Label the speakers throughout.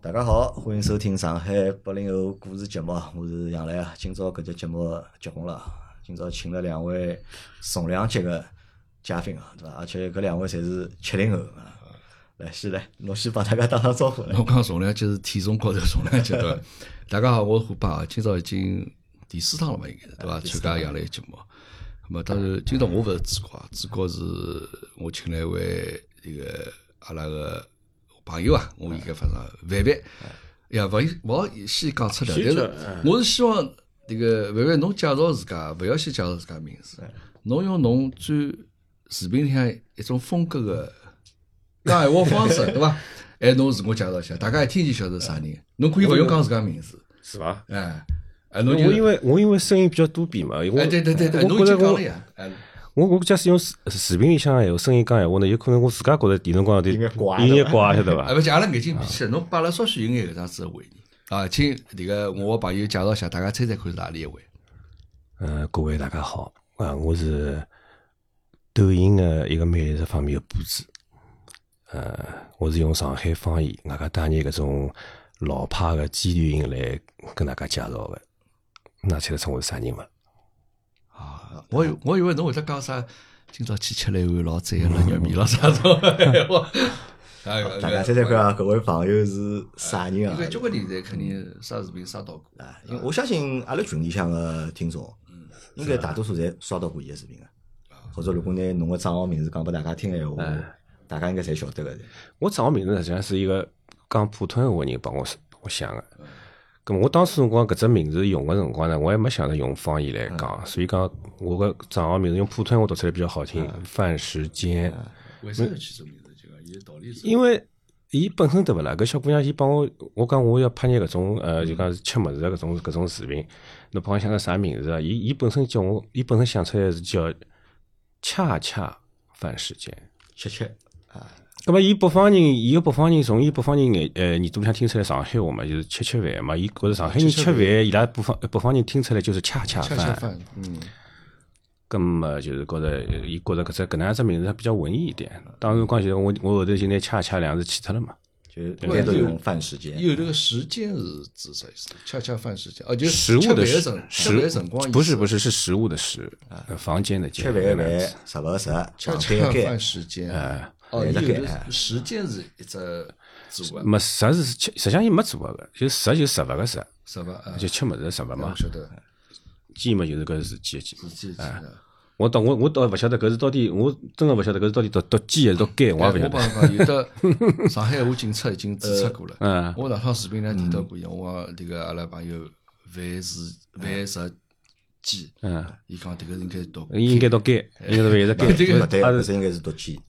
Speaker 1: 大家好，欢迎收听上海八零后故事节目，我是杨澜啊。今朝搿节节目结棍了，今朝请了两位重量级的嘉宾啊，对伐？而且搿两位侪是七零后啊。来，先来，侬先帮大家打打招呼来。
Speaker 2: 我讲重量级是体重高头重量级对伐？大家好，我是虎爸啊，今朝已经第四趟了嘛，应该是对伐？参加杨澜节目，那么当然今朝我勿是主角啊，主角是我请来一位这个阿拉个朋友啊，我应该发上范范，呀，勿勿好先讲出来，但
Speaker 3: 先讲嗯
Speaker 2: 是我是希望这个范范侬介绍自家，勿要先介绍自家名
Speaker 3: 嗯
Speaker 2: 字，侬用侬最视频里向一种风格 个。讲闲话方式，对伐？哎，侬自我介绍一下，大家一听就晓得是啥人。侬可以勿用讲自家名字，
Speaker 3: 是伐？
Speaker 2: 哎，哎，
Speaker 3: 我
Speaker 2: 侬就
Speaker 3: 因为我因为声音比较多变嘛，我
Speaker 2: 哎，对对对对，侬
Speaker 3: 我
Speaker 2: 已经
Speaker 3: 觉得
Speaker 2: 讲
Speaker 3: 我
Speaker 2: 了呀，哎，
Speaker 3: 我我假使用视视频里向闲话声音讲闲话呢，有可能我自家觉着电动光有点
Speaker 1: 有眼怪
Speaker 3: 有眼
Speaker 1: 对吧
Speaker 3: 怪，晓得
Speaker 2: 哎，
Speaker 3: 伐？
Speaker 2: 勿是阿拉眼睛
Speaker 3: 啊
Speaker 2: 闭起来，侬摆了稍许有眼搿样子的回忆啊，请迭个我个朋友介绍一下，大家猜猜看是哪里一位？
Speaker 3: 呃，各位大家好，啊，我是抖音的一个美食方面的博主，呃，我是用上海方言，外加带眼搿种老派的机电音来跟大家介绍的。那猜得出我是啥人伐？
Speaker 2: 啊，我以我以为侬会得讲啥，今朝去吃了一碗老赞的辣肉面了啥种闲话。 哎呦哎
Speaker 1: 大家猜猜看啊，搿位朋友是啥人
Speaker 2: 因为呃交
Speaker 1: 啊？
Speaker 2: 关人侪肯定刷视频刷到过，
Speaker 1: 啊，因为我相信阿拉群里向个听众，
Speaker 2: 嗯
Speaker 1: 应
Speaker 2: 啊
Speaker 1: 该大多数侪刷到过伊个视频个，啊或者如果拿侬个账号名字讲拨大家听个闲话，
Speaker 2: 哎
Speaker 1: 大家应该侪晓得个。
Speaker 3: 我账号名字实际上是一个讲普通话的人帮我我想的。咁么我当初辰光搿只名字用个辰光呢，我还没想着用方言来讲，所以讲我个账号名字用普通话读出来比较好听。范时间，
Speaker 2: 为啥要起这名字？就讲有道理是吧。
Speaker 3: 因为伊本身对勿啦？搿小姑娘伊帮我，我讲我要拍眼搿种呃，就讲是吃物事的搿种搿种视频，侬帮我想个啥名字啊？伊伊本身叫我，伊本身想出来是叫恰恰范时间。
Speaker 1: 吃吃
Speaker 3: 咁么，伊北方人，伊个北方人，从伊北方人眼呃耳朵里向听出来上海话嘛，就是吃吃饭嘛。伊觉着上海人吃饭，伊拉北方呃北方人听出来就是恰恰
Speaker 2: 恰恰
Speaker 3: 饭。
Speaker 2: 饭，嗯，
Speaker 3: 咁么就是觉着，伊觉着搿只搿能样只名字比较文艺一点。当然，光现在我我后头就拿恰恰两个字去脱了嘛。
Speaker 1: 就每都用饭时间。
Speaker 2: 有这个时间是指啥意思？恰恰饭时间，哦，就是
Speaker 3: 食物
Speaker 2: 吃饭
Speaker 3: 的
Speaker 2: 的
Speaker 3: 食
Speaker 2: 辰，吃饭
Speaker 3: 食
Speaker 2: 的辰光，
Speaker 3: 不是不是是食物的食，呃房间的
Speaker 1: 吃
Speaker 3: 间。
Speaker 1: 饭个
Speaker 3: 搿能样子
Speaker 1: 饭，食物个食，
Speaker 2: 恰
Speaker 3: 啊
Speaker 1: 上
Speaker 2: 恰
Speaker 1: 班个
Speaker 2: 饭
Speaker 1: 班，
Speaker 2: 时间，
Speaker 1: 有
Speaker 2: 哦，
Speaker 1: 的
Speaker 2: 有
Speaker 1: 改
Speaker 2: 的时间是一只组合，
Speaker 3: 没实是吃，实际上伊没做过个，就食就食物个食，
Speaker 2: 是吧？啊，
Speaker 3: 就哎吃物事食物
Speaker 2: 我
Speaker 3: 嘛。
Speaker 2: 晓得，
Speaker 3: 鸡嘛就是搿是鸡鸡。
Speaker 2: 是记
Speaker 3: 哎
Speaker 2: 得。
Speaker 3: 我倒我我倒勿晓得搿是到底，我真个勿晓得搿是到底到到鸡还是到肝，我
Speaker 2: 哎
Speaker 3: 也
Speaker 2: 我
Speaker 3: 勿晓
Speaker 2: 帮
Speaker 3: 得。
Speaker 2: 侬讲，有的上海话警察已经指出过了。
Speaker 3: 嗯
Speaker 2: 我哪趟视频里提到过，我讲这个阿拉朋友万是万十几，
Speaker 3: 嗯，
Speaker 2: 伊讲这个应该是读
Speaker 3: 应该到肝，
Speaker 1: 哎
Speaker 3: 应该到一只肝。
Speaker 2: 这个
Speaker 1: 勿对，搿是应该是读鸡，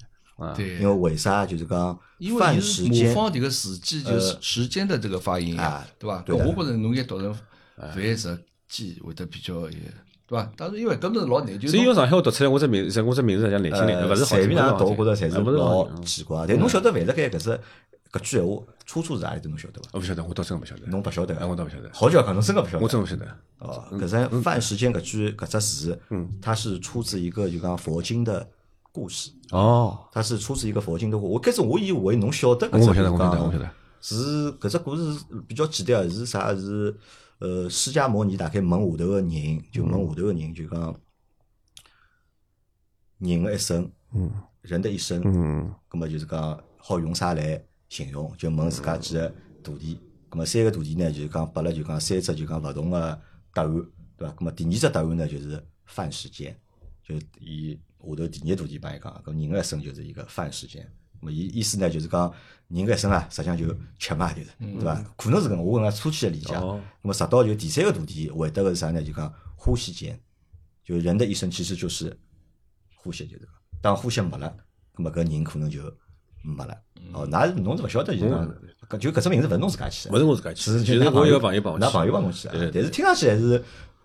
Speaker 2: 对
Speaker 1: 因为。为啥就是讲
Speaker 2: 因为
Speaker 1: 饭
Speaker 2: 伊
Speaker 1: 时
Speaker 2: 是模
Speaker 1: 间
Speaker 2: 仿这个时间，
Speaker 3: 呃
Speaker 2: 就是时间的这个发音呀
Speaker 1: 啊，
Speaker 2: 对吧？
Speaker 1: 对
Speaker 2: 搿
Speaker 1: 的
Speaker 2: 我觉着侬应该读成
Speaker 3: 哎
Speaker 2: 饭食鸡会得比较有，对吧？当然，因为搿么是老难，就是
Speaker 3: 所以用
Speaker 2: 侬
Speaker 3: 上海话读出来，我这名字，我这名字实际上难听点，
Speaker 1: 呃，
Speaker 3: 勿是好
Speaker 1: 随
Speaker 3: 听
Speaker 1: 便哪
Speaker 3: 的。
Speaker 1: 读，我觉着侪是
Speaker 3: 勿是好
Speaker 1: 老
Speaker 3: 听。嗯
Speaker 1: 奇怪。但侬晓得饭食盖搿只搿句闲话出处是哪里头？侬晓得伐？
Speaker 3: 我勿晓得，我倒真勿晓得，
Speaker 1: 侬勿晓得
Speaker 3: 哎，
Speaker 1: 啊？
Speaker 3: 我倒勿晓得，
Speaker 1: 好久讲，侬真个勿晓
Speaker 3: 我
Speaker 1: 得。
Speaker 3: 真嗯勿晓得。
Speaker 1: 哦，搿只饭时间搿句搿只词，
Speaker 3: 嗯
Speaker 1: 它是出自一个就讲佛经的故事，
Speaker 3: 哦，
Speaker 1: 它是出自一个佛经的故事。我开始我以为侬晓得搿
Speaker 3: 我
Speaker 1: 只故
Speaker 3: 勿
Speaker 1: 事
Speaker 3: 晓得，
Speaker 1: 讲，
Speaker 3: 我勿晓得，我勿晓得。
Speaker 1: 是搿只故事比较简单，是啥？是呃，释迦牟尼大概问下头个人，就问下头个人，就讲人的一生，嗯，人的一生，
Speaker 3: 嗯，
Speaker 1: 葛么啊就是讲好用啥来形容？就问自家几个徒弟，葛么啊三个徒弟呢，就是讲拨了就讲三只就讲勿同个答案，对伐？葛么第二只答案呢，就是饭时间，就伊下头第二个徒弟帮伊讲，搿人个一生就是一个饭时间。葛么伊意思呢，就是讲人个一生啊，实际上就吃嘛，就是对伐？可能是搿能，我搿能粗浅个理解。葛
Speaker 3: 哦
Speaker 1: 么直到就第三个徒弟回答个是啥呢？就讲呼吸间，就人的一生其实就是呼吸就是讲，当呼吸没了，那么搿人可能就没了。哦，㑚是侬是勿晓得，就是讲，搿就搿只名字勿是侬自家起的，
Speaker 3: 勿是我自家起的，
Speaker 1: 是
Speaker 3: 其
Speaker 1: 就
Speaker 3: 实
Speaker 1: 㑚
Speaker 3: 我有个朋友帮我
Speaker 1: 㑚
Speaker 3: 起。
Speaker 1: 朋友帮侬起的，但是听上去还是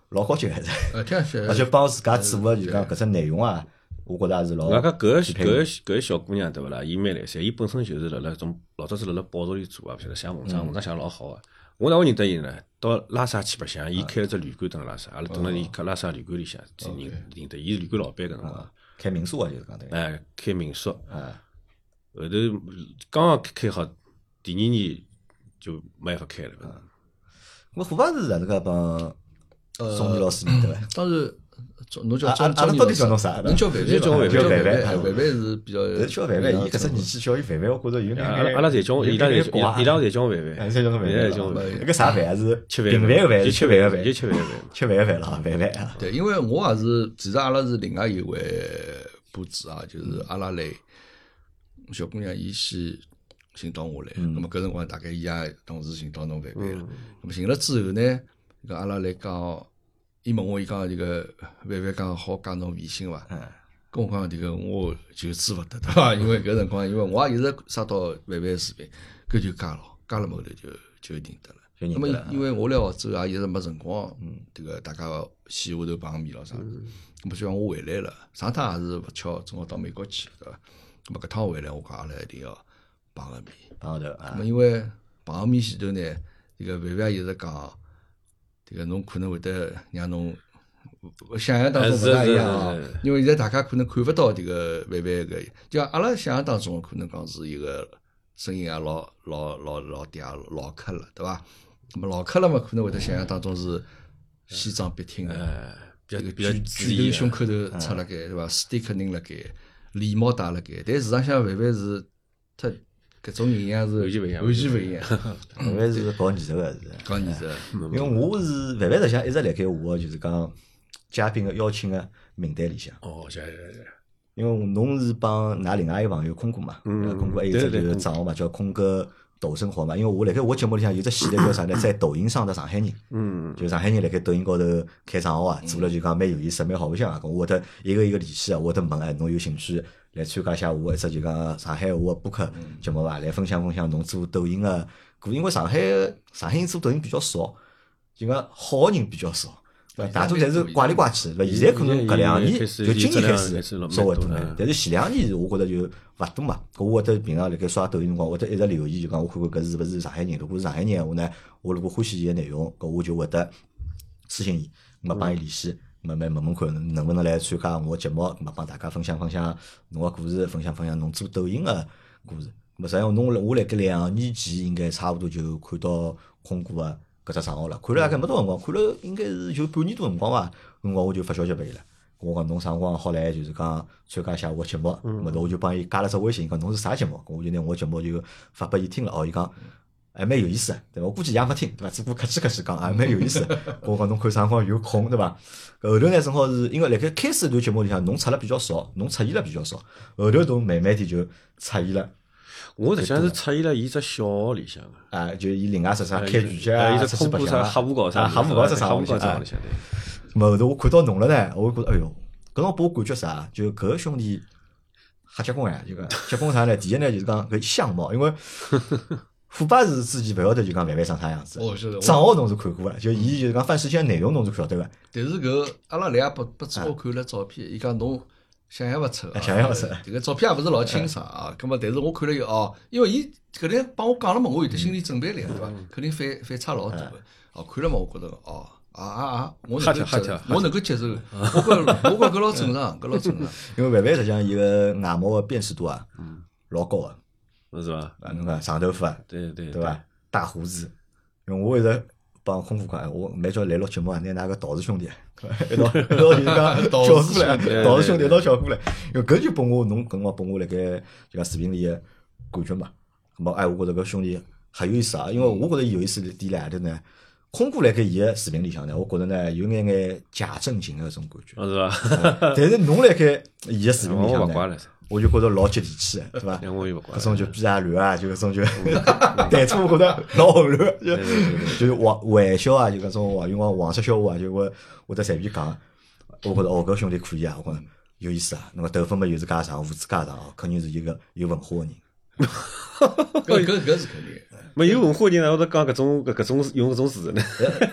Speaker 1: 老高级的，还是，
Speaker 2: 呃，听上
Speaker 3: 啊
Speaker 2: 去
Speaker 1: 而且帮自家做个就讲搿只内容啊，我觉着还是老。
Speaker 3: 外加搿个
Speaker 1: 匹
Speaker 3: 搿
Speaker 1: 配
Speaker 3: 个搿个小姑娘对勿啦？伊蛮来三，伊本身就是辣辣搿种老早子辣辣宝钞里做啊，勿晓得写文章，文章写得老好个。我哪会认得伊呢？到拉萨去白相，伊开了只旅馆蹲辣拉萨，阿拉蹲辣伊搿拉萨旅馆里向，只认认得伊是旅馆老板搿辰光，
Speaker 1: 开民宿啊，就是讲对。
Speaker 3: 哎，开民宿，
Speaker 1: 啊，
Speaker 3: 后头刚刚开好，第二年就没法开了。
Speaker 1: 我虎爸是哪能介帮呃宋宇老师面对伐？
Speaker 2: 当然，叫呃侬叫
Speaker 1: 啊
Speaker 2: 教
Speaker 1: 啊
Speaker 2: 教
Speaker 1: 啊
Speaker 2: 你
Speaker 1: 到底
Speaker 2: 老
Speaker 1: 叫
Speaker 2: 师
Speaker 1: 侬啥
Speaker 2: 侬叫范范
Speaker 3: 叫
Speaker 2: 吧
Speaker 3: 范
Speaker 2: 叫
Speaker 1: 范
Speaker 2: 范
Speaker 1: 范
Speaker 2: 范
Speaker 1: 嗯
Speaker 2: 范范是比较
Speaker 1: 但是叫范
Speaker 2: 嗯
Speaker 1: 范，伊搿只年纪叫伊范范，我觉着有眼
Speaker 3: 哎阿拉阿拉侪叫，伊拉侪叫，伊拉侪叫饭
Speaker 1: 哎
Speaker 3: 饭，
Speaker 1: 你才叫范范
Speaker 3: 现在
Speaker 1: 了
Speaker 3: 叫饭
Speaker 1: 搿啥饭啊？是
Speaker 3: 吃
Speaker 1: 平
Speaker 3: 饭
Speaker 1: 个饭，
Speaker 3: 就
Speaker 1: 吃
Speaker 3: 吃
Speaker 1: 饭个
Speaker 3: 饭，
Speaker 1: 饭，
Speaker 3: 就吃饭饭。
Speaker 1: 吃饭个饭了，饭饭啊。
Speaker 2: 对，因为我也是，其实阿拉是另外一位布置啊，就是阿拉来小姑娘伊先寻到我来，那么搿辰光大概伊也同时寻到侬范范了，那么寻了之后呢，搿阿拉来讲，伊问我伊讲这个范范讲好加侬微信伐？
Speaker 1: 嗯
Speaker 2: 跟我讲迭个我就知勿得对伐？ 因为搿辰光，因为我也一直刷到万万视频，搿就加了，加了后头就就认得了。
Speaker 1: 就
Speaker 2: 那
Speaker 3: 嗯
Speaker 1: 认
Speaker 2: 么
Speaker 1: 得了
Speaker 2: 因为我来澳洲也一直没辰光，迭个大家线下头碰面咯啥的。那么虽然我回来了，上趟也是勿巧，正好到美国去，对伐？那么搿趟回来，我讲阿拉一定要碰个面。
Speaker 1: 碰头
Speaker 2: 那
Speaker 1: 啊
Speaker 2: 么，因为碰个面前头呢，迭个万万一直讲，迭个侬可能会得让侬勿想象当中勿大一样啊
Speaker 3: 哎是是是是。
Speaker 2: 因为现在大家可能看勿到迭个万万个，就像阿拉想象当中可能讲是一个声音也啊老老老老嗲老客了，对伐？那么老客了嘛，可能会得想象当中是西装笔挺的。
Speaker 3: 哎，比较比较
Speaker 2: 举
Speaker 3: 自
Speaker 2: 举头
Speaker 3: 由，
Speaker 2: 胸口头
Speaker 3: 嗯
Speaker 2: 插辣盖，对伐？斯蒂克拧辣盖，礼帽戴辣盖，但市场上范范是特搿种形象是
Speaker 3: 完全勿一样
Speaker 2: 完全勿一 样。
Speaker 1: 范范是搞艺术个是。
Speaker 2: 讲艺术，
Speaker 3: 嗯
Speaker 1: 因为我是范范，实际上一直辣盖我的就是讲嘉宾个邀请个名单里向。
Speaker 3: 哦，是是是，
Speaker 1: 因为侬是帮㑚另外一个朋友空哥嘛，
Speaker 3: 嗯
Speaker 1: 呃空哥还有
Speaker 3: 对
Speaker 1: 只
Speaker 3: 对
Speaker 1: 就是
Speaker 3: 空
Speaker 1: 账号嘛，叫空哥抖生活嘛。因为我辣盖我节目里向有只系列叫 啥呢？在抖音上的上海人，
Speaker 3: 嗯，
Speaker 1: 就上海人辣盖抖音高头开账号啊，做了就讲蛮有意思，蛮好白相啊。咁我会得一个一个联系啊，我会得问哎，侬有兴趣来参加一下我一只就讲上海话个播客节目伐？来分享分享侬做抖音个，故因为上海上海人做抖音比较少，就讲好的人比较少。对吧大多侪是怪里怪气，对吧？现在可能搿两年
Speaker 3: 现在现
Speaker 1: 就
Speaker 3: 在
Speaker 1: 今年
Speaker 3: 开
Speaker 1: 开
Speaker 3: 始
Speaker 1: 始
Speaker 3: 了
Speaker 1: 稍微多
Speaker 3: 蛮多
Speaker 1: 眼
Speaker 3: 了，
Speaker 1: 但是前两年我觉着就勿多嘛。搿我会得平常辣盖刷抖音辰光，我会得一直留意，就讲我看看搿是勿是上海人。如果是上海人闲话呢，我如果欢喜伊个内容，搿我就会得私信伊，咹帮伊联系，咹来问问看能勿能来参加我节目，咹帮大家分享分享侬个故事，分享分享侬做抖音个故事。咹实际上侬辣我辣盖两年前应该差勿多就看到空哥个。搿只账号了，看了大概没多辰光，看了应该是就半年多辰光伐，辰光我就发消息拨伊了。我讲侬啥辰光好来，就是讲参加一下我节目，
Speaker 3: 嗯
Speaker 1: 咁么头我就帮伊加了只微信，讲侬是啥节目，咁我就拿我节目就发拨伊听了，哦，伊讲还蛮有意思，对伐？我估计伊也没听，对伐？只不过客气客气讲，还蛮有意思。我讲侬看啥辰光有空，对伐？后头呢，正好是因为辣盖开始一段节目里向，侬出了比较少，侬出现了比较少，后头侬慢慢点就出现了。
Speaker 3: 我实际上是出现了伊只小号里向的。
Speaker 1: 啊，就伊另外只啥开
Speaker 3: 开
Speaker 1: 局节啊，
Speaker 3: 伊
Speaker 1: 出
Speaker 3: 只
Speaker 1: 去
Speaker 3: 空
Speaker 1: 白
Speaker 3: 谷
Speaker 1: 相
Speaker 3: 啥
Speaker 1: 啊
Speaker 3: 黑五搞啥，
Speaker 1: 啊黑五搞只啥啊
Speaker 3: 黑五
Speaker 1: 啥
Speaker 3: 搞啥里向对。
Speaker 1: 咁么后头我看到侬了呢，我觉着哎哟，搿种拨我感觉啥？就搿个兄弟瞎结棍呀，就讲结棍啥呢？第一呢就是讲搿相貌，因 为虎爸是之前勿晓得就讲范范长啥样子，
Speaker 2: 哦，晓得。
Speaker 1: 账
Speaker 2: 我
Speaker 1: 号侬是看过个，就伊就是讲范世贤内容侬是晓得个，
Speaker 2: 但是搿阿拉俩拨拨子我看了照片，伊讲侬想象勿出啊，
Speaker 1: 哎嗯想象 勿出嗯
Speaker 2: 迭个照片也勿是老清爽啊。葛末但是我看了以后哦，因为伊搿能帮我讲了嘛，我有得心理准备了呀，啊
Speaker 1: 嗯
Speaker 2: 对伐？肯定反反差老大个。哦，看了嘛，我觉着哦。啊啊啊！我能够
Speaker 3: 吓
Speaker 2: 接
Speaker 3: 跳吓
Speaker 2: 受
Speaker 3: 跳，
Speaker 2: 我能够接受。我觉得我觉得搿老正常，搿老正常。
Speaker 1: 因为范范实际上伊个外貌个辨识度啊，
Speaker 2: 嗯
Speaker 1: 老高个，
Speaker 3: 嗯是吧？
Speaker 1: 啊侬看长头发，
Speaker 3: 对对
Speaker 1: 对伐？？大胡子，因为我一直帮空腹款，我每叫来录节目啊，拿那个导师兄弟 一道一道就是讲叫过来
Speaker 2: 导师兄弟，
Speaker 1: 导师兄弟一道叫过来，因为搿就拨我侬搿辰光拨我辣盖就讲视频里个感觉嘛。咾么哎，我觉着搿兄弟很有意思啊，因为我觉着有意思的点辣何头呢？空哥辣盖伊个视频里向呢，我觉着呢有眼眼假正经个搿种感 觉，
Speaker 3: 哦是吧？
Speaker 1: 但是侬辣盖伊个视频里
Speaker 3: 我
Speaker 1: 向
Speaker 3: 勿怪
Speaker 1: 呢，
Speaker 3: 了，
Speaker 1: 我就觉着老接地气的， 对伐？
Speaker 3: 那我也勿怪
Speaker 1: 搿。种就比啊乱啊，就搿种就
Speaker 3: 嗯
Speaker 1: 台词我觉得老混乱，就就是玩玩笑啊，就搿种话，用光黄色笑话啊，就我我得随便讲，我觉得哦搿兄弟可以啊，我觉着有意思啊，那么头发嘛又是加长，胡子加长哦，肯定是一个有文化的人。
Speaker 2: 搿搿搿是肯定的。
Speaker 3: 没有文化人哪会得讲搿种搿搿种用搿种词呢？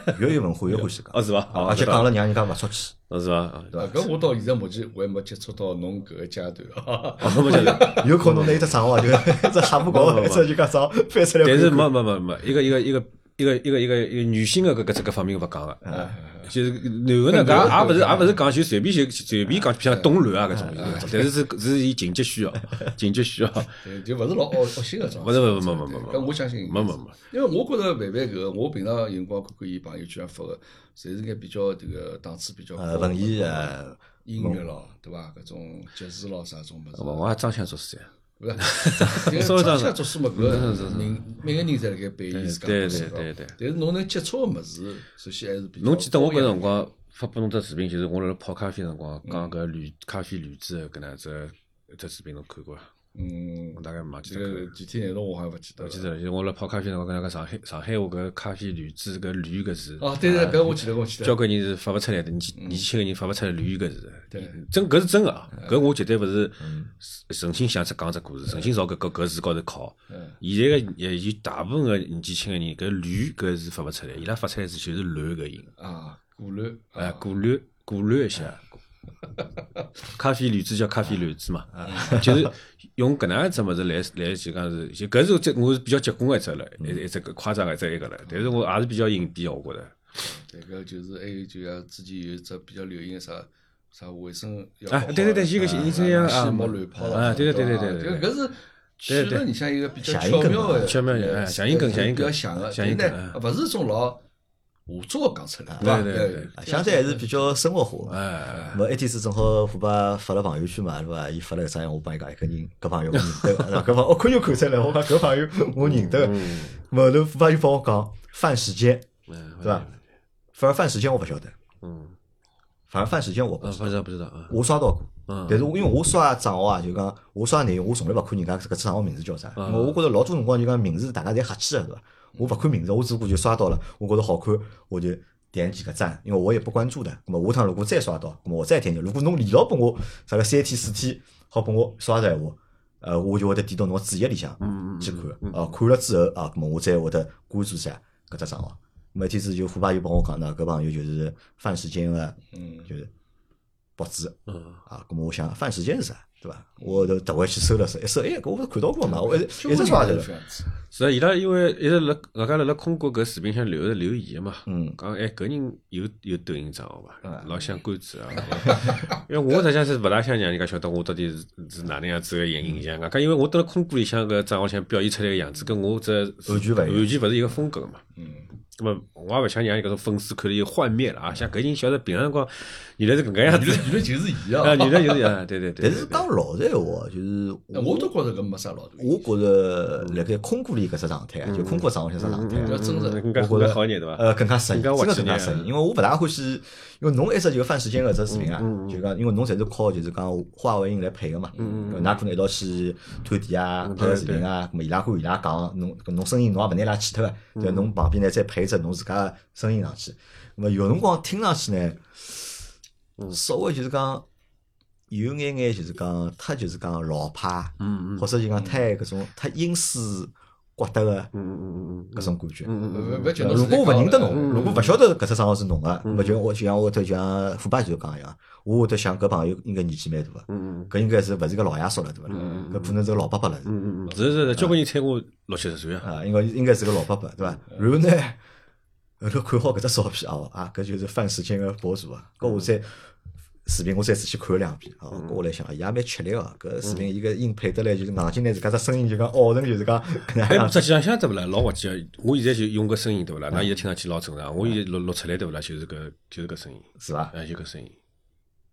Speaker 1: 哎越有文化越欢喜讲
Speaker 3: 哦，是吧？
Speaker 1: 而且讲了让人家勿出气。
Speaker 3: 哦是吧？
Speaker 1: 对
Speaker 2: 啊，搿我到现在目前我还没接触到侬搿个阶段啊。
Speaker 3: 哦，没晓得。
Speaker 1: 有可能拿一只账号就 一只哈不
Speaker 3: 不
Speaker 1: 搞，
Speaker 3: 不
Speaker 1: 一只就讲账翻出来看看。
Speaker 3: 但是没没没没，一个一个一个一个一个一个一个女性的搿搿这个方面勿讲个，啊就是男个呢，搿也勿是也勿是讲就随便就随便讲，像动乱啊搿种，但是是是以情节需 要，情节需要，
Speaker 2: 对就勿是老恶恶心个状态。
Speaker 3: 勿是勿是没没没
Speaker 2: 搿我相信
Speaker 3: 没没没，
Speaker 2: 因为我觉着范范搿个，我平常有辰光看看伊朋友圈发个，侪是眼比较迭个档次比
Speaker 3: 啊
Speaker 2: 较高
Speaker 1: 呃，
Speaker 2: 的
Speaker 1: 文艺
Speaker 3: 嗯
Speaker 1: 呃，
Speaker 2: 音乐咯，对伐？搿种爵士咯啥种物事。
Speaker 3: 我也装腔作势呀。
Speaker 2: 勿是，
Speaker 3: 稍微
Speaker 2: 当
Speaker 3: 当
Speaker 2: 啊下做事嘛，搿个人每个人侪辣盖背伊自家
Speaker 3: 对
Speaker 2: 故事
Speaker 3: 对
Speaker 2: 咯
Speaker 3: 对对
Speaker 2: 但是侬能接触个物事，首先还是比较。
Speaker 3: 侬记得我搿辰光发拨侬只视频，就是我辣辣泡咖啡辰光
Speaker 2: 嗯
Speaker 3: 讲搿铝咖啡铝制的搿能只只视频侬看过伐？
Speaker 2: 嗯
Speaker 3: 我，大概忘记
Speaker 2: 这
Speaker 3: 脱看了
Speaker 2: 个。具体内容我好像勿记得
Speaker 3: 我
Speaker 2: 了。
Speaker 3: 记得了，就是我辣泡咖啡辰光，搿能介上海上海话搿咖啡铝制搿铝搿字，
Speaker 2: 哦，对对，搿我记得，我记
Speaker 3: 交
Speaker 2: 得。
Speaker 3: 关人是发勿出来的，年纪年纪轻个人发勿出来铝搿字。
Speaker 2: 对，嗯
Speaker 3: 真搿是真个啊，搿我绝对勿是诚心想只讲只故事，诚心朝搿搿搿字高头靠。
Speaker 2: 嗯，
Speaker 3: 现在个也有大部分个年纪轻个人，搿铝搿字发勿出来，伊拉发出来字就是乱搿音。
Speaker 2: 啊，古乱
Speaker 3: 哎，过滤过滤一 下。咖啡滤纸叫咖啡滤纸嘛，啊就是用搿能样一只物事来来就讲是，就搿是这我是比较结棍个一只了，一一只个夸张个一只一个了，但是我也是比较隐蔽个，我觉着。
Speaker 2: 对，搿就是还有就像之前有一只比较流行的啥啥卫生要搞
Speaker 3: 啊
Speaker 2: 好
Speaker 3: 对对对
Speaker 2: 啊
Speaker 3: 这个是这样啊
Speaker 2: 啊，莫乱抛
Speaker 3: 啊对对对
Speaker 2: 吧
Speaker 3: 对对对
Speaker 2: 这个搿是取了你像一个比较
Speaker 1: 响应
Speaker 2: 巧
Speaker 1: 梗
Speaker 2: 妙的
Speaker 1: 啊
Speaker 3: 巧妙的
Speaker 2: 呃
Speaker 3: 哎响应梗响应
Speaker 2: 比较
Speaker 3: 梗
Speaker 2: 响的，
Speaker 3: 响
Speaker 2: 但是
Speaker 3: 应梗啊
Speaker 2: 呢，勿是种老胡作讲出来，伐？
Speaker 3: 对对对
Speaker 2: 哎
Speaker 1: 啊相对还是比较生活化啊嘛。
Speaker 3: 哎，
Speaker 1: 么一天子正好虎爸发了朋友圈嘛，对伐？伊发了一张，我帮伊讲，哎搿人搿朋友我认得个，对伐？搿朋友我哦看就看出来，我讲搿朋友我认得个。么后头虎爸就帮我讲范时间，对伐？反而范时间我勿晓得，
Speaker 3: 哎嗯，
Speaker 1: 反而范时间我不
Speaker 3: 啊，
Speaker 1: 知道
Speaker 3: 不知道不知道啊，
Speaker 1: 我刷到过
Speaker 3: 嗯，
Speaker 1: 但是我因为我刷账号啊，就讲我刷内容，我从来勿看人家搿只账号名字叫啥，因为我觉着老多辰光就讲名字大家侪瞎起个对伐？我勿看名字，我只不过就刷到了，我觉着好看，我就点几个赞，因为我也不关注的。那么下趟如果再刷到，那么我再点点。如果侬连牢拨我啥个三天四天，好拨我刷着闲话，呃，我就会得点到侬主页里向去看，啊，看了之后啊，那么我再会得关注一下搿只账号。那么一天子就虎爸就帮我讲呢，搿朋友就是范时间个，
Speaker 2: 嗯
Speaker 1: 就是报纸。
Speaker 3: 嗯，
Speaker 1: 啊，咁我想范时间是啥，对伐？我后头特回去搜了搜，一搜，哎，搿我勿是看到过嘛，
Speaker 2: 嗯
Speaker 1: 我一直一直刷着了。
Speaker 3: 是啊，伊拉因为一直辣外加辣辣空国搿视频上留着留言嘛，
Speaker 1: 嗯
Speaker 3: 讲哎搿人有有抖音账号伐？老想关注啊，因为我实际上是勿大想让人家晓得我到底是是哪能样子个形形象，外加因为我蹲辣空谷里向搿账号里向表现出来个样子，跟我这
Speaker 1: 完全勿一样
Speaker 3: 完全勿是一个风格个嘛。
Speaker 2: 嗯，
Speaker 3: 那么我也勿想让搿种粉丝看了有幻灭了啊，像搿人晓得平常辰光原来是搿个样
Speaker 2: 原
Speaker 3: 子
Speaker 2: 来，原来就是伊
Speaker 3: 啊，
Speaker 2: 啊，
Speaker 3: 原来就是啊，对对对。
Speaker 1: 但是讲老实闲话，就是
Speaker 2: 那啊我都觉着搿没啥老大。
Speaker 1: 我觉着辣盖空谷里搿只状态啊，就空谷账号里搿只状态
Speaker 3: 嗯
Speaker 2: 比较
Speaker 1: 啊，
Speaker 2: 真实，
Speaker 3: 应该
Speaker 1: 我觉
Speaker 3: 好一点对伐？
Speaker 1: 呃，更加适应，
Speaker 3: 更
Speaker 1: 真
Speaker 3: 加滑
Speaker 1: 个
Speaker 3: 稽
Speaker 1: 更加适应，
Speaker 3: 眼
Speaker 1: 因为我勿大欢喜，因为侬一直就范时间搿只视频啊，就讲因为侬侪是靠就是讲话外音来配个嘛，嗯，㑚可能一道去探店
Speaker 3: 嗯
Speaker 1: 啊，拍个视频啊，咁么伊拉跟伊拉讲，侬侬声音侬也勿拿伊拉去脱个，
Speaker 3: 嗯
Speaker 1: 对伐，侬旁边呢再配一只侬自家个声音上去，咁么有辰光听上去呢，
Speaker 3: 嗯
Speaker 1: 稍微就是讲。有眼眼就是讲，太就是讲老派，
Speaker 3: 嗯嗯
Speaker 1: 或者就讲太搿种太阴湿刮得个
Speaker 3: 嗯嗯嗯嗯
Speaker 1: 搿种感觉，
Speaker 3: 嗯嗯
Speaker 2: 勿勿觉得
Speaker 1: 如
Speaker 2: 是
Speaker 1: 果我勿认得侬，
Speaker 3: 嗯
Speaker 1: 如果勿晓得搿只账号是侬个，那就我就像我头就像虎爸就讲一样，我会得想搿朋友应该年纪蛮大个，
Speaker 3: 嗯
Speaker 1: 搿应该是勿是个老爷叔了对伐？搿可能是个老伯伯了是
Speaker 3: 嗯嗯，是是是，交关人猜我六七十岁啊。
Speaker 1: 啊，应该应该是个老伯伯对伐？
Speaker 3: 嗯
Speaker 1: 然后呢，后头看好搿只照片啊啊，搿就是范时间个博主啊，搿我
Speaker 3: 嗯
Speaker 1: 再。视频我再仔细看了两遍啊，搿我来想，伊也蛮吃力个。
Speaker 3: 嗯
Speaker 1: 搿视频伊搿音配得来，就是硬劲拿自家只声音就讲拗成就是讲搿能
Speaker 3: 哎，
Speaker 1: 样子
Speaker 3: 实际上像对勿啦，老滑稽啊！我现在就用搿声音对勿啦，那现在听上去老正常。我现在录录出来对勿啦，就是搿就是搿声音，
Speaker 1: 是伐？
Speaker 3: 哎，就搿声音，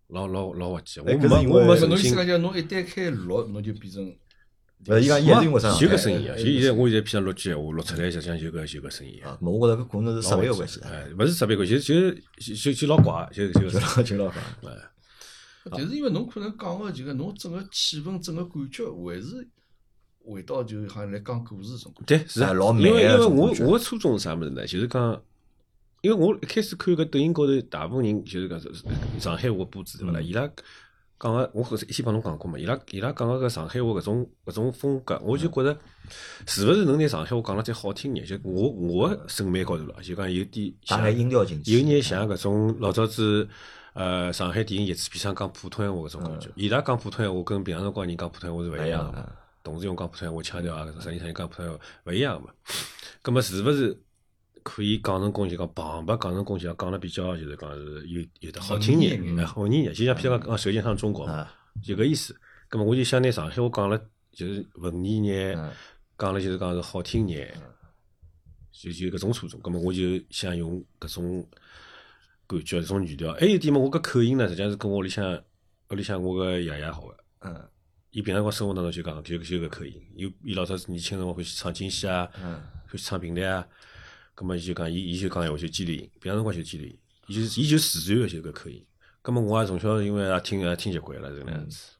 Speaker 3: 老老老滑稽啊。我
Speaker 1: 哎搿是
Speaker 3: 没
Speaker 1: 因
Speaker 3: 我
Speaker 1: 为
Speaker 3: 没
Speaker 2: 搿
Speaker 3: 神
Speaker 2: 侬意
Speaker 3: 经
Speaker 2: 思，讲，就侬一旦开录，侬就变成
Speaker 3: 啊
Speaker 1: 勿，伊讲伊也是因为啥？
Speaker 3: 就搿声音啊！
Speaker 2: 哎
Speaker 3: 就现在我现在平常录句闲话，录出来实际上就搿就搿声音啊。
Speaker 1: 啊，咾我觉着搿可能是设备个
Speaker 3: 老滑稽
Speaker 1: 关系啊，
Speaker 3: 哎，勿是特别关系，就就就就老怪，就 就哎
Speaker 1: 就
Speaker 3: 搿
Speaker 1: 老就老讲。
Speaker 2: 但是因为侬可能讲个就个侬整个气氛、整个感觉还是回到就好像来讲故事种感觉。
Speaker 3: 对，是啊，
Speaker 1: 哎老美
Speaker 3: 因为因
Speaker 1: 啊
Speaker 3: 为
Speaker 1: 这种
Speaker 3: 我
Speaker 1: 感觉
Speaker 3: 我初衷是啥物事呢？就是讲，因为我一开始看搿抖音高头，大部分人就是讲是上海话布置对勿啦？
Speaker 1: 嗯
Speaker 3: 伊拉讲个，我后头一起帮侬讲过嘛，伊拉伊拉讲个搿上海话搿种搿种风格，我就觉
Speaker 1: 嗯
Speaker 3: 着是勿是能拿上海话讲了再好听眼？就我我个审美高头了，就讲有点
Speaker 1: 打
Speaker 3: 像
Speaker 1: 眼音调进去，
Speaker 3: 有眼像搿种老早子。呃，上海电影叶子片上讲普通闲话搿种
Speaker 1: 嗯
Speaker 3: 感觉，伊拉讲普通闲话跟平常辰光人讲普通闲话是
Speaker 1: 哎
Speaker 3: 勿一样个嘛。啊同事用讲普通闲话腔调啊，搿种实际上人讲普通闲话勿一样个嘛。葛末是勿是可以讲成功就讲旁白讲成功就讲讲了比较就是讲是有有的好听
Speaker 2: 好念
Speaker 3: 点，
Speaker 2: 眼
Speaker 3: 哎好听点，就像譬如讲讲《舌尖上的中国》嘛，
Speaker 1: 啊，
Speaker 3: 就搿意思。葛么我就想拿上海话讲了就是文艺眼，讲了就是讲是好听眼，就就搿种初衷。葛么我就想用搿种感觉、搿种语调。还有一点嘛，我搿口音呢，实际上是跟我屋里向屋里向我个爷爷学个。
Speaker 1: 嗯
Speaker 3: 伊平常光生活当中就讲，就就搿口音。伊伊老早年轻辰光欢喜唱京戏啊，欢喜唱评弹啊。葛么伊就讲，伊伊就讲闲话就尖里音，平常辰光就尖里音，伊就伊就自然个就搿口音。葛么我也从小因为也听也听习惯了这个样子，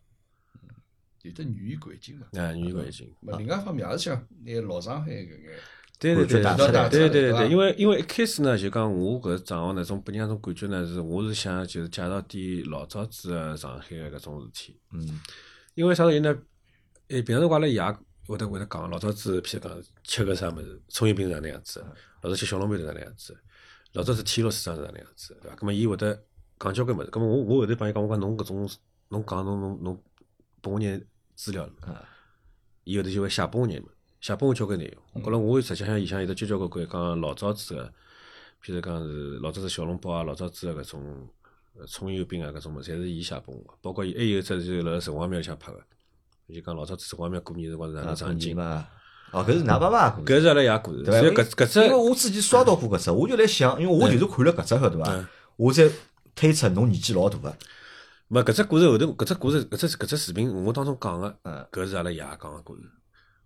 Speaker 2: 有得语言环境嘛。
Speaker 3: 啊，语言环境。
Speaker 2: 嘛，另外一方面也是想拿老上海搿眼，
Speaker 3: 对对对
Speaker 1: 感
Speaker 2: 觉打出来
Speaker 3: 对对
Speaker 2: 对吧
Speaker 3: 对，因为因为一开始呢，就讲我搿账号呢，种拨人家种感觉呢，是我是想就是介绍点老早子个上海啊个搿种事体。
Speaker 1: 嗯
Speaker 3: 因为啥道理呢？诶，平常辰光阿拉爷会得会得讲，老早子譬如讲吃个啥物事，葱油饼是哪能样子，啊老早吃小笼包是哪能样子，老早子天乐市场是哪能样子，啊对伐？咁么伊会得讲交关物事。咁么我我后头帮伊讲，我讲侬搿种侬讲侬侬侬拨我眼资料了
Speaker 1: 啊
Speaker 3: 嘛，伊后头就会写拨我眼嘛，写拨我交关内容。我觉着我实际上里向有得交交关关讲老早子个，譬如讲是老早子小笼包啊，老早子个搿种。呃葱油饼啊，搿种物事，侪是伊写拨我的，包括伊还有一只就是辣辣城隍庙里向拍个，就讲老早子城隍庙过年辰光是哪能
Speaker 1: 啊，过
Speaker 3: 场
Speaker 1: 年
Speaker 3: 景。
Speaker 1: 嘛，哦，搿是㑚爸爸的故事
Speaker 3: 搿是阿拉爷故事，
Speaker 1: 对
Speaker 3: 所以
Speaker 1: 伐？
Speaker 3: 搿搿只
Speaker 1: 因为我自己刷到过搿只，我就来想，因为我就是看了搿只晓得
Speaker 3: 嗯
Speaker 1: 伐？我在推测侬年纪老大个，
Speaker 3: 没搿只故事后头，搿只故事搿只搿只视频我当中讲
Speaker 1: 嗯
Speaker 3: 个，搿是阿拉爷讲个故事。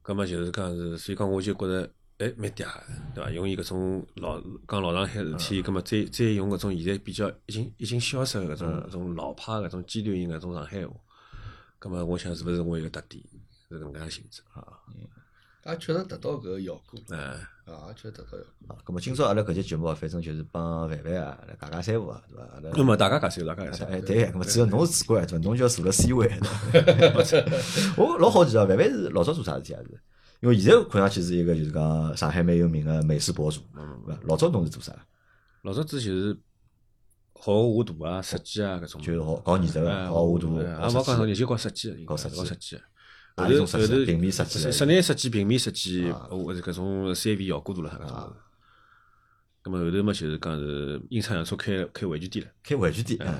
Speaker 3: 葛末就是讲是，所以讲我就觉着哎蛮嗲个，对伐？用伊搿种老讲老上海事
Speaker 1: 嗯
Speaker 3: 体，葛末再再用搿种现在比较已经已经消失个搿种
Speaker 1: 嗯
Speaker 3: 搿种老派搿种尖端型搿种上海话。葛末我想是勿是我有个特点是搿能介性质啊？
Speaker 2: 也确实达到搿个效果
Speaker 1: 嗯
Speaker 2: 了，
Speaker 3: 哎。
Speaker 2: 啊，也确实达到效果。
Speaker 1: 啊，咁么今朝阿拉搿节节目啊，反正就是帮范范啊来尬尬三胡啊，对伐？阿拉
Speaker 3: 那么大家介绍，大家介绍。
Speaker 1: 哎，对，咁么只要侬是主管对伐？侬就要坐了 C 位。 我老好奇啊，范范是老早做啥事体啊？是？因为现在看上去是一个就是讲上海蛮有名个美食博主，对伐？老早侬是做啥？
Speaker 3: 老早子就是学画图啊、设计啊搿种。
Speaker 1: 就是学搞艺术个，
Speaker 3: 哎
Speaker 1: 搞画图，
Speaker 3: 哎也勿讲
Speaker 1: 搞
Speaker 3: 啥，
Speaker 1: 设
Speaker 3: 就
Speaker 1: 计。
Speaker 3: 搞设计，
Speaker 1: 搞设计
Speaker 3: 搞设计。
Speaker 1: 哪
Speaker 3: 后
Speaker 1: 一
Speaker 3: 头
Speaker 1: 种设
Speaker 3: 后
Speaker 1: 计
Speaker 3: 头
Speaker 1: 平面设计啊
Speaker 3: 室
Speaker 1: 嘞
Speaker 3: 室内设计、平面设计，或者搿种三维效果图了搿
Speaker 1: 啊
Speaker 3: 种。葛末后头嘛，就是讲是阴差阳错开开玩具店了。
Speaker 1: 开玩具店，嗯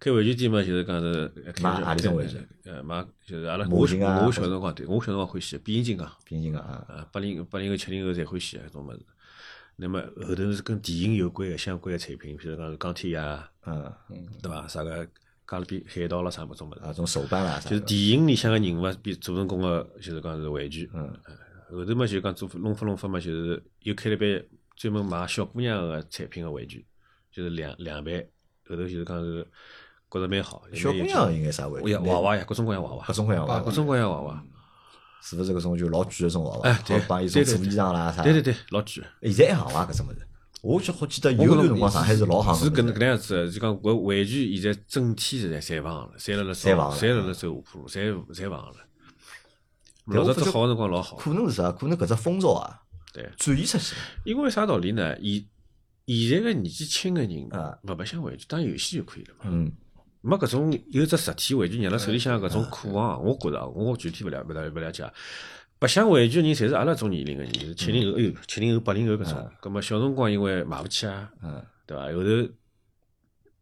Speaker 3: 开玩具店嘛，就是讲是
Speaker 1: 买
Speaker 3: 开
Speaker 1: 何里种玩具？
Speaker 3: 呃，买就是阿拉
Speaker 1: 模
Speaker 3: 我
Speaker 1: 型
Speaker 3: 小
Speaker 1: 啊
Speaker 3: 我小辰光对，我小辰光欢喜变形金刚。
Speaker 1: 平行个啊，
Speaker 3: 啊，八零八零后、七零后侪欢喜啊搿种物事。那么后头是跟电影有关个相关个产品，譬如讲是钢铁侠啊，
Speaker 1: 嗯，
Speaker 3: 对伐？啥个加勒比海盗啦，啥物种物
Speaker 1: 啊
Speaker 3: 事，
Speaker 1: 种手办啦啥
Speaker 3: 就是
Speaker 1: 的，
Speaker 3: 电影里向个人物变做成功个，就是讲是玩具。
Speaker 1: 嗯
Speaker 3: 哎。后头嘛就讲做弄法弄法嘛，就是又开了班专门卖小姑娘个产品个玩具，就是两两版。后头就是讲是觉着蛮好。
Speaker 1: 小姑娘应该啥玩具？
Speaker 3: 呀，娃娃呀，各种各样娃娃
Speaker 1: 各，种各样娃
Speaker 3: 各
Speaker 1: 娃，
Speaker 3: 种各样娃娃。
Speaker 1: 是勿是搿种就老贵搿种娃娃？
Speaker 3: 哎，对，
Speaker 1: 帮伊
Speaker 3: 对
Speaker 1: 种
Speaker 3: 对
Speaker 1: 做
Speaker 3: 对
Speaker 1: 衣裳啦啥？
Speaker 3: 对对对，老贵。
Speaker 1: 现在还行伐搿只物事？我就好记得有
Speaker 3: 我
Speaker 1: 一段
Speaker 3: 觉着
Speaker 1: 辰光上海是老行
Speaker 3: 是搿能
Speaker 1: 个，
Speaker 3: 搿能样子的，就讲搿玩具现在整体现在侪房了，侪辣辣
Speaker 1: 侪房
Speaker 3: 走，
Speaker 1: 了
Speaker 3: 侪辣辣走下坡路，侪侪房了。
Speaker 1: 对
Speaker 3: 老
Speaker 1: 我
Speaker 3: 早
Speaker 1: 发觉
Speaker 3: 子好个辰光老好，
Speaker 1: 可能是啥？可能搿只风潮啊
Speaker 3: 对，
Speaker 1: 转移出去了。
Speaker 3: 因为啥道理呢？现现在个年纪轻个人
Speaker 1: 啊，
Speaker 3: 勿白相玩具，打游戏就可以了嘛。
Speaker 1: 嗯，
Speaker 3: 没搿种有只实体玩具，捏辣手里向搿种渴望，我觉着啊我具体勿了勿了勿了解。白相玩具的人，侪是阿拉种年龄个人，就是七零后、哎呦七零后、八零后搿种。葛末小辰光因为买勿起啊，
Speaker 1: 嗯，
Speaker 3: 对伐？后头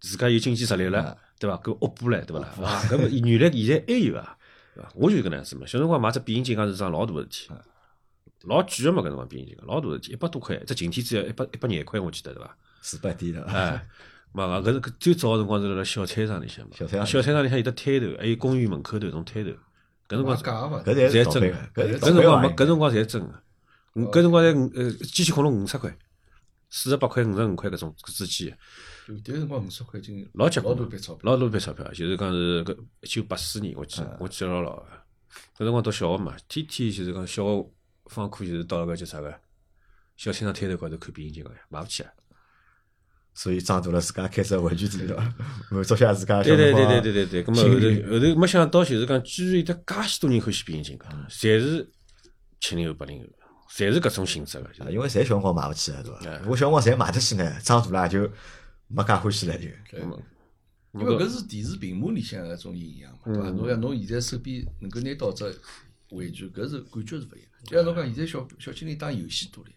Speaker 3: 自家有经济实力
Speaker 1: 啊嗯
Speaker 3: 了，对伐？搿恶补了，对勿啦？哇，搿么原来现在还有啊，对伐？我就搿能样子嘛。小辰光买只变形金刚是桩老大个事体，老贵个嘛，搿辰光变形金刚老大个事体，一百多块，只晴天只要一百一百廿块，我记得对 伐？
Speaker 1: 是不低了。
Speaker 3: 哎，嘛，搿是搿最早个辰光是辣辣小菜场里向嘛，啊
Speaker 1: 小
Speaker 3: 小
Speaker 1: 菜场
Speaker 3: 菜场里向有得摊头，还有公园门口头有种摊头，搿辰光
Speaker 2: 我讲嘛，
Speaker 1: 搿才是
Speaker 3: 侪
Speaker 1: 倒
Speaker 3: 真
Speaker 1: 霉
Speaker 3: 个，
Speaker 1: 个，
Speaker 3: 搿
Speaker 1: 搿
Speaker 3: 辰
Speaker 1: 是
Speaker 3: 光
Speaker 1: 倒啊
Speaker 3: 没，
Speaker 1: 霉
Speaker 3: 搿哦辰光侪真个，搿辰光侪呃机器恐龙五十块，四十八块、五十五块搿种之间，
Speaker 2: 有的辰光五十块钱
Speaker 3: 老结棍
Speaker 2: 大
Speaker 3: 了
Speaker 2: 笔钞票，
Speaker 3: 老多笔钞票，就是讲是搿一九八四年，我记我记得老牢个，搿辰光读小学嘛，天天就是讲小学放课就是到搿叫啥个小菜场摊头高头看变形金刚呀，买勿起啊。
Speaker 1: 所以长大了自家开始玩具店了，满足下自家小
Speaker 3: 对
Speaker 1: 辰
Speaker 3: 对
Speaker 1: 光啊
Speaker 3: 对对对对对，咁么
Speaker 1: 心
Speaker 3: 后
Speaker 1: 里
Speaker 3: 头后头没想到就是讲，居然有得介许多人欢喜变形金刚，侪是七零后八零后，侪是搿种性质个。就
Speaker 1: 啊
Speaker 3: 是
Speaker 1: 因为侪小辰光买勿起啊个对
Speaker 3: 哎
Speaker 1: 伐？我小辰光侪买得起呢，长大了也就没介欢喜了就。
Speaker 2: 对因为搿是电视屏幕里向的一种影像嘛，
Speaker 1: 嗯
Speaker 2: 对伐？侬像侬现在手边能够拿到只玩具，搿是感觉是勿一样。就像侬讲，现在小小精灵打游戏多了，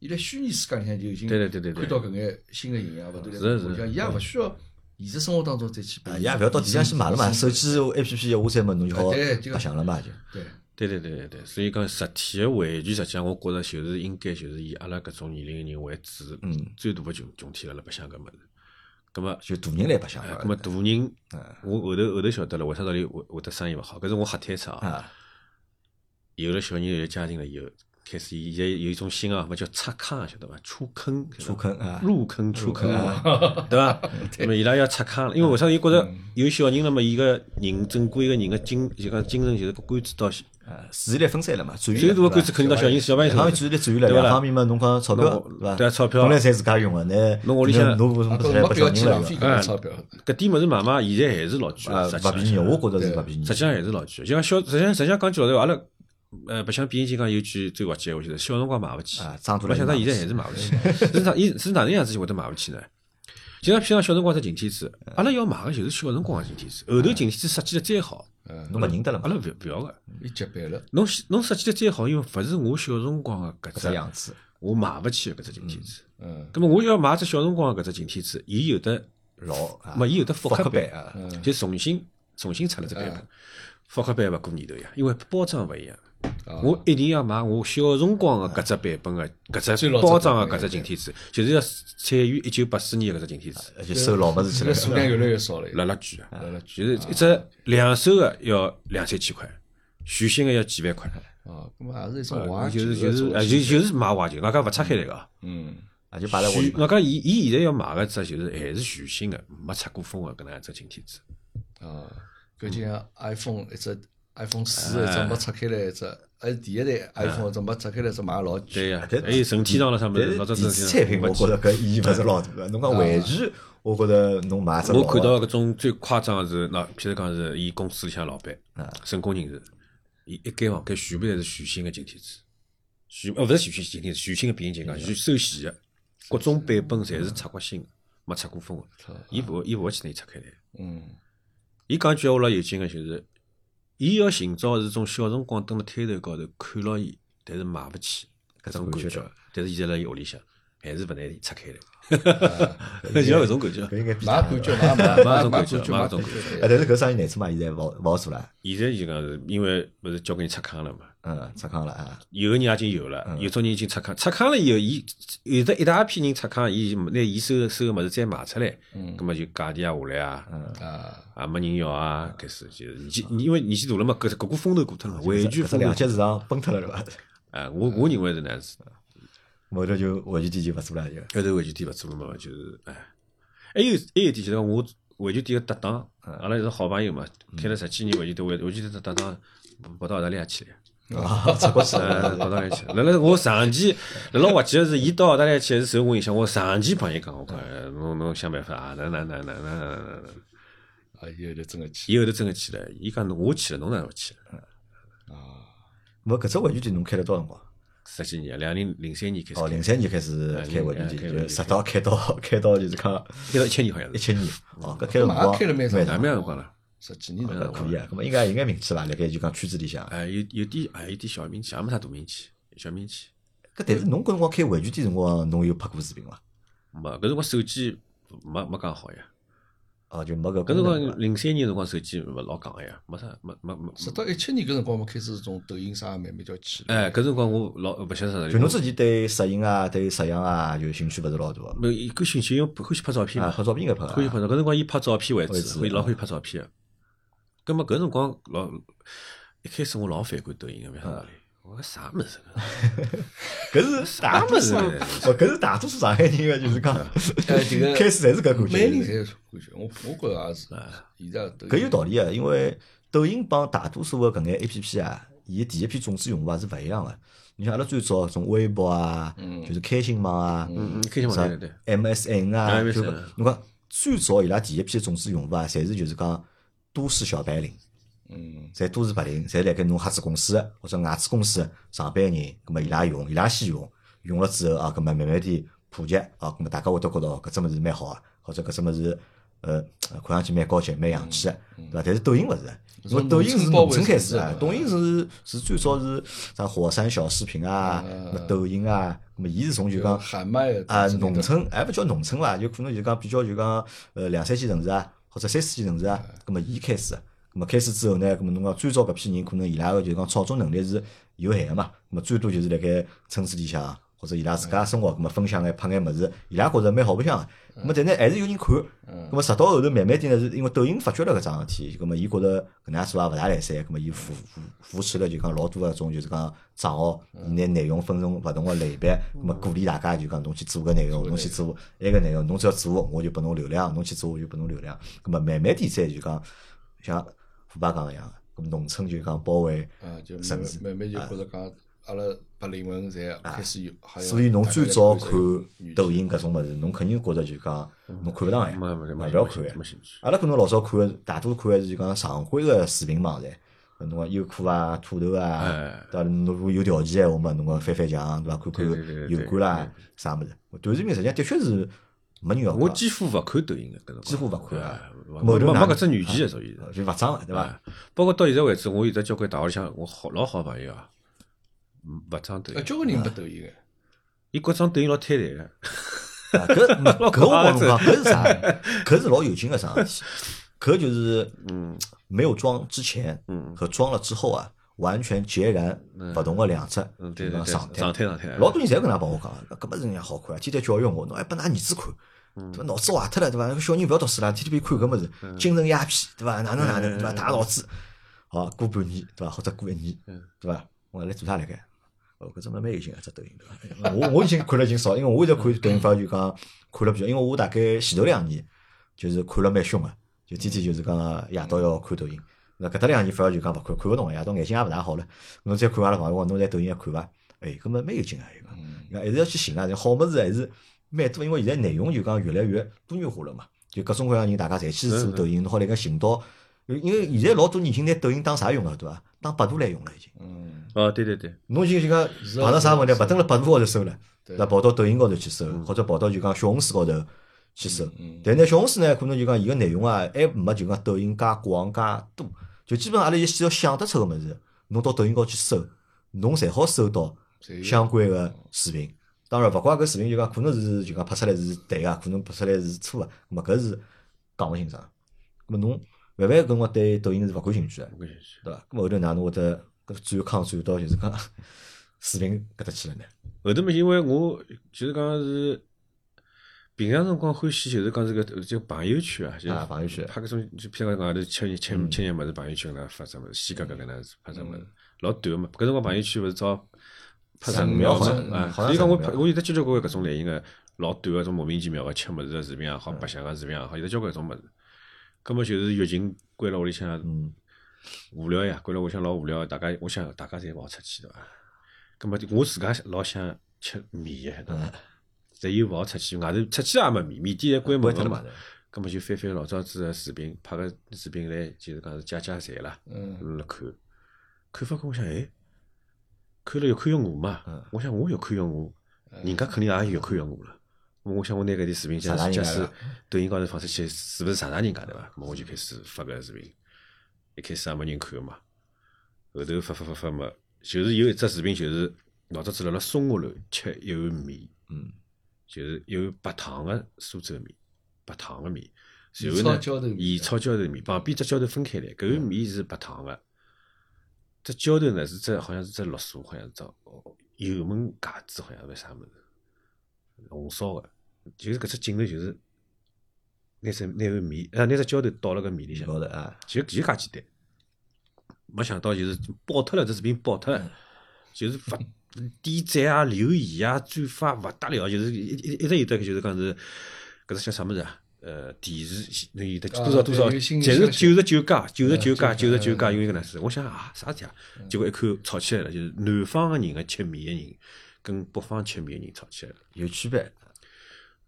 Speaker 2: 伊辣虚拟世界里向就已经
Speaker 3: 对对对对对
Speaker 2: 看到搿眼新的形象，勿对
Speaker 3: 是
Speaker 2: 对？
Speaker 3: 是
Speaker 2: 像伊也勿需要现实生活当中再去
Speaker 1: 啊，也勿要到底向去买了嘛，手机 A P P 一下载嘛，侬就好
Speaker 2: 啊对这个
Speaker 1: 白相了嘛就。
Speaker 2: 对，
Speaker 3: 对对对对对，所以讲实体的玩具，实际上我觉着就是应该就是以阿拉搿种年龄的人为主，
Speaker 1: 嗯，
Speaker 3: 最大的群群体了辣白相搿物事。葛末，
Speaker 1: 就大人来白相
Speaker 3: 哎
Speaker 1: 了。
Speaker 3: 葛末大人，我后头后头晓得了，为啥道理会会得生意勿好？搿是我瞎推测啊。
Speaker 1: 啊，
Speaker 3: 有了小人，有了家庭了以后，开始现在有一种新啊，么叫插卡，晓得伐？出坑，
Speaker 1: 出坑啊
Speaker 3: 入坑出坑啊， 对嗯伐？那么伊拉要插卡了，因为为啥？伊觉着有小人了嘛，伊个人正规个人个精，就讲精神就是关注到。
Speaker 1: 呃，注意力分散了嘛，注意力
Speaker 3: 最大的
Speaker 1: 对
Speaker 3: 关注
Speaker 1: 吧
Speaker 3: 肯定到小人小朋
Speaker 1: 一
Speaker 3: 友身上
Speaker 1: 方面注意力注意了，
Speaker 3: 对伐
Speaker 1: 两
Speaker 3: 啦
Speaker 1: 方面嘛，侬讲钞票
Speaker 3: 侬
Speaker 1: 对伐？
Speaker 3: 对钞票
Speaker 1: 本来侪自家用个，那
Speaker 3: 侬屋里向
Speaker 1: 侬侬
Speaker 2: 啊
Speaker 1: 不
Speaker 2: 搿
Speaker 1: 是
Speaker 2: 没
Speaker 1: 不
Speaker 2: 必要
Speaker 1: 小
Speaker 2: 去
Speaker 1: 人了嗯
Speaker 2: 浪费
Speaker 1: 对
Speaker 2: 搿
Speaker 1: 伐？
Speaker 2: 个钞票。
Speaker 3: 搿点物事妈妈现在还是老句
Speaker 1: 啊，
Speaker 3: 了，实际
Speaker 1: 勿
Speaker 3: 上
Speaker 1: 便宜，我觉着是勿便宜
Speaker 3: 实。际上还是老句。就像小，实际上实际上讲句老实话，阿拉呃白相变形金刚有句最滑稽的话就是小辰光买勿起
Speaker 1: 啊长大，了
Speaker 3: 没想到现在还是买勿起。是哪伊是哪能样子就会得买勿起呢？就像譬如讲小辰光只晴天子，
Speaker 1: 嗯
Speaker 3: 阿拉要买个就是小辰光个晴天子，后头晴天子设计得再好，
Speaker 1: 侬勿认得了
Speaker 3: 阿
Speaker 1: 嘛
Speaker 3: 拉？勿勿要个。
Speaker 1: 嗯
Speaker 2: 嗯伊结板了，
Speaker 3: 侬侬设计得再好，因为勿是我小辰光个搿
Speaker 1: 搿只
Speaker 3: 只，
Speaker 1: 样子，
Speaker 3: 我买勿起个搿只晴天子。
Speaker 2: 嗯，
Speaker 3: 咁么我要买只小辰光个搿只晴天子，伊有的
Speaker 1: 老啊
Speaker 3: 没，伊有的复刻
Speaker 1: 复刻
Speaker 3: 版
Speaker 1: 版啊，
Speaker 3: 就重新重新出了只版本，复刻版勿过年头啊呀，因为包装勿一样。啊
Speaker 2: 啊
Speaker 3: 我一定要买我小辰光个搿只版本个搿只
Speaker 2: 最老
Speaker 3: 包装个
Speaker 2: 版
Speaker 3: 搿
Speaker 2: 本
Speaker 3: 只晴天子，就是要产于一九八四年个搿只晴天子，
Speaker 1: 就收老物事起
Speaker 2: 现
Speaker 1: 来
Speaker 2: 在。数量越来越少了。
Speaker 3: 辣辣句啊，
Speaker 2: 辣辣
Speaker 3: 就是一只两手个要两三千块，全新个要几万块，
Speaker 1: 嗯
Speaker 3: 呃
Speaker 2: 啊，搿么也是一种玩，
Speaker 3: 就是就是哎就就是买怀旧，外加勿拆开来个啊。
Speaker 2: 嗯，
Speaker 1: 啊，就摆辣屋里
Speaker 3: 全
Speaker 1: 嘛。
Speaker 3: 外加伊伊现在要买个只就是还是全新个，没拆过封个搿能样只晴天子。
Speaker 2: 啊，搿就像 iPhone 一只 iPhone 四
Speaker 1: 哎
Speaker 2: 一只没拆开来一只，还是第一代 iPhone 一只没拆开来一只买了老贵。
Speaker 3: 对呀、
Speaker 1: 但
Speaker 3: 还有神天堂了啥物
Speaker 1: 但
Speaker 3: 事，
Speaker 1: 是
Speaker 3: 老早
Speaker 1: 电
Speaker 3: 子
Speaker 1: 子产品，我觉着搿意义勿是老大个。侬讲玩具，我觉着侬买只老
Speaker 3: 我看
Speaker 1: 个
Speaker 3: 到搿种最夸张的是，那譬如讲是伊公司里向老板，成功人士，伊一间房间全部侪是全新的金贴纸，全哦勿是全新金贴纸，全新的变形金刚，全手洗的，各种版本侪是拆过新的，没拆过封的，伊勿伊勿会去拿伊拆开来。
Speaker 2: 嗯，
Speaker 3: 伊讲句话老有劲个，就是伊要寻找是种小辰光蹲辣摊头高头看牢伊，但是买勿起搿种感
Speaker 1: 感
Speaker 3: 觉
Speaker 1: 觉，
Speaker 3: 但是现在辣伊屋里向还是勿拿伊拆开来， 就要搿种感觉。
Speaker 1: 搿应该比
Speaker 2: 买
Speaker 1: 较
Speaker 2: 感觉，买买买感觉，买感
Speaker 1: 哎，
Speaker 2: 觉。
Speaker 1: 但是搿生意难做嘛，现在勿好勿好做了，
Speaker 3: 现在就讲是因为勿是交关人拆坑了嘛，
Speaker 1: 嗯，出康了啊，
Speaker 3: 有个人也已经有
Speaker 1: 嗯
Speaker 3: 了，有种人已经拆坑，拆坑了以后，伊有的一大批人拆坑，伊拿伊收收个物事再卖出来，
Speaker 1: 嗯
Speaker 3: 葛末就价钿也下来啊，
Speaker 2: 啊，
Speaker 3: 也没人要啊，开始就是年纪，因为年纪大了嘛，搿搿股风头过脱了嘛，玩
Speaker 1: 搿只
Speaker 3: 具风
Speaker 1: 两
Speaker 3: 头
Speaker 1: 级市场崩脱了是伐？
Speaker 3: 啊，我我认为是那样子，
Speaker 1: 后头就玩具店就勿做了就。
Speaker 3: 后头玩具店勿做了嘛，就是哎，还有还有一点就是讲我玩具店个搭档，阿拉是好朋友嘛，开了十几年玩具店，玩玩具店的搭档跑到澳大利亚去了。
Speaker 1: 啊，出国去
Speaker 3: 呃，
Speaker 1: 了。
Speaker 3: 跑到一起。辣辣我长期，辣辣滑稽的是，伊到澳大利亚去是受我影响，我长期帮伊讲，我讲，哎侬侬想办法啊，哪哪哪哪哪哪哪哪。
Speaker 2: 啊，有的真个去
Speaker 3: 伊后头真个去了，伊讲我去了，侬哪能勿去了？
Speaker 2: 啊，
Speaker 1: 没搿只玩具店侬开了多少辰光？
Speaker 3: 十几年，两零零三年开始
Speaker 1: 哦，
Speaker 3: 开
Speaker 1: 零三年开始开玩具
Speaker 3: 哎
Speaker 1: 店，
Speaker 3: 零
Speaker 1: 就直到开到开到就是讲
Speaker 3: 开到一千年好像
Speaker 1: 一
Speaker 3: 是，
Speaker 1: 七年。哦，搿开了辰
Speaker 2: 马上
Speaker 1: 光
Speaker 2: 开了蛮长
Speaker 1: 长
Speaker 3: 哪没辰光了？
Speaker 2: 十几年
Speaker 1: 搿
Speaker 2: 了，
Speaker 1: 可以啊，搿么应该应该名气伐？辣盖就讲圈子里向。
Speaker 3: 哎，有有点哎，有点小名气，也没啥大名气，小名气。
Speaker 1: 搿但是侬搿辰光开玩具店辰光，侬有拍过视频伐？
Speaker 3: 没，搿辰光手机没没讲好呀。
Speaker 1: 哦，就没搿
Speaker 3: 搿
Speaker 1: 功
Speaker 3: 辰
Speaker 1: 能
Speaker 3: 光
Speaker 1: 了
Speaker 3: 零三年辰光手机勿老讲个呀，没啥，没没没。
Speaker 2: 直到一七年搿辰光嘛，开始从抖音啥慢慢叫起来。
Speaker 3: 哎，搿辰光我老勿晓得啥道理。
Speaker 1: 就侬自己对摄影啊、对摄像啊，就兴趣勿是老大。
Speaker 3: 没有，伊搿兴趣因为欢喜拍照片
Speaker 1: 啊，
Speaker 3: 嘛，
Speaker 1: 拍照片应该拍啊。
Speaker 3: 欢喜嗯拍照，搿辰光伊拍照片为
Speaker 1: 为
Speaker 3: 主，
Speaker 1: 主
Speaker 3: 会老
Speaker 1: 啊
Speaker 3: 欢喜拍照片个。搿么搿辰光老一开始我老反感抖音个，勿
Speaker 1: 啊
Speaker 3: 晓得道理。我讲啥物事？
Speaker 1: 搿是大多数，
Speaker 3: 啥物事
Speaker 1: 勿哦搿是大多数上海人个，就是讲
Speaker 2: 哎，这 个
Speaker 1: 开始侪是搿感
Speaker 2: 每人
Speaker 1: 觉。哎
Speaker 2: 侪有感觉，我我觉着也是，现在抖音
Speaker 1: 搿有道理个，啊因为抖音帮大多数个搿眼 A P P 啊，伊第一批种子用户啊是勿一样个。你像阿拉最早种微博啊，就是开心网啊，
Speaker 3: 嗯嗯，开心嘛，对对对。
Speaker 1: MSN 啊，
Speaker 3: 啊
Speaker 1: 就
Speaker 3: MSN
Speaker 1: 讲侬讲最早伊拉第一批种子用户啊，侪是就是讲都市小白领，
Speaker 2: 嗯，
Speaker 1: 侪都市白领，侪辣盖侬合资公司的或者外资公司的上班人，葛末伊拉用，伊拉先用，用了之后啊，葛末慢慢地普及啊，葛末大家会得觉得哦，搿只物事蛮好啊，或者搿只物事呃，看上去蛮高级、蛮洋气的，对伐？但是抖音勿是，因为
Speaker 2: 从
Speaker 1: 抖音
Speaker 2: 农
Speaker 1: 是
Speaker 2: 村包
Speaker 1: 农
Speaker 2: 围
Speaker 1: 村开
Speaker 2: 城
Speaker 1: 始
Speaker 2: 市
Speaker 1: 啊
Speaker 2: 对，伐
Speaker 1: 抖音是是最早是啥火山小视频啊，什么抖音啊，那么伊是从就讲
Speaker 2: 喊麦
Speaker 1: 啊，
Speaker 2: 之类的
Speaker 1: 农村还勿叫农村伐，有可能就讲比较就讲呃两三线城市啊，或者三四线城市啊，葛么伊开始啊，葛么开始之后呢，葛么侬讲最早搿批人可能伊拉个就讲炒作能力是有限个嘛，葛么最多就是辣盖村子里向或者伊拉自家生活，葛么分享眼拍眼物事，伊拉觉着蛮好白相个，葛么但呢还是有人看，葛么直到后头慢慢点呢，是因为抖音发觉了搿桩事体，葛么伊觉着搿能介做也勿大来三，葛么伊扶扶扶持了就讲老多个种就是讲账号，伊拿内容分成勿同个类别，葛么鼓励大家就讲侬去做搿内容，侬去做埃个内容，侬只要做我就拨侬流量，侬去做我就拨侬流量，葛么慢慢点再就讲像虎爸讲一样，葛么农村就讲包围
Speaker 2: 啊，就慢
Speaker 1: 城市。
Speaker 2: 慢慢就觉着讲，阿拉八零后侪开始有，好像
Speaker 1: 啊所以侬
Speaker 2: 大家
Speaker 1: 最
Speaker 2: 在
Speaker 1: 早
Speaker 2: 看
Speaker 1: 看
Speaker 2: 女
Speaker 1: 抖音搿种物事，侬肯定觉着就讲侬看勿上呀，
Speaker 3: 没没
Speaker 1: 勿
Speaker 3: 没，
Speaker 1: 要看呀
Speaker 3: 没。兴趣。
Speaker 1: 阿拉可能老早看的，大多看的是就讲常规的视频网站，侬讲优酷啊、土豆啊
Speaker 3: 哎，
Speaker 1: 对伐？侬如果有条件闲话嘛，侬讲翻翻墙对伐？看看
Speaker 3: 对对对对
Speaker 1: 有关啦啥物事。短视频实际上的确是没人要看，
Speaker 3: 我几乎勿看抖音个，搿辰光
Speaker 1: 几乎勿看啊
Speaker 3: 哎没
Speaker 1: 某
Speaker 3: 没
Speaker 1: 头
Speaker 3: 没
Speaker 1: 哪啊
Speaker 3: 搿只软件个，属于是。
Speaker 1: 就勿涨了，对伐？
Speaker 3: 哎包括到现在为止，我有得交关大学里向，我好老好朋友啊，嗯勿装抖
Speaker 2: 呃，
Speaker 3: 音，
Speaker 2: 交关人没抖音个，
Speaker 3: 伊觉装抖音老坍台个。哎
Speaker 1: 啊搿 搿我帮侬讲，搿是啥？搿是老有劲个桩事体。搿就是
Speaker 3: 嗯
Speaker 1: 没有装之前
Speaker 3: 嗯
Speaker 1: 和装了之后啊，完全截然勿同个两只
Speaker 3: 嗯，
Speaker 1: 就是
Speaker 3: 对对
Speaker 1: 讲
Speaker 3: 对，
Speaker 1: 状
Speaker 3: 上
Speaker 1: 态
Speaker 3: 上。态上态。
Speaker 1: 老多人侪搿能样帮我讲，搿么子人家好看啊，天天教育我，侬还拨㑚儿子看，对伐？脑子坏脱了，对伐？搿小人勿要读书啦，天天被看搿物事，精神鸦片，对伐？哪能哪能，对伐？打脑子，好过半年，对伐？或者过一年，对伐？我来做啥来盖？哦，搿只么蛮有劲啊，只抖音对伐？我我已经看了已经少，因为我现在看抖音发就讲看了比较，因为我大概前头两年就是看了蛮凶个，就天天就是讲夜到要看抖音。那搿搭两年反而就讲勿看，看勿动，夜到眼睛也勿大好了。侬再看阿拉朋友讲，侬在抖音也看伐？哎，搿么蛮有劲啊，一个。
Speaker 2: 嗯，
Speaker 1: 那还是要去寻啊，好物事还是蛮多，因为现在内容就讲越来越多元化了嘛，就各种各样的人大家侪去做抖音，侬好来个寻到，因为现在老多人已经拿抖音当啥用啊了，对伐？当百度来用了已经。
Speaker 2: 嗯，
Speaker 3: 哦，对对对，
Speaker 1: 侬就就讲
Speaker 2: 是啊
Speaker 1: 碰到啥问题，
Speaker 2: 是
Speaker 1: 勿登了百度高头搜了，
Speaker 2: 对
Speaker 1: 那跑到抖音高头去搜，或者跑到就讲小红书高头去搜。
Speaker 2: 嗯，
Speaker 1: 但呢，小红书呢，可能就讲伊个内容啊，还没就讲抖音介广介多，就基本上阿拉先要想得出个物事，侬到抖音高去搜，侬才好搜到
Speaker 2: 侪有
Speaker 1: 相关个视频。当然，勿怪搿视频就讲可能是就讲拍出来是对个，可能拍出来是错个，咾么搿是讲勿清爽。咾么侬慢慢搿辰光对抖音是勿感兴趣个，
Speaker 3: 我感兴趣。
Speaker 1: 对伐？咾么后头哪能会得搿转康转到就是讲 视频搿搭去了呢？
Speaker 3: 后头嘛，因为我就是讲是平常辰光欢喜，就是讲这个就朋友圈啊，就
Speaker 1: 啊朋友圈嗯
Speaker 3: 拍搿种就譬如讲外头吃吃吃点物事，朋友圈搿能样发啥物事，西格搿能样子发啥物事，老短个嘛。搿辰光朋友圈勿是照拍
Speaker 1: 十
Speaker 3: 十五
Speaker 1: 秒
Speaker 3: 秒
Speaker 1: 好
Speaker 3: 嘛
Speaker 1: 像，嗯
Speaker 3: 啊，
Speaker 1: 好像
Speaker 3: 所以讲我
Speaker 1: 十五
Speaker 3: 拍
Speaker 1: 秒
Speaker 3: 我有得交交关关搿种类型个老短个，种莫名其妙个吃物事个视频也好，白相个视频也好，有得交关搿种物事。葛末就是疫情关辣屋里向，啊
Speaker 1: 嗯，
Speaker 3: 无聊呀，关了屋里向老无聊，大家我想大家侪勿好出去对
Speaker 1: 嗯
Speaker 3: 伐？葛末我自家老想吃面个，对伐？但又勿好出去，外头出去也没面，面店侪关
Speaker 1: 关
Speaker 3: 门
Speaker 1: 脱
Speaker 3: 个
Speaker 1: 了嘛
Speaker 3: 嘛。。葛末就翻翻老早子个视频，拍个视频来，就是讲是解解馋啦，
Speaker 2: 嗯，
Speaker 3: 辣看。看法跟我想，哎，看了有看有我嘛
Speaker 1: 嗯？
Speaker 3: 我想我有看有我，人家肯定也有看有我了。我想我拿搿点视频，假
Speaker 1: 啥啥人
Speaker 3: 使
Speaker 1: 家
Speaker 3: 假
Speaker 1: 了
Speaker 3: 使抖音高头放出去，是勿是啥啥人家对伐？咾么我就开始发搿视频，一开始也没人看嘛。后头发发发发嘛，就是有一只视频，就是老早子辣辣松花楼吃一碗面，
Speaker 1: 嗯，
Speaker 3: 就是一碗白糖个苏州面，白糖个面。
Speaker 2: 盐
Speaker 3: 然后呢
Speaker 2: 炒浇头，面
Speaker 3: 盐炒浇头面，旁边只浇头分开来，搿碗面是白糖个，只浇头呢是只好像是只绿素，好像是只哦油焖茄子，好像勿啥物事，红烧个，就是搿只镜头就是拿只拿碗面，啊拿只浇头倒辣搿面里向，
Speaker 1: 晓得啊，
Speaker 3: 就就介简单。没想到就是爆脱了，这视频爆脱了，就是发点赞啊、留言啊、转发勿得了，就是一一一直有得就是讲是搿只叫啥物事啊？呃，电视侬有得
Speaker 2: 啊
Speaker 3: 多少多少，
Speaker 2: 对有新
Speaker 3: 侪
Speaker 2: 的
Speaker 3: 是
Speaker 2: 消息
Speaker 3: 九十九加、九十九加、
Speaker 2: 嗯
Speaker 3: 九十九
Speaker 2: 嗯
Speaker 3: 加，因为搿能事。我想啊，啥事体啊？结果一看吵起来了，就是南方个人个吃面个人跟北方吃面个人吵起来了。
Speaker 1: 有区别。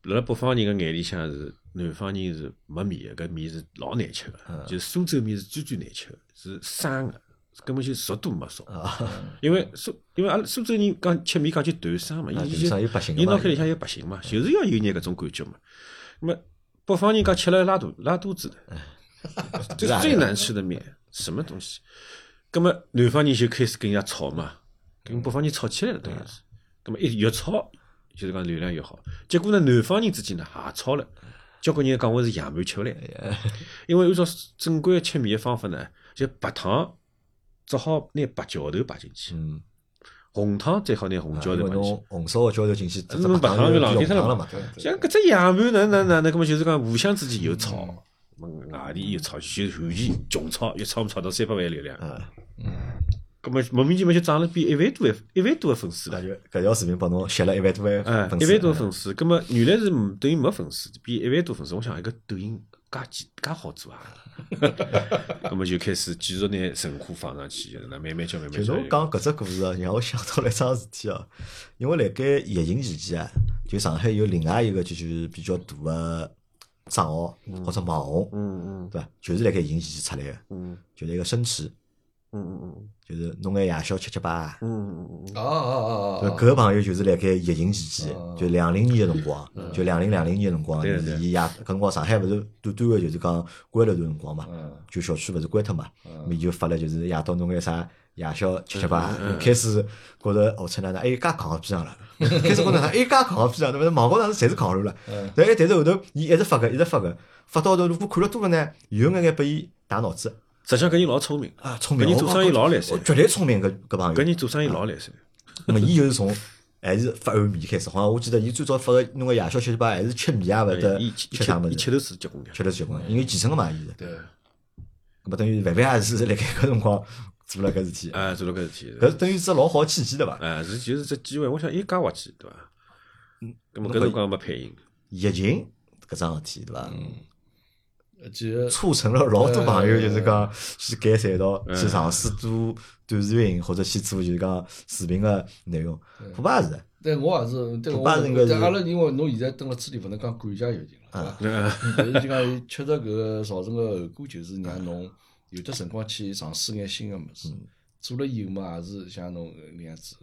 Speaker 3: 辣辣北方人个眼里向是南方人是没面个，搿面是老难吃个，
Speaker 1: 嗯
Speaker 3: 就是苏州面是最最难吃个，是生个，根本就熟都没
Speaker 1: 嗯
Speaker 3: 熟。
Speaker 1: 啊
Speaker 3: 因为苏因为阿拉苏州人讲吃面讲究断生嘛，
Speaker 1: 啊
Speaker 3: 伊
Speaker 1: 断生
Speaker 3: 就
Speaker 1: 有白相
Speaker 3: 伊
Speaker 1: 嘛
Speaker 3: 脑海里向有白相嘛，就是要有眼搿种感觉嘛。那么北方人讲吃了拉肚拉肚 子的，这是最难吃的面，什么东西？葛么南方人就开始跟人家吵嘛，跟北方人吵起来了，等于是。葛么一越吵，就是讲流量越好。结果呢，南方人之间呢也吵了，交关人讲我是野蛮吃来的， 因为按照正规吃面的方法呢，就白糖只好拿白浇头摆进去，
Speaker 1: 嗯，哎
Speaker 3: 红汤最好拿红浇
Speaker 1: 啊因为
Speaker 3: 头摆进去。
Speaker 1: 侬红烧个浇头进去，这
Speaker 3: 侬白
Speaker 1: 糖
Speaker 3: 糖
Speaker 1: 就
Speaker 3: 嗯就浪费
Speaker 1: 变
Speaker 3: 脱
Speaker 1: 红
Speaker 3: 了
Speaker 1: 了嘛
Speaker 3: 嘛。像
Speaker 2: 嗯
Speaker 3: 搿只野蛮哪哪哪能，搿么就是讲互相之间有吵，么外地有吵，就是韩剧穷吵，一吵吵到三百万流量，
Speaker 1: 嗯，
Speaker 3: 搿么莫名其妙就涨了比一万多的一万多的粉丝
Speaker 1: 那
Speaker 3: 了。
Speaker 1: 就搿条视频帮侬吸了一万多
Speaker 3: 哎
Speaker 1: 万，粉
Speaker 3: 一
Speaker 1: 丝，哎
Speaker 3: 万多粉丝，葛么原来是没抖音没粉丝，比一万多粉丝，我想一个抖音介几介好 做啊，葛么就开始继续拿神话放上去，就是那慢慢叫慢
Speaker 1: 就
Speaker 3: 慢叫。
Speaker 1: 侬讲搿只故事啊，让我想到了一桩事体啊。因为辣盖疫情期间啊，就上海有另外一个就是比较大个账号或者网红，
Speaker 3: 嗯嗯
Speaker 1: 对伐？就是辣盖疫情期间出来个，
Speaker 3: 嗯
Speaker 1: 就是一个生吃，
Speaker 3: 嗯嗯
Speaker 1: 就是弄眼夜宵吃吃吧。
Speaker 3: 嗯嗯嗯
Speaker 2: 啊啊啊
Speaker 1: 就搿个朋友就是辣盖疫情期间
Speaker 2: 哦，
Speaker 1: 就两零年个辰光，就两零两零年个辰光，
Speaker 3: 嗯对
Speaker 1: 就是伊夜搿辰光上海勿是短短个就是讲关了段辰光嘛，
Speaker 2: 嗯
Speaker 1: 就小区勿是关脱嘛，
Speaker 2: 嗯
Speaker 1: 咪就发了就是夜到弄眼啥夜宵吃吃吧，
Speaker 3: 嗯
Speaker 1: 开始觉着哦，天哪，哪还有介戆个逼 样了，开始觉着哪还哎有介戆个逼样，对勿对？网高头侪是戆路了，
Speaker 2: 嗯
Speaker 1: 但但是后头伊一直发搿一直发搿，发到后头如果看了多了呢，有眼眼拨伊打脑子
Speaker 3: 实际上搿人老聪明，
Speaker 1: 啊，聪明，
Speaker 3: 搿人
Speaker 1: 我
Speaker 3: 做生意老来塞
Speaker 1: 我绝对聪明搿搿朋友
Speaker 3: 搿。人做生意老来塞。
Speaker 1: 那么伊就是从还是发碗面开始，好像我记得伊最早发个弄个夜宵吃吃吧，还是吃米啊，勿得
Speaker 3: 伊
Speaker 1: 吃啥物
Speaker 3: 伊吃
Speaker 1: 事，
Speaker 3: 头是结棍的。
Speaker 1: 吃了结棍，因为健身个嘛，伊是。
Speaker 2: 对，
Speaker 1: 那么等于范范也是辣盖搿辰光做了搿事体，
Speaker 3: 啊，做了搿事体，
Speaker 1: 搿等于是只老好契机对伐？
Speaker 3: 啊是就是只机会，我想一家滑稽，对伐？咁么
Speaker 1: 嗯那
Speaker 3: 搿
Speaker 1: 么
Speaker 3: 辰光没配音，
Speaker 1: 疫情搿桩事体对伐？
Speaker 2: 其实
Speaker 1: 促成了老多朋友就是讲去改赛道，去尝试做短视频或者去做就是讲视频个内容。恐怕也是，
Speaker 2: 但我也是，但
Speaker 1: 我
Speaker 2: 我
Speaker 1: 爸应该是啊
Speaker 2: 但阿拉因为侬现在蹲辣这里，勿能讲感谢疫情了，对
Speaker 3: 哎
Speaker 2: 伐？但是就讲，确实搿个造成个后果就是让侬有的辰光去尝试眼新个物事，做了以后嘛，也是像侬那样子，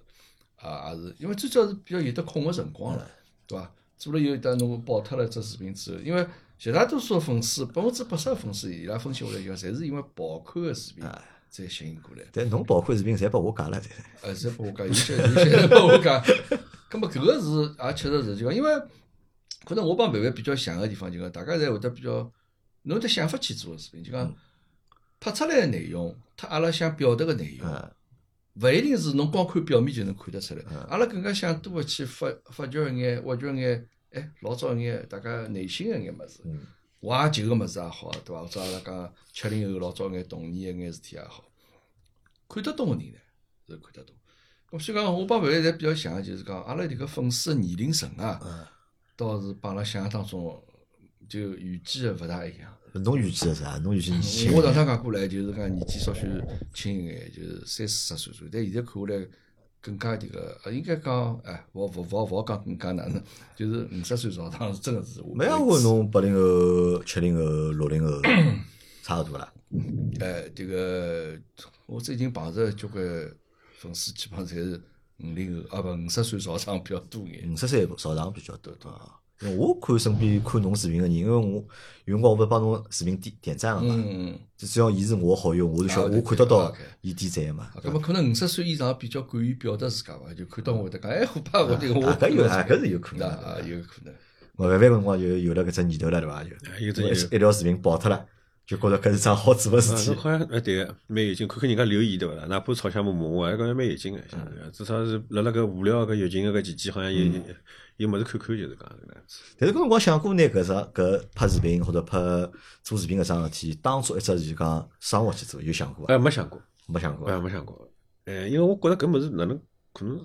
Speaker 2: 啊，也是因为最主要是比较有得空个辰光了，对伐？做了以后，但侬爆脱了只视频之后，因为绝大多数粉丝，百分之八十个粉丝，伊拉分析下来以后，侪是因为爆款个视频才吸引过来。
Speaker 1: 但侬爆款视频侪拨我讲了，侪
Speaker 2: 呃，侪拨我讲，有些有些拨我讲，葛么搿个是也确实是，就讲因为可能我帮范范比较像个地方，就讲大家侪会得比较，侬有得想法去做个事情，就讲拍出来个内容，它阿拉想表达个内容，
Speaker 1: 嗯
Speaker 2: 勿一定是侬光看表面就能看得出来。阿拉更加想多个去发发掘一眼、挖掘一眼，哎，老早一眼大家内心个一眼物事
Speaker 1: 嗯，
Speaker 2: 怀旧个物事也好，对伐？或者阿拉讲七零后老早一眼童年一眼事体也好，看得懂个人呢是看得懂。咁所以讲，我帮范范侪比较像个，就是讲阿拉迭个粉丝个年龄层
Speaker 1: 嗯
Speaker 2: 啊，倒是帮阿拉想象当中就预计个勿大一样。
Speaker 1: 侬预计是啥？侬预计年轻
Speaker 2: 我上趟讲过来，就是讲年纪稍许轻一眼，就是三四十岁左右。但现在看下来，更加迭个，呃应该讲，哎，勿勿勿勿好讲更加哪能，就是五十岁朝上是真个是。
Speaker 1: 没想过。侬八零后、七零后、六零 后差勿多啦。
Speaker 2: 哎，迭个我最近碰着交关粉丝，基本上侪是五零后，啊勿五十岁朝上比较多眼。
Speaker 1: 五十岁少上比较多对伐？因为我看身边看侬视频个人，因为我有辰光我勿帮侬视频点点赞个嘛，
Speaker 2: 嗯，
Speaker 1: 只要伊是我好友，我就晓
Speaker 2: 啊
Speaker 1: 我
Speaker 2: 对
Speaker 1: 看得到
Speaker 2: OK
Speaker 1: 伊点赞个嘛。
Speaker 2: 啊，搿么可能五十岁以上比较敢于表达自家伐，就看到我会得讲，哎，虎爸，我迭个我
Speaker 1: 啊搿有啊搿是有可能
Speaker 2: 啊
Speaker 1: 的
Speaker 2: 啊，有可能。
Speaker 1: 我慢慢辰光就有了搿只念头了，对伐？
Speaker 3: 哎
Speaker 1: 就
Speaker 3: 有只
Speaker 1: 因为
Speaker 3: 念头
Speaker 1: 一一条视频爆脱了，就觉着搿是桩好做个事
Speaker 3: 啊，
Speaker 1: 体
Speaker 3: 侬。好像哎对个，蛮有劲，看看人家留言对勿啦？哪怕吵相骂骂我，还觉着蛮有劲个，现在至少是辣辣搿无聊搿疫情搿期间，好像有有物事看看，就是讲搿能样子。
Speaker 1: 但是搿辰光想过拿搿只搿拍视频或者拍做视频搿桩事体，当做一只就是讲生活去做，有想过伐？
Speaker 3: 哎，没想过，
Speaker 1: 没想过啊
Speaker 3: 哎，没想过。哎，因为我觉着搿物事哪能可能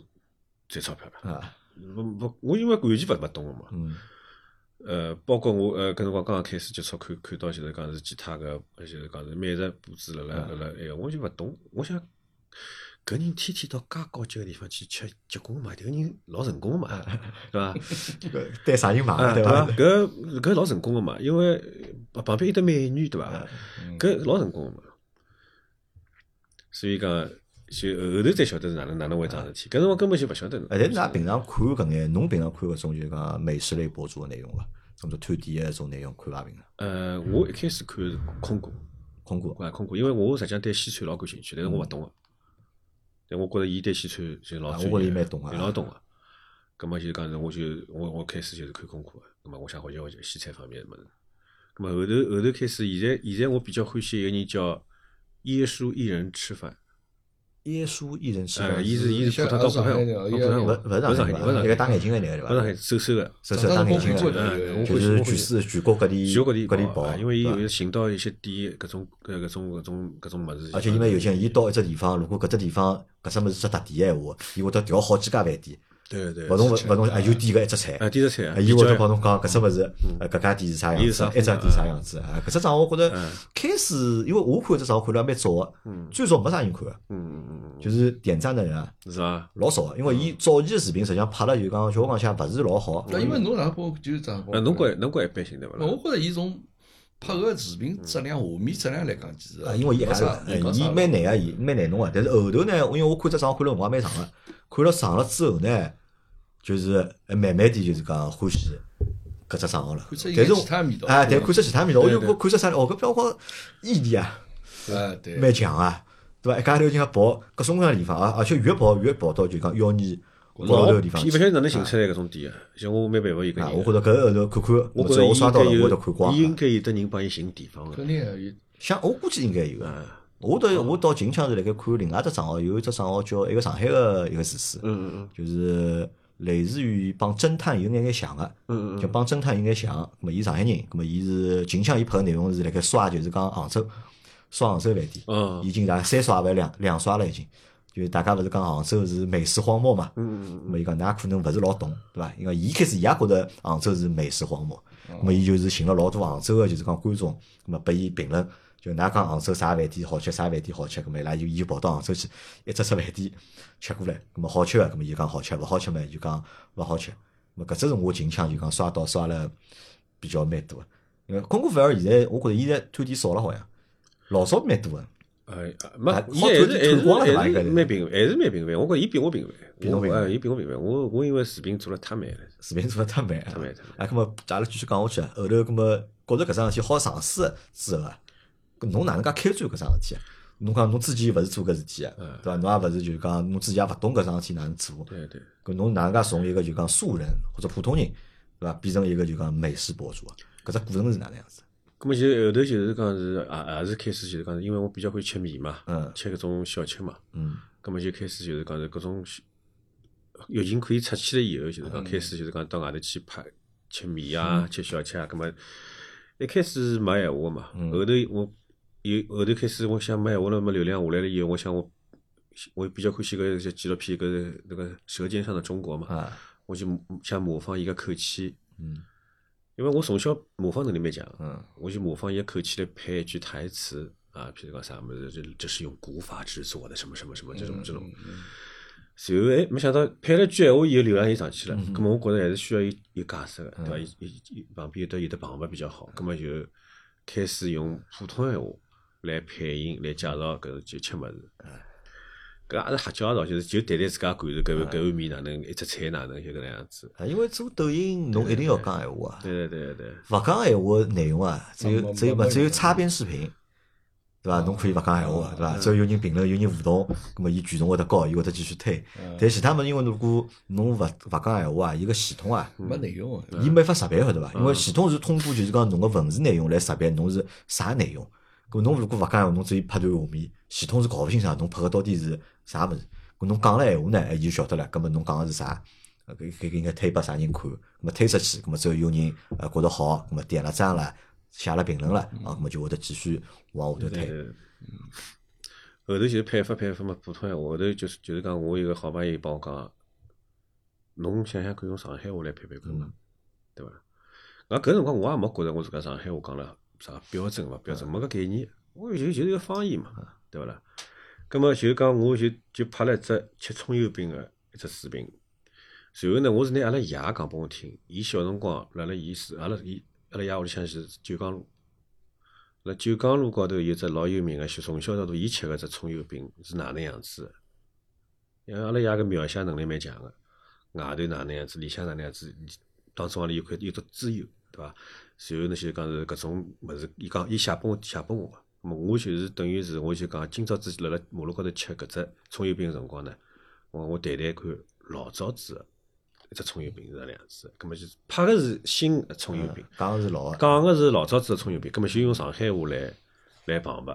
Speaker 3: 赚钞票了？
Speaker 2: 哎
Speaker 1: 啊？
Speaker 3: 勿勿，我因为完全勿勿懂个嘛。
Speaker 1: 嗯
Speaker 3: 呃，包括我呃，搿辰光刚刚开始接触，看看到就是讲是其他个，就是讲是美食布置辣辣辣辣，哎呀，我就勿懂，我想搿人天天到介高级个地方去吃结棍嘛，迭个人老成功嘛，对伐？
Speaker 1: 搿对啥人
Speaker 3: 啊，
Speaker 1: 买
Speaker 3: 对伐？
Speaker 1: 伐？
Speaker 3: 搿搿老成功个嘛，因为旁旁边有得美女，对
Speaker 1: 呃
Speaker 3: 伐？
Speaker 2: 嗯
Speaker 3: 搿老成功个嘛，所以讲就后头才晓得是哪能哪能会桩事体，搿辰光根本就勿晓得。
Speaker 1: 哎，但是㑚平常看搿眼，侬平常看搿种就是讲美食类博主个内容伐？种叫探店个种内容看伐平常？
Speaker 3: 呃，我一开始看是空谷，
Speaker 1: 空谷
Speaker 3: 啊，空谷，因为我实际上对西餐老感兴趣，但是我勿懂个，但我觉着伊对西餐就老
Speaker 1: 啊
Speaker 3: 专业，
Speaker 1: 我觉着伊蛮懂啊
Speaker 3: 伊老懂个。葛么就是讲，我就我我开始就是看功课个，葛么我想好像学习西餐方面个物事。葛么后头后头开始，现在现在我比较欢喜一个人叫耶稣一人吃饭，
Speaker 1: 耶稣一人吃
Speaker 3: 呃，
Speaker 1: 饭，
Speaker 3: 伊是伊是
Speaker 2: 像
Speaker 3: 普通到
Speaker 2: 像
Speaker 3: 上
Speaker 2: 上
Speaker 3: 海
Speaker 2: 海那样
Speaker 3: 话，到
Speaker 2: 一
Speaker 3: 普
Speaker 2: 样
Speaker 3: 通
Speaker 1: 勿
Speaker 3: 话，
Speaker 1: 勿是上
Speaker 3: 上
Speaker 1: 海
Speaker 3: 海，
Speaker 1: 人
Speaker 3: 勿
Speaker 1: 伐，
Speaker 3: 上
Speaker 1: 一个
Speaker 3: 海，
Speaker 1: 戴眼镜个那个对
Speaker 3: 勿上海
Speaker 1: 伐？
Speaker 3: 收收个，
Speaker 1: 是
Speaker 2: 上
Speaker 1: 是
Speaker 2: 海
Speaker 1: 戴
Speaker 2: 我
Speaker 1: 眼镜
Speaker 2: 看过的
Speaker 1: 个，
Speaker 2: 有
Speaker 1: 就是
Speaker 3: 我
Speaker 1: 全世全国各地
Speaker 3: 全国各地
Speaker 1: 各地
Speaker 3: 跑
Speaker 1: 跑
Speaker 3: 啊，，因为伊
Speaker 1: 对伐
Speaker 3: 有时寻到一些店，各种各各种各种各种物事。
Speaker 1: 而且伊蛮有劲，伊到一只地方，如果搿只地方搿只物事是特点个闲话，伊会得调好几家饭店，
Speaker 3: 对对，
Speaker 1: 勿同勿同啊，就点搿一只菜，
Speaker 3: 啊，第一只菜啊，
Speaker 1: 啊伊会得
Speaker 3: 比较
Speaker 1: 帮侬讲搿只物事，
Speaker 2: 嗯
Speaker 1: 呃搿家店是啥样
Speaker 3: 伊是
Speaker 1: 子，
Speaker 3: 啥
Speaker 1: 埃只
Speaker 3: 风格
Speaker 1: 店啥样子啊？搿只账我觉着
Speaker 2: 嗯
Speaker 1: 开始，因为我看搿只账看了蛮早个，最早没啥人看个，
Speaker 3: 嗯嗯嗯
Speaker 1: 就是点赞的人啊
Speaker 3: 嗯，是吧？
Speaker 1: 老少，因为伊早期个视频实际上拍了就讲，叫我讲像勿是老好，
Speaker 2: 嗯那因为侬哪能帮就是这样帮我
Speaker 1: 呃
Speaker 3: 啊，侬觉侬觉一般性对勿
Speaker 2: 那
Speaker 3: 啦
Speaker 2: 我？觉着伊从拍个视频质量、画面质量来讲，其实
Speaker 1: 啊，因为伊
Speaker 2: 没
Speaker 1: 还是
Speaker 2: 啥，
Speaker 1: 呃
Speaker 2: 没啥
Speaker 1: 伊
Speaker 2: 了
Speaker 1: 蛮难个，伊蛮难弄个。但是后头呢，因为我看只账看了辰光蛮长个，看了长了之后呢，就是呃慢慢点就是讲欢喜搿只账号了
Speaker 2: 看出。一
Speaker 1: 但是
Speaker 2: 眼
Speaker 1: 我
Speaker 2: 其他味道
Speaker 1: 啊，但看出其他味道，我就
Speaker 3: 对
Speaker 1: 觉看出啥呢哦，搿标光意义啊，
Speaker 2: 啊，对，
Speaker 1: 蛮强啊，对伐？一家头就讲跑各种各样的地方啊，而且越跑越跑到就讲妖孽跑到头
Speaker 3: 老
Speaker 1: 个地方
Speaker 3: 伊勿晓
Speaker 1: 去。
Speaker 3: 得哪能寻出来搿种店个，像我蛮佩服伊搿
Speaker 1: 啊，
Speaker 3: 人。
Speaker 1: 我觉着搿后头看看，
Speaker 3: 我
Speaker 1: 只要我刷
Speaker 3: 觉
Speaker 1: 到
Speaker 3: 着
Speaker 1: 了，我
Speaker 3: 伊
Speaker 1: 会得看
Speaker 3: 应该有，
Speaker 1: 光
Speaker 3: 伊应
Speaker 1: 啊。
Speaker 3: 该有得人帮伊寻地方个。
Speaker 2: 肯定有
Speaker 1: 像我估计应该有个。
Speaker 3: 嗯
Speaker 1: 我到我到近腔是辣盖看另外一只账号，有一只账号叫一个上海个一个厨师，
Speaker 3: 嗯嗯
Speaker 1: 就是类似于帮侦探有眼眼像个，
Speaker 3: 嗯
Speaker 1: 就帮侦探有眼像。咁么伊上海人，咁么伊是近腔伊拍个内容是辣盖刷，就是讲杭州刷杭州饭店，
Speaker 3: 嗯
Speaker 1: 已经大概三刷还两两刷了已经。就是大家勿是讲杭州是美食荒漠嘛，
Speaker 3: 嗯
Speaker 1: 咁么伊讲㑚可能勿是老懂，对伐？因为伊开始伊也觉着杭州是美食荒漠，咁么伊就是寻了老多杭州个就是讲观众，咁么拨伊评论，就㑚讲杭州啥饭店好吃，啥饭店好吃，咁么伊拉就伊就跑到杭州去，一只只饭店吃过来，咁么好吃个，咁么伊就讲好吃，勿好吃嘛伊就讲勿好吃，咁么搿只是我近腔就讲刷到刷了比较蛮多个，因为空谷反而现在我觉着现在探店少了好像，老早蛮多个，
Speaker 3: 嗯，哎，没
Speaker 1: 啊，
Speaker 3: 伊
Speaker 1: 好
Speaker 3: 还
Speaker 1: 看
Speaker 3: 是
Speaker 1: 就
Speaker 3: 还
Speaker 1: 看光了
Speaker 3: 是
Speaker 1: 吧
Speaker 3: 还
Speaker 1: 应该
Speaker 3: 是
Speaker 1: 是
Speaker 3: 蛮平凡，还是蛮平凡。我觉着伊比我平
Speaker 1: 比
Speaker 3: 凡，
Speaker 1: 侬
Speaker 3: 我
Speaker 1: 平凡
Speaker 3: 哎，伊比我平凡。我我因为视频做了太慢了，
Speaker 1: 视频做得太慢啊
Speaker 3: 太慢太慢。
Speaker 1: 啊，咁么阿拉继续讲下去啊，后头咁么觉着搿桩事体好尝试之后啊，搿侬哪能介开展搿桩事体啊？侬讲侬之前勿是做搿事体啊，对伐？侬也勿是就是讲侬自己也勿懂搿桩事体哪能做，
Speaker 3: 对对。
Speaker 1: 搿侬哪能介从一个就讲素人或者普通人，对伐？变成一个就讲美食博主啊？搿只过程是哪能样子？
Speaker 3: 咁么就后头就是讲是啊也也是开始就是讲是，因为我比较会吃面嘛，
Speaker 1: 嗯
Speaker 3: 吃搿种小吃嘛，
Speaker 1: 嗯，
Speaker 3: 咁么就开始就是讲是各种小疫情可以出去了以后，就
Speaker 1: 嗯
Speaker 3: 是讲开始就是讲到外头去拍吃面啊，吃小吃啊，咁么一开始是没闲话嘛，
Speaker 1: 嗯
Speaker 3: 后头我有后头开始我想没闲话了，没流量下来了以后，我想我我比较欢喜搿只纪录片搿那个《舌尖上的中国》嘛，
Speaker 1: 啊，
Speaker 3: 我就想模仿伊个口气，
Speaker 1: 嗯
Speaker 3: 因为我从小模仿能力蛮强。
Speaker 1: 嗯
Speaker 3: 我就模仿一口气来配一句台词啊，譬如讲啥么子，这这是用古法制作的，什么什么什么这种这种。随后哎，没想到配了句闲话以后，流量也上去了。咁么我觉着还是需要有有解释个，对伐？有有有旁边有得有得旁白比较好。咁么就开始用普通闲话来配音来介绍搿就吃物事。搿也是瞎介绍，就是就谈谈自家感受，搿碗搿碗面哪能，一只菜哪能，就搿能样子。
Speaker 1: 啊，因为做抖音侬一定要讲闲话啊，
Speaker 3: 对对对对。
Speaker 1: 勿讲闲话内容啊，只有
Speaker 2: 没
Speaker 1: 只有
Speaker 2: 没
Speaker 1: 嘛，
Speaker 2: 没啊
Speaker 1: 只有擦边视频，对伐？侬可以勿讲闲话，对伐？只要有人评论，有人互动，葛么伊权重会得高，伊会得继续推。
Speaker 2: 啊
Speaker 1: 但其他么，因为如果侬勿勿讲闲话啊，伊个系统啊，
Speaker 2: 没内容啊。
Speaker 1: 伊没法识别个对伐？因
Speaker 3: 嗯
Speaker 1: 为系统是通过就是讲侬个文字内容来识别侬是啥内容。葛么侬如果勿讲闲话，侬只有拍段画面，系统是搞勿清爽侬拍个到底是啥物事。葛侬讲了闲话呢，哎伊就晓得了，葛么侬讲个是啥？呃搿搿搿应该推拨啥人看？葛么推出去，葛么只要有人呃觉得好，葛么点了赞了，写了评论了，啊，葛么就会得继续往下头推。
Speaker 3: 嗯对。嗯后头就是配发配发嘛，普通闲话。后头就是就是讲，我有个好朋友帮我讲，侬想想看，用上海话来配配看嘛，对伐？那搿辰光我也没觉着我自家上海话讲了啥标准勿标准，没搿概念，我就就是一个方言嘛，对勿啦？葛么就讲我就就拍了一只吃葱油饼个一只视频，随后呢，我是拿阿拉爷讲拨我听，伊小辰光辣辣伊是阿拉伊阿拉爷屋里向是九江路，辣九江路高头有只老有名个，小从小到大伊吃个只葱油饼是哪能样子的？因为阿拉爷个描写能力蛮强个，外头哪能样子，里向哪能样子，当中阿拉有块有只资源，对伐？然后呢，就是讲是搿种物事，伊讲伊写拨我写拨我个，咾么我就是等于是我就讲今朝子辣辣马路高头吃搿只葱油饼个辰光呢，我我谈谈看老早子个一只葱油饼是哪能样子个，咾么就是拍个是新个葱油饼，
Speaker 1: 讲的是老个，
Speaker 3: 讲个是老早子个葱油饼，葛末就用上海话来来旁白。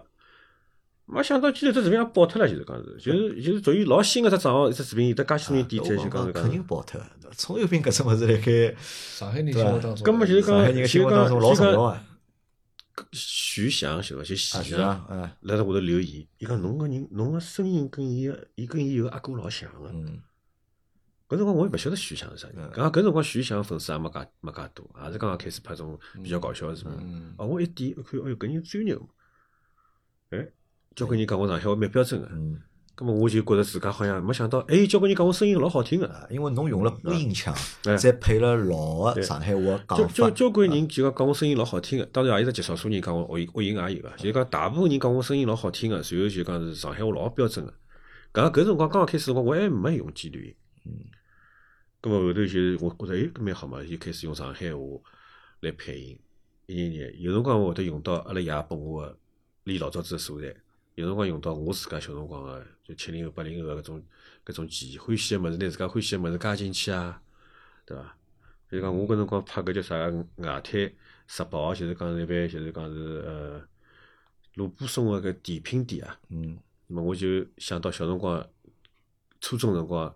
Speaker 3: 没想到今头只视频也爆脱了，就是讲是，就是就是属于老新个只账号，一只视频有得介许多人点赞，就
Speaker 1: 啊我
Speaker 3: 讲
Speaker 1: 讲
Speaker 3: 是
Speaker 1: 肯
Speaker 3: 讲
Speaker 1: 定。爆脱。葱油饼搿种物事辣盖
Speaker 2: 上海人心目当中，
Speaker 3: 根本就是
Speaker 1: 上
Speaker 3: 讲
Speaker 1: 海人个心目当中老重要啊，
Speaker 3: 徐翔晓得伐？就徐
Speaker 1: 啊是
Speaker 3: 翔
Speaker 1: 啊，啊，
Speaker 3: 辣辣我头留言，伊讲侬个人，侬个声音跟伊个，伊跟伊有个阿哥老像个。
Speaker 1: 嗯，
Speaker 3: 搿辰光我也勿晓得徐翔是啥人，
Speaker 1: 嗯
Speaker 3: 搿搿辰光徐翔粉丝也没介没介多，也是刚刚开始拍种比较搞笑的视频。
Speaker 2: 嗯，
Speaker 3: 哦，我一点一看，哎哟，搿人专业嘛。哎，交关人讲我上海话蛮标准个，啊
Speaker 1: 嗯，
Speaker 3: 葛末我就觉着自家好像没想到，哎，有交关人讲我声音老好听个。
Speaker 1: 啊因为侬用了播音腔
Speaker 3: 哎，
Speaker 1: 再配了老个
Speaker 3: 对
Speaker 1: 上海话的
Speaker 3: 交
Speaker 1: 讲
Speaker 3: 交
Speaker 1: 法，嗯
Speaker 3: 交关人就讲讲我声音老好听个，啊当然也有只极少数人讲我恶音恶音也有个，就是讲大部分人讲我声音老好听个，随后就讲是上海话老标准个。啊搿搿辰光刚刚开始辰光，我还没用简体音。
Speaker 1: 嗯
Speaker 3: 葛末后头就是我觉着哎，搿蛮好嘛，就开始用上海话来配音，一点点。有辰光我会得用到阿拉爷拨我个练老早子个素材，有辰光用到我自家小辰光个，就七零后、八零后个搿种搿种记忆，欢喜个物事拿自家欢喜个物事加进去啊，对伐？就是讲我搿辰光拍搿叫啥外滩十八号，就是讲是一般就是讲是呃罗布松个搿甜品店啊。
Speaker 1: 嗯，
Speaker 3: 那么我就想到小辰光，初中辰光，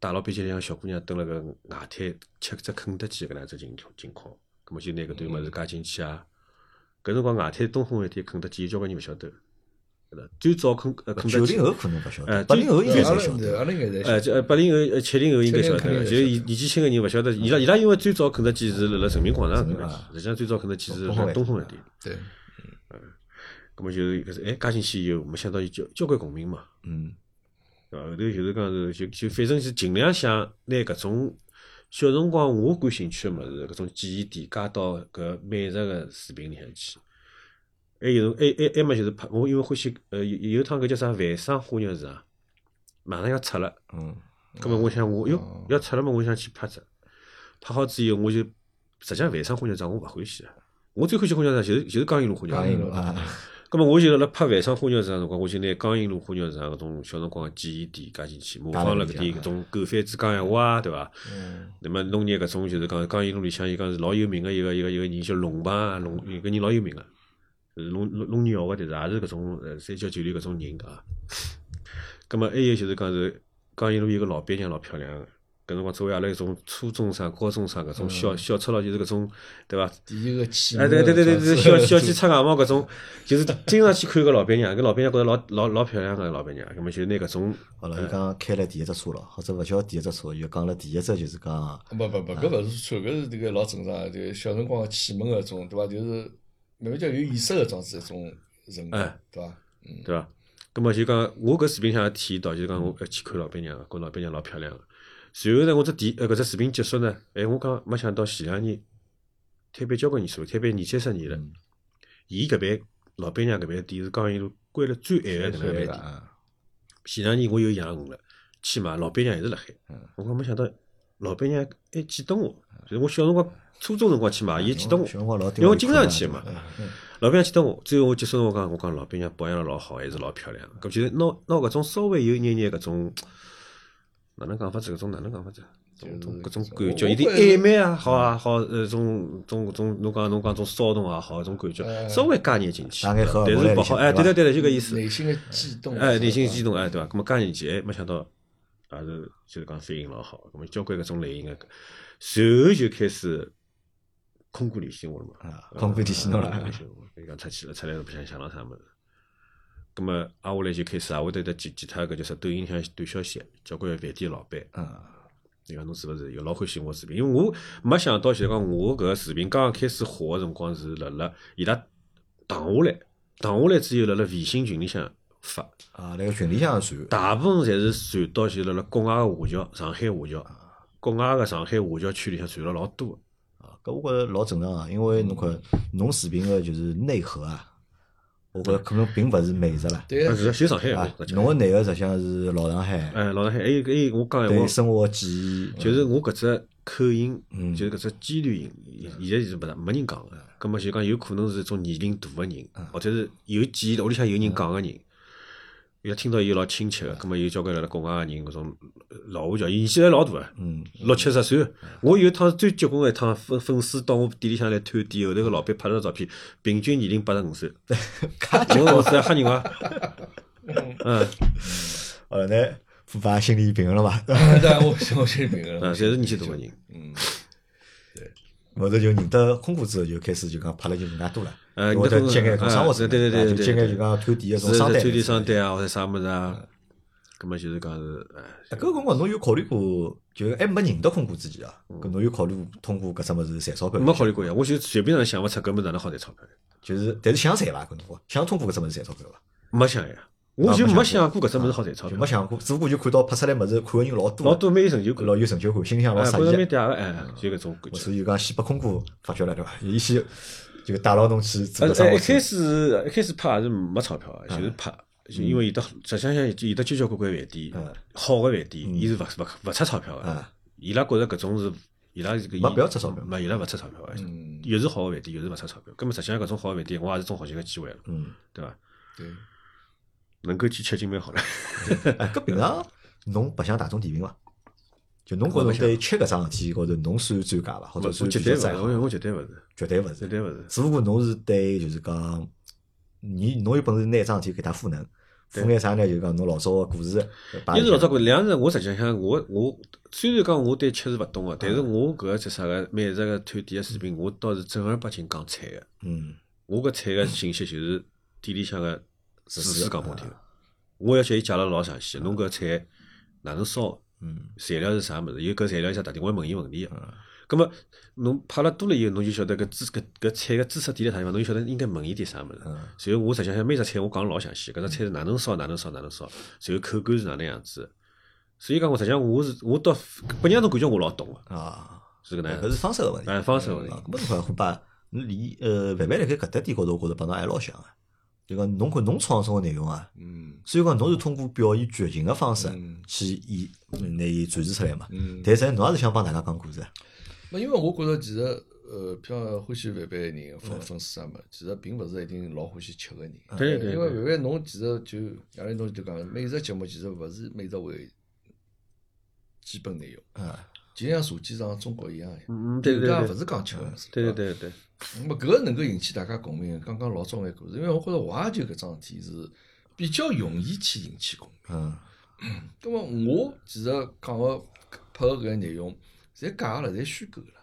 Speaker 3: 带牢班级里向小姑娘蹲辣搿外滩吃只肯德基搿能样子情情况，葛末就拿搿段物事加进去啊。搿辰光外滩东风饭店肯德基有交关人勿晓得，对伐？最早肯呃肯
Speaker 1: 九
Speaker 3: 德基
Speaker 1: 零，后可能勿晓得，
Speaker 3: 哎
Speaker 1: 八零后应该
Speaker 2: 阿
Speaker 1: 侪
Speaker 2: 拉
Speaker 1: 晓得，
Speaker 2: 阿拉应该
Speaker 3: 呃，
Speaker 2: 在
Speaker 3: 就呃八零后、呃七零后应该晓
Speaker 2: 70后
Speaker 3: 得
Speaker 2: 肯定
Speaker 3: 个，
Speaker 2: 有
Speaker 3: 就是年年纪轻个人勿晓得，伊拉伊拉因为最早肯德基是辣辣人民广场搿
Speaker 1: 人民
Speaker 3: 边
Speaker 1: 啊，
Speaker 3: 实际上最早肯德基是
Speaker 1: 东风
Speaker 3: 辣
Speaker 1: 饭
Speaker 3: 东风饭店。
Speaker 2: 对，
Speaker 3: 葛末就是搿是哎加进去以后，没想到有交交关共鸣嘛。
Speaker 1: 嗯，
Speaker 3: 对伐？后头就是讲是就就反正是尽量想拿搿种小辰光我感兴趣个物事，搿种记忆点加到搿美食个视频里向去。还有还还还么就是拍，我因为欢喜呃有有有趟搿叫啥万商花鸟市场，马上要拆了，
Speaker 1: 嗯，
Speaker 3: 葛末我想我哟
Speaker 2: 哦
Speaker 3: 要拆了嘛，我想去拍只，拍好之后我就实际上万商花鸟市场我勿欢喜个，我最欢喜花鸟市场就是就是江阴路花鸟市
Speaker 2: 江
Speaker 3: 场。
Speaker 2: 阴路
Speaker 1: 啊，
Speaker 3: 咁么我就辣辣拍《万商花鸟市场》辰光，我就拿江阴路花鸟市场搿种小辰光个记忆点加进去，模仿了搿点搿种狗贩子讲闲话啊，对伐？
Speaker 2: 嗯，
Speaker 3: 那么弄眼搿种就是讲江阴路里向伊讲是老有名个一个一个一个人叫龙鹏啊，龙有个人老有名个，是弄弄弄鸟个，但是也是搿种呃三教九流搿种人啊。咁么还有就是讲是江阴路有个老板娘老漂亮个。搿辰光作为阿拉搿种初中生、高中生搿种小小赤佬，就是搿种，对伐？
Speaker 2: 第一个起，
Speaker 3: 哎，对对对对
Speaker 2: 嗯
Speaker 3: 对，小小鸡出外贸搿种，就是经常去看搿老板娘，搿老板娘觉着老老老漂亮个老板娘，葛末就拿搿种，
Speaker 1: 好了，伊讲开了第一只车了，或者勿叫第一只车，就讲了第一只就是讲，
Speaker 2: 不不不，搿
Speaker 3: 啊
Speaker 2: 勿是错，搿是迭个老正常的，就是小辰光的启蒙搿种，对伐？就是慢慢叫有意识搿种是一种人格
Speaker 3: 哎，
Speaker 2: 对伐？
Speaker 3: 对伐？葛末就讲我搿视频向也体验到，就是讲我要去看老板娘，搿老板娘老漂亮个。随后呢，我只第呃搿只视频结束呢，哎，我讲没想到前两年摊板交关年数了，摊板二三十年了，
Speaker 1: 嗯，
Speaker 3: 伊搿爿老板娘搿爿店是江阴路关了最晚个搿能
Speaker 2: 最晚个
Speaker 3: 介爿店。
Speaker 1: 啊，
Speaker 3: 前两年我又养鱼了，去买，老板娘还是辣海
Speaker 1: 嗯。
Speaker 3: 我讲没想到，老板娘还记得我，就是我小辰光、初中辰光去买，伊还记得我
Speaker 1: 嗯小。辰光老
Speaker 3: 哦因为我经常去嘛
Speaker 1: 嗯
Speaker 3: 老板娘记得我，最后我结束了，我讲我讲老板娘保养了老好，还是老漂亮。搿就是拿拿搿种稍微有一眼眼搿种，哪能讲法子？搿种哪能讲法子？
Speaker 2: 就是
Speaker 3: 搿种搿种
Speaker 2: 搿种
Speaker 3: 感觉，
Speaker 2: 我
Speaker 3: 有点
Speaker 2: 我觉得
Speaker 3: 暧昧
Speaker 1: 嗯
Speaker 3: 啊，好啊，好，呃，种种种，侬讲侬讲种骚动啊，好，种感觉，
Speaker 1: 嗯
Speaker 2: 哎
Speaker 3: 稍微加眼进去，
Speaker 1: 大概合
Speaker 3: 但
Speaker 1: 我来
Speaker 3: 是
Speaker 1: 理
Speaker 3: 勿
Speaker 1: 解
Speaker 3: 好，哎，
Speaker 1: 对吧
Speaker 3: 对对对对，就搿意思。
Speaker 2: 内心的悸动，
Speaker 3: 哎，内心
Speaker 2: 是吧
Speaker 3: 激动，哎，对伐？咁么加进去，哎，没想到也是就是讲反应老好，咁么交关搿种类型个，随后就开始空谷联系我了嘛，
Speaker 1: 啊，空杯提醒侬
Speaker 3: 空谷
Speaker 1: 了
Speaker 3: 联，系我，伊讲出去了，出来了，白相想了啥物事。咁么挨下来就开始啊，会得得其其他搿叫啥抖音上短消息，交关饭店老板，
Speaker 1: 嗯，
Speaker 3: 伊讲侬是勿是有老欢喜我视频？因为我没想到，就是讲我搿个视频刚刚开始火个辰光是辣辣伊拉荡下来，荡下来之后辣辣微信群里向发。
Speaker 1: 啊，那个群里向传，
Speaker 3: 大部分侪是传到就辣辣国外个华侨，上海华侨，国外个上海华侨区里向传了老多个。
Speaker 1: 啊，搿我觉着老正常啊，因为侬看侬视频个就是内核啊，我觉着可能并勿是美食啦，
Speaker 2: 对
Speaker 3: 啊，
Speaker 2: 啊
Speaker 3: 是，就上海
Speaker 1: 啊
Speaker 3: 个，，
Speaker 1: 侬个内核实际上是老上海，
Speaker 3: 哎哎，老上海还有还有，我讲闲
Speaker 1: 对
Speaker 3: 话，
Speaker 1: 生活记忆，
Speaker 3: 就是我搿只口音
Speaker 1: 嗯，啊
Speaker 3: 就是搿只几率音，现在是勿大没人讲个。葛末就讲有可能是种年龄大个人，或者是有记忆，屋里向有人讲个人，
Speaker 1: 啊
Speaker 3: 伊拉听到伊老亲切个，葛末有交关辣辣国外个人搿种老话叫，伊现在老大个，
Speaker 1: 嗯，
Speaker 3: 六七十岁。我有一趟最结棍个一趟，粉粉丝到我店里向来探店，后头个老板拍了张照片，平均年龄八十 五岁。我我是在吓人伐？嗯，
Speaker 1: 好了，那富爸心理平衡了 吧？
Speaker 3: 嗯
Speaker 2: 对，我我心里明
Speaker 3: 嗯，侪
Speaker 2: 了。嗯
Speaker 3: 是年纪大个人。
Speaker 1: 后头就认得空哥之后，就开始就讲拍了就更加多了。
Speaker 3: 呃
Speaker 1: 或者
Speaker 3: 认得
Speaker 1: 接眼
Speaker 3: 空
Speaker 1: 搿
Speaker 3: 哥
Speaker 1: 生活
Speaker 3: 啊对对对
Speaker 1: 啊就
Speaker 3: 对
Speaker 1: 接眼
Speaker 3: 对
Speaker 1: 就讲探店
Speaker 3: 是
Speaker 1: 种商
Speaker 3: 是
Speaker 1: 单。
Speaker 3: 推理商单啊，或者啥物事啊，葛么就是讲是，哎，
Speaker 1: 搿个辰光侬有考虑过，就还没认得空哥之前啊，搿侬有考虑过通过搿只物事赚钞票？
Speaker 3: 没考虑过呀，我就随便让想勿出搿么哪能好赚钞票，
Speaker 1: 就是，但是想赚伐？搿辰光想通过搿只物事赚钞票伐？
Speaker 3: 没想呀，我就没想过搿只物事好赚钞
Speaker 1: 啊就
Speaker 3: 票
Speaker 1: 没，想过，只不过就看到拍出来物事，看个人老多，
Speaker 3: 老多蛮有成就感，
Speaker 1: 老有成就感，心里向老啊
Speaker 3: 哎，
Speaker 1: 实
Speaker 3: 觉着蛮
Speaker 1: 际。
Speaker 3: 嗲个，哎，就搿种感觉。
Speaker 1: 所以就讲先把空哥发觉了，对伐？伊先就带牢侬去做
Speaker 3: 呃
Speaker 1: 搿生
Speaker 3: 哎，
Speaker 1: 活
Speaker 3: 一
Speaker 1: 圈。
Speaker 3: 开始一开始拍也是没钞票啊，就是
Speaker 1: 嗯
Speaker 3: 拍，就因为有的实际上有的交交关关饭店
Speaker 1: 嗯，
Speaker 3: 好个饭店，伊是勿勿勿出钞票
Speaker 1: 嗯
Speaker 3: 个，伊拉觉着搿种是。伊拉是搿
Speaker 1: 没必要出钞票嗯
Speaker 3: 没伊拉勿出钞票个，
Speaker 2: 嗯
Speaker 3: 有是好个饭店，有是勿出钞票。葛末实际上搿种好个饭店，我也是种学习个机会了，
Speaker 1: 嗯，
Speaker 3: 对伐？
Speaker 2: 对，
Speaker 3: 能够去吃进蛮好了。
Speaker 1: 哎，搿平常侬白相大众点评伐？就侬觉着对吃搿桩事体高头，侬算专家伐？或者
Speaker 3: 我
Speaker 1: 算
Speaker 3: 绝
Speaker 1: 比
Speaker 3: 对
Speaker 1: 较
Speaker 3: 勿
Speaker 1: 在
Speaker 3: 是，
Speaker 1: 行？
Speaker 3: 我我绝对勿是，
Speaker 1: 绝对勿是
Speaker 3: 绝。对勿是。
Speaker 1: 只不过侬是对，就是讲，你侬有本事拿一桩事体给它赋能，赋眼啥呢？就是讲侬老早个故事，摆
Speaker 3: 一
Speaker 1: 一
Speaker 3: 是老
Speaker 1: 下
Speaker 3: 早过，两是我实际上我我虽然讲我对吃是勿懂个，但
Speaker 1: 嗯
Speaker 3: 是我搿个叫啥个美食个探店个视频，我倒是正儿八经讲菜个。
Speaker 1: 嗯，
Speaker 3: 我搿菜个信息就是店里向个厨
Speaker 1: 师
Speaker 3: 师讲拨我听个，我要叫伊解了老详细。侬搿菜哪能烧？
Speaker 1: 嗯，
Speaker 3: 材料是啥物事？有搿材料有啥特点？我会问伊问题
Speaker 1: 啊
Speaker 3: 个。葛末侬拍了多了以后，侬就晓得搿知搿搿菜个知识点在啥地方，侬就晓得应该问伊点啥物
Speaker 1: 啊嗯
Speaker 3: 事。随后我实际上每只菜我讲了老详细，搿只菜是哪能烧哪能烧哪能烧，随后口感是哪能样子。所以讲，我实际上我是我到拨人家种感觉我老懂个，
Speaker 1: 啊，
Speaker 3: 是搿能样
Speaker 1: 搿
Speaker 3: 子
Speaker 1: 是。方式个问题。
Speaker 3: 哎，方式问题
Speaker 1: 啊，。搿么侬看，虎爸，侬离呃，范范辣盖搿搭点高头，我觉着帮侬还老像个。就讲侬看侬创作个内容啊，
Speaker 2: 嗯
Speaker 1: 虽然讲侬是通过表现剧情个方
Speaker 3: 啊
Speaker 1: 式
Speaker 2: 嗯
Speaker 1: 去以拿伊展示出来嘛，
Speaker 2: 嗯。
Speaker 1: 但是侬也是想帮大家讲故事啊。
Speaker 2: 那因为我觉着其实呃，比方欢喜范范个人
Speaker 3: 嗯
Speaker 2: 粉粉丝啊嘛，其实并勿是一定老欢喜吃个人。
Speaker 3: 对对
Speaker 2: 因为
Speaker 3: 对，
Speaker 2: 范范侬其实就，阿拉侬就讲，每只节目其实勿是每只为基本内容，
Speaker 1: 嗯，
Speaker 2: 就像舌尖上的中国一样呀。
Speaker 3: 嗯嗯对对对
Speaker 2: 人家勿是讲吃个物事。
Speaker 3: 对
Speaker 2: 吧
Speaker 3: 对。对对，
Speaker 2: 那么搿个能够引起大家共鸣，刚刚老早眼故事，因为我觉着怀旧搿桩事体是比较容易去引起共鸣。
Speaker 1: 嗯，
Speaker 2: 那么我其实讲个拍个搿个内容，侪假个了，侪虚构个了。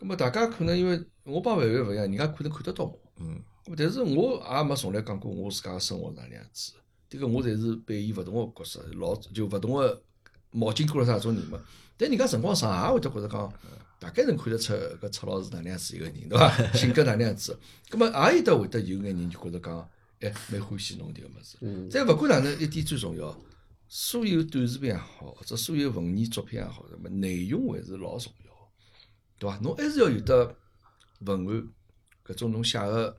Speaker 2: 那么大家可能因为我帮范范勿一样，人家可能看得到我。
Speaker 1: 嗯。
Speaker 2: 咁但是我也没从来讲过我自家个生活哪能样子。迭个我侪是扮演勿同个角色，老就勿同个冒进过了啥种人嘛。但人家辰光长也会得觉着讲，大概能看得出搿赤佬是哪能样子一个人，对伐？ 性格哪能样子。咁么也有得会得有眼人就觉着讲，哎，蛮欢喜侬迭个物事。
Speaker 3: 嗯
Speaker 2: 但勿管哪能，一点最重要，所有短视频也好，或者所有文艺作品也好，什么内容还是老重要的，对伐？侬还是要有得文案，搿种侬写个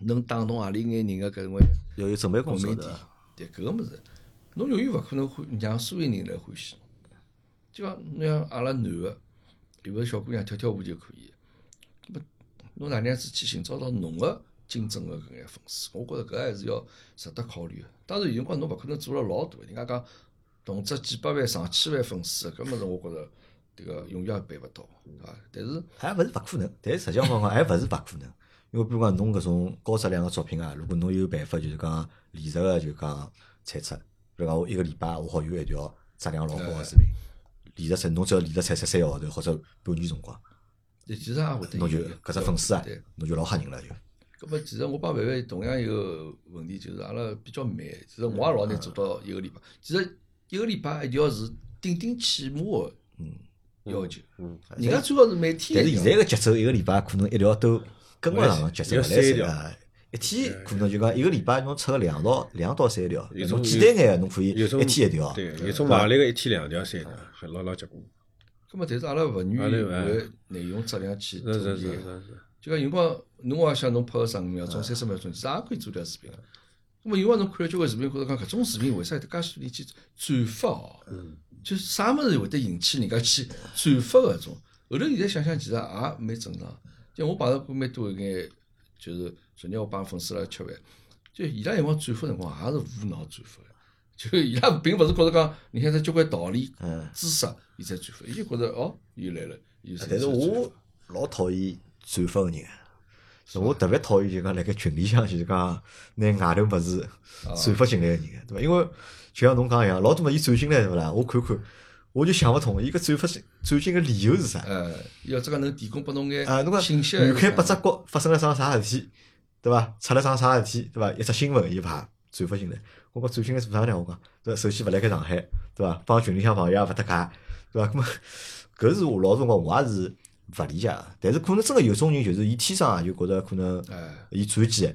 Speaker 2: 能打动何里眼人个搿种
Speaker 1: 要有准备工
Speaker 2: 共
Speaker 1: 作
Speaker 2: 鸣
Speaker 1: 的
Speaker 2: 点。，对搿个物事，侬永远勿可能欢让所有人来欢喜侬。就讲侬像阿拉男个，有个小姑娘跳跳舞就可以，咾么侬哪能样子去寻找到侬个竞争个搿眼粉丝？我觉着搿还是要值得考虑个。当然有辰光侬勿可能做了老大，人家讲动辄几百万、上千万粉丝，搿物事我觉着迭个永远也办勿到，对伐？但是
Speaker 1: 还勿是勿可能，但是实际上讲讲还勿是勿可能，因为比如讲侬搿种高质量个作品啊，如果侬有办法就是讲连续个就讲产出，比如讲我一个礼拜我好有一条质量老高个视频，连续产，侬只要连续产出三个号头或者半年辰光，
Speaker 2: 其实也会得
Speaker 1: 侬就
Speaker 2: 有
Speaker 1: 搿只粉丝啊
Speaker 2: 对，
Speaker 1: 侬就老吓人了就。
Speaker 2: 咁么，其实我帮范范同样一个问题，就是阿拉比较慢。其实我也老难做到一个礼拜。
Speaker 3: 嗯
Speaker 2: 其实一个礼拜一定要是顶顶起码个要求。
Speaker 3: 嗯，
Speaker 2: 人家最好是每天。
Speaker 1: 但是现在个节奏，一个礼拜可能一条都跟勿上个节奏，
Speaker 3: 要
Speaker 1: 勿来
Speaker 3: 三
Speaker 1: 塞
Speaker 3: 条
Speaker 1: 啊。一天可能就讲一个礼拜侬出个两到两到三条，
Speaker 3: 有
Speaker 1: 侬
Speaker 3: 种
Speaker 1: 简单眼个侬可以
Speaker 3: 有种
Speaker 1: 一天一条，
Speaker 3: 对，有种买来个一天两条三条，老老结棍。
Speaker 2: 咁么，但是阿拉勿愿
Speaker 3: 阿
Speaker 2: 意
Speaker 3: 拉勿
Speaker 2: 为内容质量去妥
Speaker 3: 是是是
Speaker 2: 协。
Speaker 3: 是是，
Speaker 2: 就讲有辰光侬也想侬拍个十五秒钟、三十秒钟，其实也可以做条视频。啊哎
Speaker 1: 嗯
Speaker 2: 咁么有辰光侬看了交关视频，觉着讲搿种视频为啥有得介许多人去转发哦？就是啥物事会得引起人家去转发搿种。后头现在想想，其实也蛮正常。就我碰到过蛮多一眼，就是昨日我帮粉丝辣吃饭，就伊拉有辰光转发辰光也是无脑转发的，就伊拉并勿是觉着讲，你看这交关道理
Speaker 1: 嗯、啊
Speaker 2: 知识，伊才转发，伊就觉着哦，又来了，又
Speaker 1: 但是
Speaker 2: 又转发
Speaker 1: 我老讨厌转发个人，我特别讨厌就讲辣盖群里向就是讲拿外头物事
Speaker 3: 哦
Speaker 1: 转发进来个人，对伐？因为就像侬讲一样，老多物事转进来对勿啦？我看看，我就想勿通，伊搿转发进转进个理由是啥？
Speaker 2: 呃，要这个能提供拨侬眼
Speaker 1: 啊，侬
Speaker 2: 信息，
Speaker 1: 讲南开八只角发生了桩啥事体，对伐？出了桩啥事体，对伐？一只新闻伊排转发进来，我讲转进来做啥呢？我讲，对伐？首先勿辣盖上海，对伐？帮群里向朋友也勿搭界，对伐？那么，搿是我老辰光我也是勿理解的，但是可能真个有种人就是伊天生啊就觉着可能
Speaker 2: 哎，
Speaker 1: 伊转机，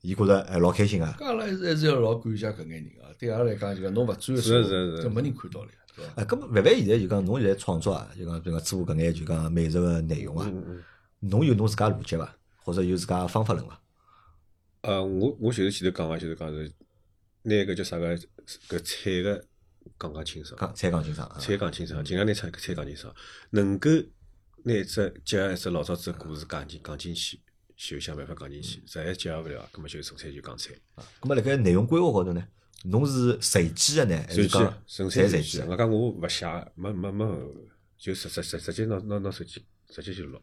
Speaker 1: 伊觉着哎老开心啊。
Speaker 2: 搿阿拉还是还是要老感谢搿眼人啊。对阿拉来讲，就讲侬勿转的时
Speaker 3: 是是
Speaker 2: 候，
Speaker 3: 是
Speaker 2: 就没人看到了呀，对伐？
Speaker 1: 啊，搿么万万现在就讲侬现在创作啊，就讲比如讲做搿眼就讲美食个内
Speaker 3: 嗯
Speaker 1: 容啊，侬有侬自家逻辑伐？或者有自家方法论伐？
Speaker 3: 呃，我我就是前头讲个，就是讲是拿搿叫啥个搿菜个讲讲清爽，
Speaker 1: 讲才讲清爽啊。
Speaker 3: 菜讲清爽，尽量拿菜菜讲清爽，能够拿一只结合一只老早子个故事讲进讲进去，就想办法讲进去。
Speaker 1: 嗯
Speaker 3: 实在结合勿了，葛末就纯粹就讲菜。
Speaker 1: 咁么辣盖内容规划高头呢，侬是随机个呢，还
Speaker 3: 手
Speaker 1: 是
Speaker 3: 机
Speaker 1: 讲，
Speaker 3: 纯
Speaker 1: 侪
Speaker 3: 粹
Speaker 1: 随
Speaker 3: 手
Speaker 1: 机
Speaker 3: 机。
Speaker 1: 的？
Speaker 3: 我讲我勿写，没没没，就直直直直接拿拿拿手机直接就录。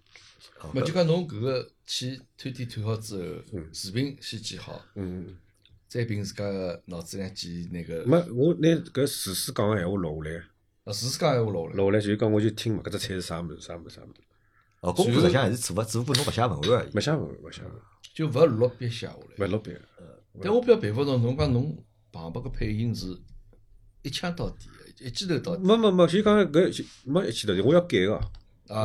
Speaker 1: 哦
Speaker 2: 没就讲侬搿个去推点推好之后，视频先剪好，
Speaker 3: 嗯，
Speaker 2: 再凭自家个脑子里向记那个，
Speaker 3: 没我拿搿厨师讲个闲话录下来，
Speaker 2: 啊，自家闲话录下来。
Speaker 3: 录下来就是讲我就听嘛，搿只菜是啥物事啥物事啥物事，
Speaker 1: 哦，功夫实际上还是做伐，只不过侬勿写文案而已。
Speaker 3: 没写文案，没写文案，
Speaker 2: 就勿录别写下
Speaker 3: 勿
Speaker 2: 来。
Speaker 3: 录别个。
Speaker 2: 但我比较佩服侬，侬讲侬旁白个配音是一腔到底的，一记头到底
Speaker 3: 没没没，就讲搿就没一记头，我要改个。
Speaker 2: 啊。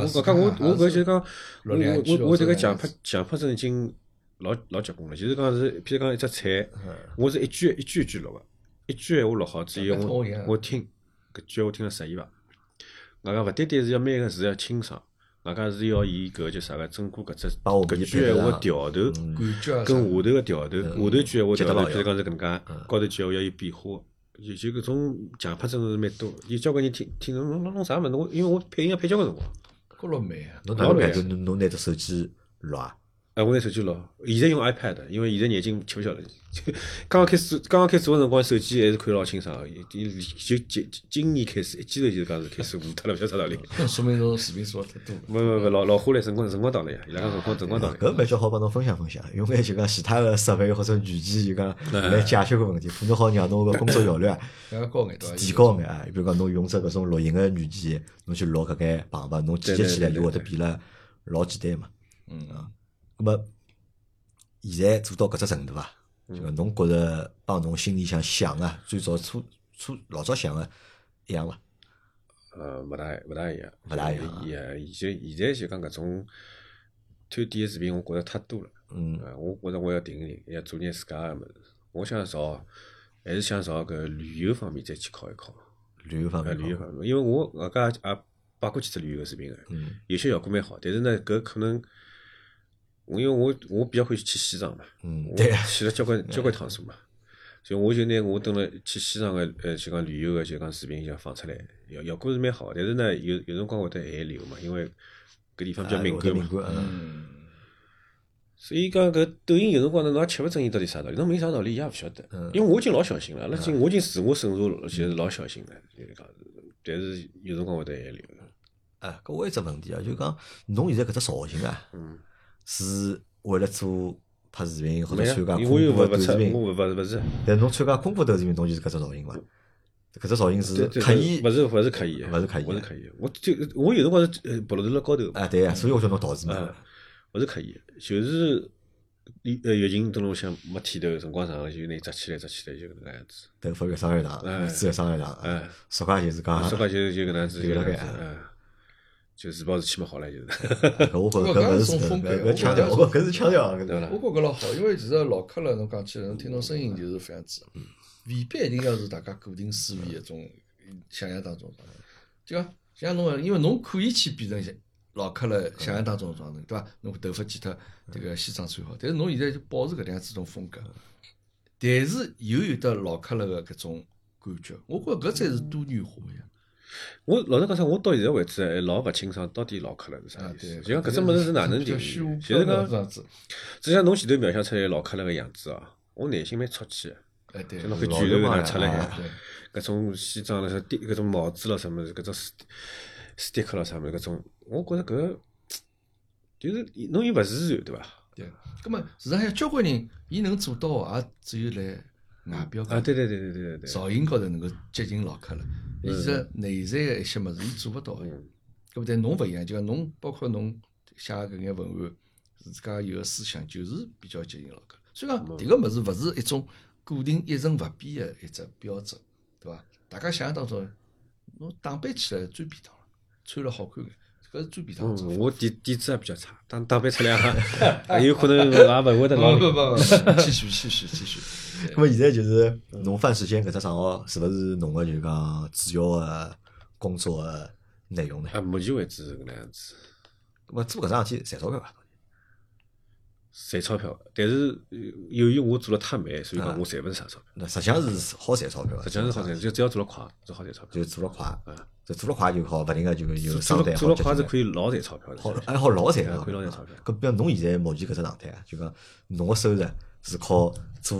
Speaker 3: 我
Speaker 2: 是
Speaker 3: 讲我
Speaker 2: 啊
Speaker 3: 我搿就是是讲，
Speaker 2: 录
Speaker 3: 我
Speaker 2: 两句
Speaker 3: 我我
Speaker 2: 或
Speaker 3: 我
Speaker 2: 者
Speaker 3: 这个
Speaker 2: 哪
Speaker 3: 强
Speaker 2: 样
Speaker 3: 迫
Speaker 2: 子
Speaker 3: 强迫症已经老老结棍了，就是讲是，譬如讲一只菜，
Speaker 1: 嗯
Speaker 3: 我是一句一句一句录个，啊一句闲话录好之
Speaker 2: 啊
Speaker 3: 后，
Speaker 2: 跟我
Speaker 3: 我
Speaker 2: 一样
Speaker 3: 我听搿句闲话听了适意伐？外加勿单单是要每个字要啊清爽，外加是要以搿叫啥个整个搿只
Speaker 1: 把我们
Speaker 3: 搿
Speaker 1: 的
Speaker 3: 句
Speaker 1: 配
Speaker 3: 闲
Speaker 1: 合
Speaker 3: 话
Speaker 1: 上
Speaker 3: 调头
Speaker 1: 嗯
Speaker 2: 感觉啊
Speaker 3: 跟
Speaker 2: 啥
Speaker 3: 下头个调头，下头句闲话
Speaker 1: 接
Speaker 3: 调
Speaker 1: 得
Speaker 3: 头，
Speaker 1: 牢
Speaker 3: 譬
Speaker 1: 要
Speaker 3: 如讲是搿能介，高头句闲话要有变化。就就搿种强迫症是蛮多，有交关人听听侬侬弄啥物事，我因为我配音也配交关辰光。
Speaker 2: 高落美啊，
Speaker 1: 侬哪能
Speaker 3: 老
Speaker 1: 办？
Speaker 3: 累
Speaker 1: 就侬侬拿只手机录啊？
Speaker 3: 哎，我拿手机录，现在用 iPad，因为现在眼睛吃勿消了。刚刚开始，刚刚开始个辰光，手机还是看得老清爽的，就就今今年开始，一记头就是讲是开始糊脱了，勿晓得啥道理。
Speaker 2: 说明侬视频做得太多了。
Speaker 3: 勿勿勿，老老花来辰光辰光到了呀，伊拉讲辰光辰光到了。
Speaker 1: 嗯搿办法好帮侬分享分享，用眼就讲其他个设备或者软件就讲来解决搿问题，可能好让侬个工作效率啊
Speaker 2: 两个高眼对伐？
Speaker 1: 提高眼啊。比如讲侬用只搿种录音个软件，侬去录搿眼旁白，侬剪辑起来就会得变了老简单嘛。
Speaker 2: 嗯
Speaker 1: 啊，那么现在做到搿只程度啊，
Speaker 3: 嗯
Speaker 1: 就讲侬觉着帮侬心里向想啊，最早初初老早想个一样伐？
Speaker 3: 呃，勿大勿大一样，
Speaker 1: 勿大一样啊
Speaker 3: 也现在现在就讲搿种看短视频，我觉着太多了。
Speaker 1: 嗯，
Speaker 3: 呃，我觉着我要停一停，要做眼自家个物事。我想朝，还是想朝搿旅游方面再去考一考。
Speaker 1: 旅游方
Speaker 3: 呃，
Speaker 1: 面，
Speaker 3: 旅游方面，因为我外加也拍过几只旅游个视频个，
Speaker 1: 嗯
Speaker 3: 有些效果蛮好，但是呢，搿可能，我因为我我比较欢喜去西藏嘛，
Speaker 1: 嗯，
Speaker 3: 我
Speaker 1: 对啊，
Speaker 3: 去了交关交关趟数嘛，所以我就拿我等了去西藏个呃就讲旅游个就讲视频就放出来，效效果是蛮好，但是呢，有有辰光会得限流嘛，因为搿地方比较
Speaker 1: 啊
Speaker 3: 敏
Speaker 1: 我觉
Speaker 3: 感
Speaker 1: 得
Speaker 3: 嘛
Speaker 1: 敏，感，嗯，
Speaker 2: 嗯，
Speaker 3: 所以讲搿抖音有辰光呢，侬也吃勿准伊到底啥道理，侬没啥道理伊也勿晓得。
Speaker 1: 嗯
Speaker 3: 因为我已经老小心了，阿拉已经我已经自我审查了，其实老小心了，就是讲，但是有辰光会得限流。
Speaker 1: 啊，搿我有只问题啊，就讲侬现在搿只造型啊，
Speaker 3: 嗯，
Speaker 1: 是为了做拍视频或者
Speaker 3: 没啊
Speaker 1: 参加
Speaker 3: 因为
Speaker 1: 昆
Speaker 3: 我又
Speaker 1: 布个
Speaker 3: 勿勿
Speaker 1: 短
Speaker 3: 出，
Speaker 1: 视
Speaker 3: 我
Speaker 1: 频，
Speaker 3: 勿勿勿是，
Speaker 1: 但侬参加昆布短视频，侬就是搿只造型伐？搿只造型是
Speaker 3: 对对
Speaker 1: 刻意嗯
Speaker 3: 勿是勿是刻意的，
Speaker 1: 勿是刻意啊
Speaker 3: 勿
Speaker 1: 的
Speaker 3: 是刻意的。我就我有辰光是呃暴露在了高头，
Speaker 1: 啊，对啊，所以我叫侬导致嘛
Speaker 3: 嗯，勿是刻意的，就是疫呃疫情当中想没剃头，辰光长了就拿扎起来扎起来就搿能介样子，
Speaker 1: 头发越长越长，
Speaker 3: 哎
Speaker 1: 胡子越长越长，啊
Speaker 3: 哎，
Speaker 1: 说话就是讲，
Speaker 3: 说话就就搿能样子，
Speaker 1: 就啊
Speaker 3: 就
Speaker 1: 搿能
Speaker 3: 搿能
Speaker 1: 介
Speaker 3: 样子，嗯，就自暴自弃嘛好了就是。
Speaker 1: 搿我觉着搿勿是
Speaker 2: 我
Speaker 1: 搿
Speaker 2: 讲种风格
Speaker 1: 搿腔调，
Speaker 2: 我讲
Speaker 1: 搿是腔调啊，搿
Speaker 3: 对
Speaker 1: 是
Speaker 3: 伐
Speaker 2: 我觉搿老好，因为其实老客了，侬讲起来，侬听侬声音就是搿样子，
Speaker 3: 嗯
Speaker 2: 未必一定要是大家固定思维一种想象当中的状态。就讲像侬讲，因为侬可以去变成老客了想象当中的状态，对伐？侬头发剪脱，迭个西装穿好，但是侬现在就保持搿能样子种风格，但是又有得老客了个搿种感觉。我觉着搿才是多元化呀。
Speaker 3: 我老实讲啥，我到现在为止还老勿清爽，到底老克勒是啥
Speaker 2: 啊
Speaker 3: 意，
Speaker 2: 对。？
Speaker 3: 思就讲搿只物事是哪能
Speaker 2: 比
Speaker 3: 定
Speaker 2: 较
Speaker 3: 义？
Speaker 2: 虚无缥
Speaker 3: 其实
Speaker 2: 缈这
Speaker 3: 讲，
Speaker 2: 样子。
Speaker 3: 就像侬前头描写出来老克勒个样子哦，我内心蛮戳气的。
Speaker 2: 哎，对，
Speaker 3: 就拿搿
Speaker 2: 老
Speaker 3: 卷
Speaker 2: 流
Speaker 3: 头
Speaker 2: 氓
Speaker 3: 拿
Speaker 2: 呀
Speaker 3: 出来
Speaker 2: 啊对
Speaker 3: 搿种西装了啥，滴搿种帽子了啥物事，搿种斯斯蒂克了啥物事，搿种，我觉着搿就是侬又勿自然，对伐？
Speaker 2: 对，葛末市场上交关人，伊能做到的也只有辣外表高
Speaker 3: 啊，对对对对对对对。
Speaker 2: 造型高头能够接近老客了。伊是内在个一些物事，伊做勿到个。
Speaker 3: 嗯
Speaker 2: 搿么但侬勿一样，就讲侬包括侬写的搿眼文案，自家有个思想就是比较接近老客。所以讲，迭个物事勿是一种固定一成勿变个一只标准，对伐？大家想象当中，侬打扮起来最便当了，穿了好看眼，搿是最便当个做法
Speaker 3: 嗯，。我底底子也比较差，打打扮出来 啊也也有可能也勿会得
Speaker 2: 不不
Speaker 3: 老灵。
Speaker 2: 不不，继续继续继续。
Speaker 1: 那么现在就是侬范世坚搿只账号是勿是侬个就是讲主要个工作个内容呢？
Speaker 3: 啊，目前为止是搿能样子，
Speaker 1: 那么做搿桩事体赚钞票伐？啊
Speaker 3: 赚钞票，但是呃由于我做了太慢，所以
Speaker 1: 啊
Speaker 3: 讲我赚勿着啥钞票。
Speaker 1: 那实际上是好赚钞票个，啊
Speaker 3: 实际上是好赚，就只要做了快，就好赚钞票。
Speaker 1: 就做了快
Speaker 3: 嗯，
Speaker 1: 就做了快就好，勿停个就有
Speaker 3: 做
Speaker 1: 商
Speaker 3: 了
Speaker 1: 单
Speaker 3: 做了
Speaker 1: 好接啊
Speaker 3: 快是
Speaker 1: 进来
Speaker 3: 可以老赚钞票的。
Speaker 1: 好，还好老赚
Speaker 3: 对
Speaker 1: 个，
Speaker 3: 可以老赚钞票
Speaker 1: 搿比如侬现在目前搿只状态啊，就讲侬个收入是靠做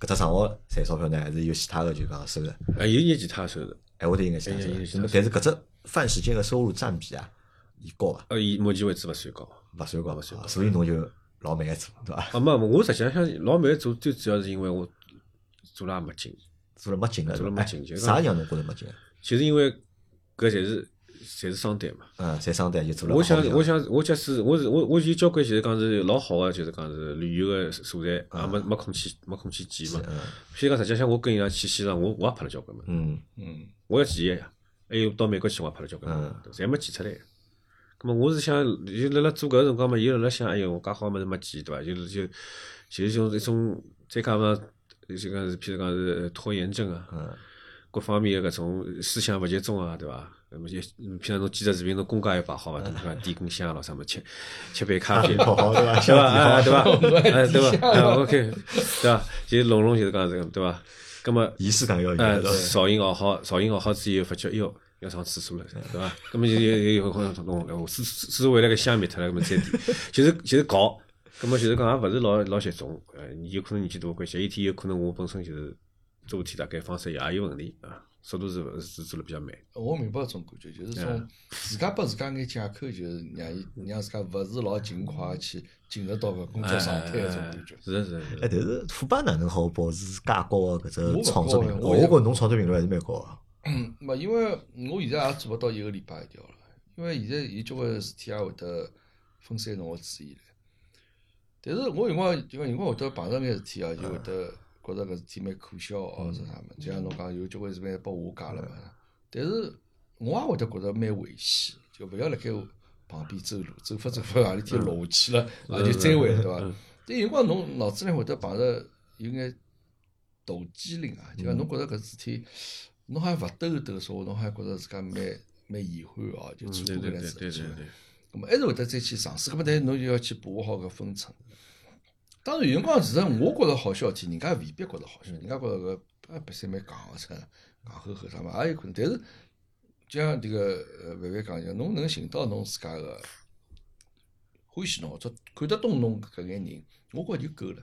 Speaker 1: 搿只账号赚钞票呢，还是有其他个就讲收入？哎
Speaker 3: 啊，有眼其他收入，
Speaker 1: 还会得有眼其他
Speaker 3: 有
Speaker 1: 收入
Speaker 3: 哎有有其
Speaker 1: 那
Speaker 3: 他
Speaker 1: 么
Speaker 3: 收
Speaker 1: 但是搿只饭时间个收入占比啊，伊高伐？
Speaker 3: 呃，以目前为止勿算高。
Speaker 1: 勿算高，
Speaker 3: 勿
Speaker 1: 勿
Speaker 3: 算
Speaker 1: 算
Speaker 3: 高
Speaker 1: 高，所以侬就老慢个做，对伐？
Speaker 3: 啊，没，没我实际上老慢做，最主要是因为我做了也没劲。
Speaker 1: 做了没劲了，
Speaker 3: 做了没劲
Speaker 1: 哎
Speaker 3: 就讲
Speaker 1: 啥让侬觉着没劲？
Speaker 3: 就是因为搿侪是侪是商单嘛。
Speaker 1: 嗯，赚商单就做了
Speaker 3: 我
Speaker 1: 勿好
Speaker 3: 想
Speaker 1: 的样子。，
Speaker 3: 我想，我假使我是我我有交关，就是讲是老好个，就是讲是旅游个素材，也
Speaker 1: 啊
Speaker 3: 没没空去没空去见嘛。譬如讲，实际上我跟伊拉去西藏，我我也拍了交关嘛，
Speaker 1: 嗯，
Speaker 2: 嗯，
Speaker 3: 我也记忆呀。还有到美国去，我也拍了交关嘛，侪没记出来。咁么，我是想，伊辣辣做搿个辰光嘛，伊辣辣想，哎哟，我介好物事没记，对伐？就是就就是种一种，再加上就讲是，譬如讲是拖延症啊。
Speaker 1: 嗯，
Speaker 3: 各方面个搿种思想勿集中啊，对伐？那么就平常侬记者视频，侬公家也摆好伐？对伐？点根香啊咯，啥么吃吃 杯咖啡，
Speaker 1: 好好对 伐？
Speaker 3: 对伐？ 啊，对伐？
Speaker 2: 还
Speaker 3: 哎，对
Speaker 2: 点
Speaker 3: 伐？啊，OK，对伐？就是笼笼就是讲这个，对伐？葛么，
Speaker 1: 仪式感要有
Speaker 3: 哎，
Speaker 1: 对伐
Speaker 3: 噪音熬好，噪音熬好之后，发觉，哎哟，要上厕所了，对伐？葛么就有有有可能弄，哎我厕厕所回来个香灭脱了，葛么再点，就是就是搞，葛么就是讲也勿是老老集中，呃，有可能年纪大关系，一天有可能我本身就是做事体大概方式也有问题啊，速度是勿是做了比较慢，
Speaker 2: 我明白搿种感觉，就是从
Speaker 3: 嗯
Speaker 2: 自家拨自家眼借口，就是让伊让自家勿是老勤快去进入到搿工
Speaker 3: 哎
Speaker 2: 作状态搿种感觉。
Speaker 3: 是的是的是
Speaker 1: 哎，
Speaker 3: 的，
Speaker 1: 但是虎爸哪能好保持介高个搿
Speaker 2: 我勿
Speaker 1: 只创作
Speaker 2: 高
Speaker 1: 频率？
Speaker 2: 呀
Speaker 1: 我
Speaker 2: 我也
Speaker 1: 觉着侬创作频率还是蛮高啊个。
Speaker 2: 嗯，没，因为我现在也做勿到一个礼拜一条了，因为现在有交关事体也会得分散侬个注意力。但是我有辰光就讲有辰光会得碰着眼事体啊，就会得觉着搿事体蛮可笑哦，是啥么？就像侬讲有交关事体拨我解了嘛，但是我也会得觉着蛮危险，就勿要辣盖旁边走路，走法走法何里天落下去了，啊也就再会对伐？但有辰光侬脑子里会得碰着有眼投机灵
Speaker 3: 嗯
Speaker 2: 啊，就讲侬觉着搿事体，侬好像勿兜兜说话，侬好像觉着自家蛮蛮遗憾哦，就
Speaker 3: 嗯
Speaker 2: 错
Speaker 3: 对
Speaker 2: 过
Speaker 3: 对
Speaker 2: 搿件
Speaker 3: 对对
Speaker 2: 事
Speaker 3: 对
Speaker 2: 情。
Speaker 3: 对，
Speaker 2: 咁么还是会得再去尝试，咁么但是侬就要去把握好搿分寸。当然有辰光，其实我觉着好笑的事体，人家未必觉着好笑，人家觉着搿啊白相蛮戆个出，戆呵呵啥嘛也有可能。但是就像迭个呃范范讲一样，侬能寻到侬自家个欢喜侬，或者看得懂侬搿眼人，我觉着就够了。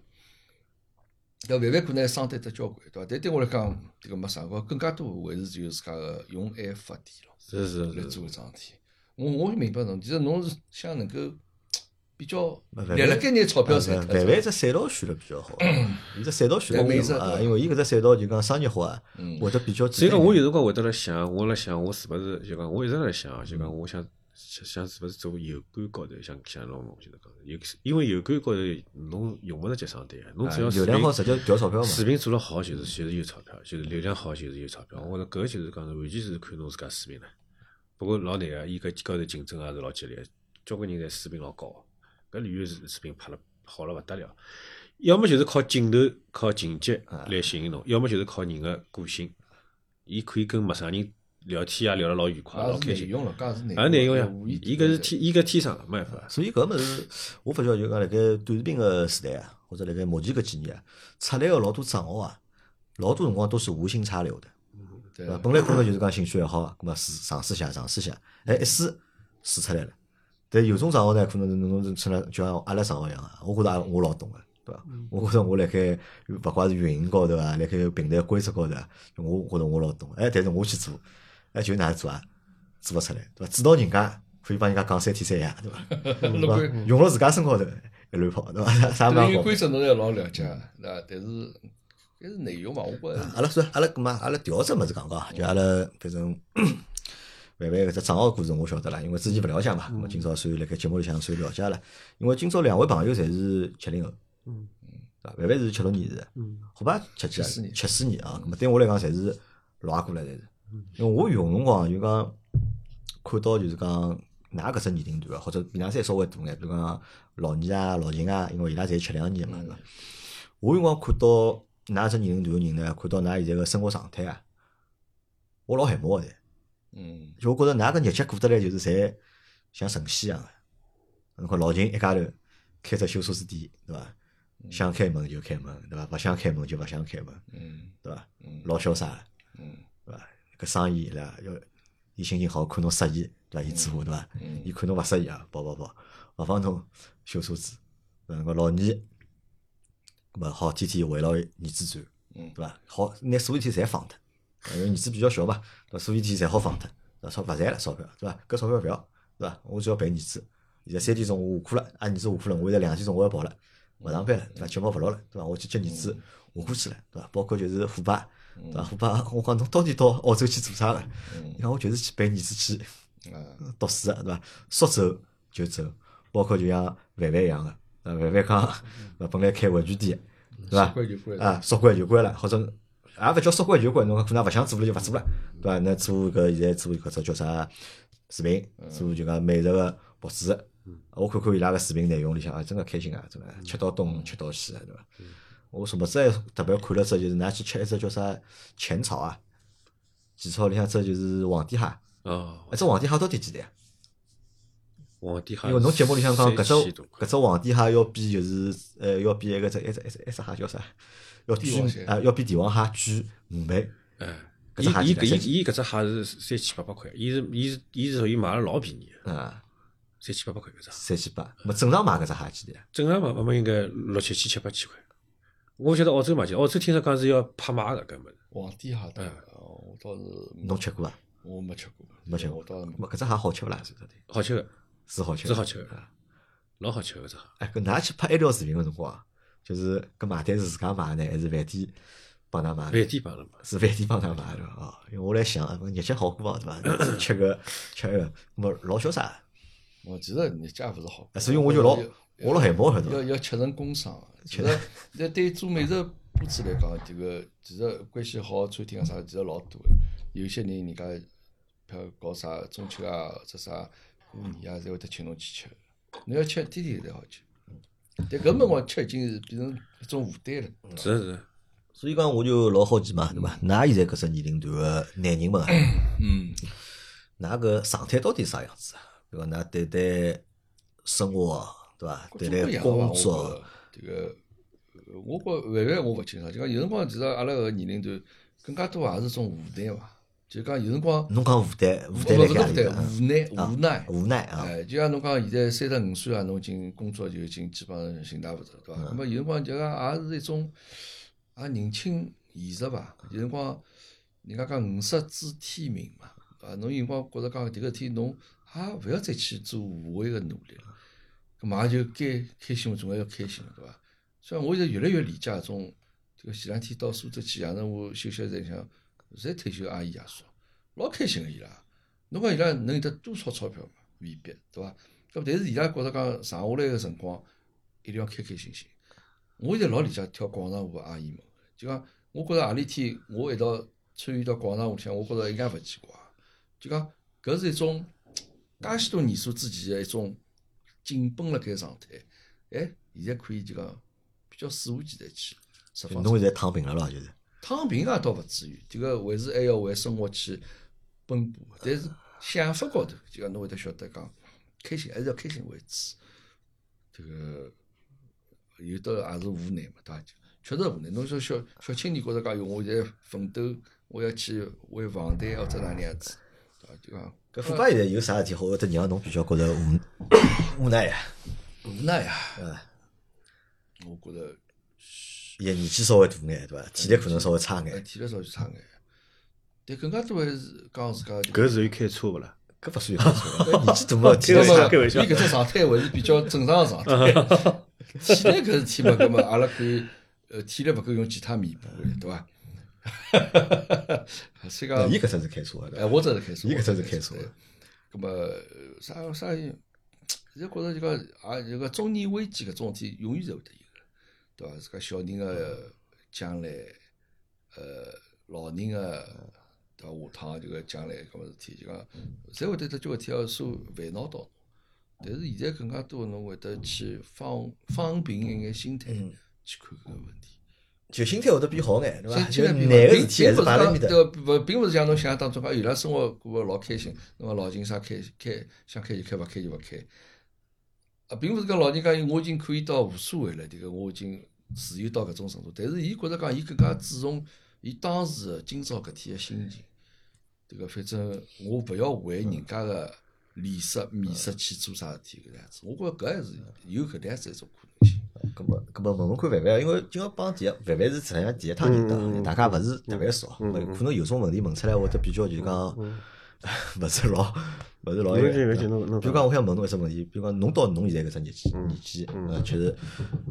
Speaker 2: 要万万可能还伤对得交关，对伐？但对我来讲，迭个没啥，我更加多还是就是自家个用爱发电咯。
Speaker 3: 是是
Speaker 2: 来
Speaker 3: 是是，
Speaker 2: 做搿桩事体。我我明白侬，其实侬是想能够比较
Speaker 1: 勿
Speaker 2: 立了该拿钞票赚
Speaker 1: 万万只赛道选了比较 好，伊只赛道选了
Speaker 2: 对
Speaker 1: 比
Speaker 2: 每只
Speaker 1: 较好啊，
Speaker 2: 对
Speaker 1: 因为伊搿只赛道就讲商业化，
Speaker 2: 嗯
Speaker 1: 会得比较
Speaker 3: 所
Speaker 1: 简
Speaker 3: 以
Speaker 1: 单一点。
Speaker 3: 讲我有辰光会得辣想，我辣想我是勿是就讲我一直辣想，啊就
Speaker 1: 嗯
Speaker 3: 讲我想想想是勿是做油管高头想想弄弄，就是讲有因为油管高头侬用勿着接上单，侬只要
Speaker 1: 啊流
Speaker 3: 视频
Speaker 1: 量好，直接调钞票嘛。
Speaker 3: 视频做了好就是就是有钞票，就是流量好就是有钞票。我觉着搿就是讲是完全是看侬自家水平了。不过老难个，啊伊搿高头竞争也是老激烈，交关人侪水平老高个。搿旅游视视频拍了好了勿得了，要么就是靠镜头、靠情节
Speaker 1: 啊
Speaker 3: 来吸引侬，要么就是靠人个个性。伊可以跟陌生人聊天也啊聊得老愉快，老
Speaker 2: 也
Speaker 3: 开
Speaker 2: 是内
Speaker 3: 心。
Speaker 2: 容了，搿也是内
Speaker 1: 啊
Speaker 3: 也内容呀
Speaker 2: 无，意
Speaker 3: 伊
Speaker 2: 中
Speaker 3: 搿是
Speaker 2: 的
Speaker 3: 天，伊搿天生个，没办法。
Speaker 1: 所以搿物事，我发觉就讲辣盖短视频个时代啊，或者辣盖目前搿几年啊，出来个老多账号啊，老多辰光都是无心插柳的，
Speaker 2: 对
Speaker 1: 对伐？本来觉着就是讲兴趣爱好，咁么试尝试下，尝试下，哎，一试试出来了。但有种账号呢，可能侬侬出来就像阿拉账号一样啊，我觉着我老懂个，对伐？
Speaker 2: 嗯
Speaker 1: 我觉着我辣盖勿怪是运营高头啊，辣盖平台规则高头啊，我觉着我老懂。哎，但是我去做，哎，就哪能做啊？做勿出来，对伐？指导人家可以帮人家讲三天三夜，啊对 伐？对
Speaker 2: 侬
Speaker 1: 伐？用了自家身高头一乱跑，对伐？ 啥啥
Speaker 2: 对
Speaker 1: 也
Speaker 2: 于
Speaker 1: 搞不
Speaker 2: 规
Speaker 1: 好。
Speaker 2: 则侬也老了解，对伐？但是还是内容嘛，我觉着
Speaker 1: 阿拉算，阿拉搿嘛，阿拉调只物事讲讲啊，就阿拉反 正慢慢搿只账号故事我晓得了，因为之前勿了解嘛，咾么今朝算辣盖节目里向算了解了，因为今朝两位朋友侪是七零后，
Speaker 3: 嗯
Speaker 1: 对伐？范范是七六年是，
Speaker 3: 嗯，
Speaker 1: 好吧，七几啊
Speaker 2: 七四年
Speaker 1: 七四年啊，咾么对我来讲侪是老阿哥了，侪是，因为我有辰光就讲看到就是讲。㑚搿只年龄段啊，或者比㑚再稍微大眼，比如讲老二啊、老秦啊，因为伊拉侪七两年的嘛，对伐？我有辰光看到㑚只年龄段个人呢，看到㑚现在个生活状态啊，我老羡慕个。
Speaker 2: 嗯，
Speaker 1: 就我觉着㑚搿日脚过得来，就是侪像神仙一样个。侬看老秦一家头开只修车子店，对伐？想开门就开门，对伐？勿想开门就勿想开门，
Speaker 2: 嗯
Speaker 1: 对伐？
Speaker 2: 嗯
Speaker 1: 老潇洒个，
Speaker 2: 嗯
Speaker 1: 对伐？搿生意伊拉要，伊心情好，看侬适意，对伐？伊做对伐？
Speaker 2: 嗯
Speaker 1: 伊看侬勿适意啊，跑跑跑，勿放侬修车子。嗯，搿老二，咾么好天天围绕儿子转，
Speaker 2: 嗯
Speaker 1: 对伐？好，拿所有天侪放脱，呃因为儿子比较小嘛，对伐？所有天侪好放脱，对伐？钞勿赚了钞票，对伐？搿钞票勿要，对伐？我只要陪儿子。现在三点钟我下课了，啊阿儿子下课了，我现在两点钟我要跑了，勿上班了，对伐？节目勿录了，对伐？我去接儿子
Speaker 2: 嗯
Speaker 1: 下课去了，对伐？包括就是虎爸，对伐？虎爸，我讲侬到底到澳洲去做啥个？
Speaker 2: 嗯
Speaker 1: 伊讲我就是去陪儿子去
Speaker 2: 啊，
Speaker 1: 读书个对伐？说走就走，包括就像范范一样个，呃，范范讲，呃，本来开玩具店的，对
Speaker 2: 嗯说关就
Speaker 1: 伐？
Speaker 2: 关
Speaker 1: 啊，说关就关了，或者也勿叫说关就关，侬可能勿想做了就勿做了，对伐？那做搿现在做搿只叫啥视频，
Speaker 2: 嗯
Speaker 1: 做就讲美食个博主，我看看伊拉个视频内容里向啊，真个开心啊，真个吃到
Speaker 2: 嗯
Speaker 1: 东吃到西啊，对伐？我什么子还特别看了只，就是㑚去吃一只叫啥浅草啊，浅草里向只就是黄帝蟹，
Speaker 3: 哦，
Speaker 1: 一只黄帝蟹到底几钿啊？
Speaker 3: 皇帝蟹，
Speaker 1: 因为侬节目里向讲搿
Speaker 3: 啊三千
Speaker 1: 只
Speaker 3: 多块
Speaker 1: 搿只皇帝蟹要比就是呃要比一个只一只一只一只蟹叫啥？要
Speaker 2: 帝王蟹
Speaker 1: 巨啊要比帝王蟹巨五倍。
Speaker 3: 哎，
Speaker 1: 搿只
Speaker 3: 伊伊
Speaker 1: 蟹几钿
Speaker 3: 伊伊搿只蟹是三千八百块，伊是伊是伊是属于买了老便宜的，
Speaker 1: 啊，
Speaker 3: 三千八百块搿只。
Speaker 1: 三千八。咾么正常买搿只蟹几钿啊？
Speaker 3: 正常嘛，我们应该六七千、七八千块。我晓得澳洲买去，澳洲听说讲是要拍卖的搿物事。
Speaker 2: 皇帝蟹对伐？哦我倒是没
Speaker 1: 啊侬吃过伐？
Speaker 2: 我没吃过，
Speaker 1: 没吃
Speaker 2: 我
Speaker 1: 过。
Speaker 2: 倒是没
Speaker 1: 咾么搿只蟹好吃勿啦？是到底
Speaker 3: 好吃个，
Speaker 1: 是好吃。
Speaker 3: 是好吃
Speaker 1: 个。
Speaker 3: 个，老好吃个搿只蟹。
Speaker 1: 哎，搿㑚去拍一条视频个辰光，啊就是搿买单是自家买呢，还是饭店帮㑚买？
Speaker 3: 饭店帮了嘛，
Speaker 1: 是饭店帮㑚买的啊？因为我来想，啊搿日脚好过伐？对伐？吃个吃个，咾么老潇洒。
Speaker 2: 我其实人家也不是好
Speaker 1: 哎，所以我就老我老羡慕啊晓得伐
Speaker 2: 要？要吃成工伤。其 实，那对于做美食铺子来讲，这个其实关系好的餐厅啊啥，其实老多的。有些人人家票搞啥中秋啊，或者啥过年啊，侪会得请侬去吃。侬要吃，天天侪好吃。但搿辰光吃已经是变成一种负担了。
Speaker 1: 嗯
Speaker 3: 是啊是。
Speaker 1: 所以讲，我就老好奇嘛，对伐？㑚现在搿只年龄段个男人们啊，
Speaker 2: 嗯，
Speaker 1: 㑚搿状态到底啥样子啊？比如讲，㑚对待生活，对伐？对
Speaker 2: 各种各
Speaker 1: 待
Speaker 2: 样吧
Speaker 1: 工
Speaker 2: 我觉
Speaker 1: 作
Speaker 2: 得，这个，呃我觉范范我勿清爽，就讲有辰光其实阿拉�个年龄段更加多也是种负担伐，就讲有辰光。
Speaker 1: 侬讲负担，负
Speaker 2: 不
Speaker 1: 担
Speaker 2: 不
Speaker 1: 辣
Speaker 2: 是
Speaker 1: 盖何
Speaker 2: 负
Speaker 1: 里
Speaker 2: 担，
Speaker 1: 啊？
Speaker 2: 无奈无奈。
Speaker 1: 无奈啊，
Speaker 2: 哎，就像侬讲，现在三十五岁啊，侬已经工作就已经基本上寻大勿着，对伐？那么有辰光啊就讲也是一种也认清现实伐？有辰光人家讲五十知天命嘛，啊，侬有辰光觉着讲迭个事体侬也勿要再去做无谓个努力了，搿嘛就该开心总归要开心了，对伐？所以我现在越来越理解搿种，这个前两天到苏州去，夜上我休息在里向，侪退休阿姨爷叔，老开心个伊拉。侬讲伊拉能有得多少钞票嘛？未必，对伐？咁但是伊拉觉着讲剩下来个辰光，一定要开开心心。我现在老理解跳广场舞个阿姨们，就讲我觉着何里天我一道参与到广场舞里向，我觉着一眼勿奇怪。就讲搿是一种介许多年数之前个一种紧绷辣盖个状态，哎，现在可以就讲比较肆无忌惮去释放出来。
Speaker 1: 侬现在躺平了咯，就是
Speaker 2: 躺平啊，倒勿至于，这个还是哎还要为生活去奔波。但是想法高头，就讲侬会得晓得讲，开心还是要开心为主。这个有的也是无奈嘛，对伐？就确实无奈。侬说小小青年觉着讲，哟，我现在奋斗，我要去还房贷或者哪能样子，对伐？就讲
Speaker 1: 搿富爸现在有啥事体好，或者让侬比较觉着无无奈呀？啊
Speaker 2: 无奈呀。我觉着
Speaker 1: 也年纪稍微大眼，
Speaker 2: 哎
Speaker 1: 对伐？体力可能稍微差
Speaker 2: 呃
Speaker 1: 眼，
Speaker 2: 体力稍许差眼，但更加多还是讲自家。
Speaker 3: 搿属于开车勿啦？
Speaker 1: 搿勿算有 错。年纪大嘛，体力
Speaker 2: 么
Speaker 1: 差
Speaker 2: 你。搿只状态还是比较正常的状态。体力搿事体嘛，搿么阿拉可以，呃，体力勿够用其他弥补的， 对伐？所以讲，
Speaker 1: 伊搿只是开车的对
Speaker 2: 哎，
Speaker 1: 伐，
Speaker 2: 我这是开车，
Speaker 1: 伊搿
Speaker 2: 我
Speaker 1: 只
Speaker 2: 这
Speaker 1: 是开车的。
Speaker 2: 葛么呃啥啥也，现在觉着就讲啊，这个中年危机搿种事体永远是会得有个，对伐？自家小人
Speaker 1: 嗯
Speaker 2: 个将来，呃，老人个对伐？下趟这个将来搿么事体，就讲侪会得得交关事体要所烦恼到侬。但是现在更加多侬会得去放放平一眼心态
Speaker 1: 嗯
Speaker 2: 去看搿个问题。
Speaker 1: 就心态会得变好眼，对
Speaker 2: 所以
Speaker 1: 伐？
Speaker 2: 现
Speaker 1: 就
Speaker 2: 在
Speaker 1: 难
Speaker 2: 并
Speaker 1: 个事
Speaker 2: 并
Speaker 1: 体
Speaker 2: 不是
Speaker 1: 还是摆辣埃
Speaker 2: 讲
Speaker 1: 面
Speaker 2: 这
Speaker 1: 搭。
Speaker 2: 个不，并不是像侬想象当中讲，伊拉生活过得老开心，侬讲老金啥开开想开就开，勿开就勿开。啊，并不是讲老人讲我已经可以到无所谓了，这个我已经自由到搿种程度。但是伊觉着讲，伊更加注重伊当时的今朝搿天的心情。这个反正我勿要为人家个脸色面色去做啥事体搿能样子。我觉着搿还是有搿能样子一种可能性。
Speaker 1: 搿么搿么问问看范范啊，因为今朝帮第一范范是实际上第一趟认得，大家勿是特别熟，可能有种问题问出来，会得比较就讲 勿是老勿是老
Speaker 3: 没
Speaker 1: 有
Speaker 3: 关系没
Speaker 1: 缘
Speaker 3: 关系侬
Speaker 1: 分。
Speaker 3: 侬
Speaker 1: 比如讲，我想问侬一只问题，比如讲，侬到侬现在搿只年纪年纪，呃，确实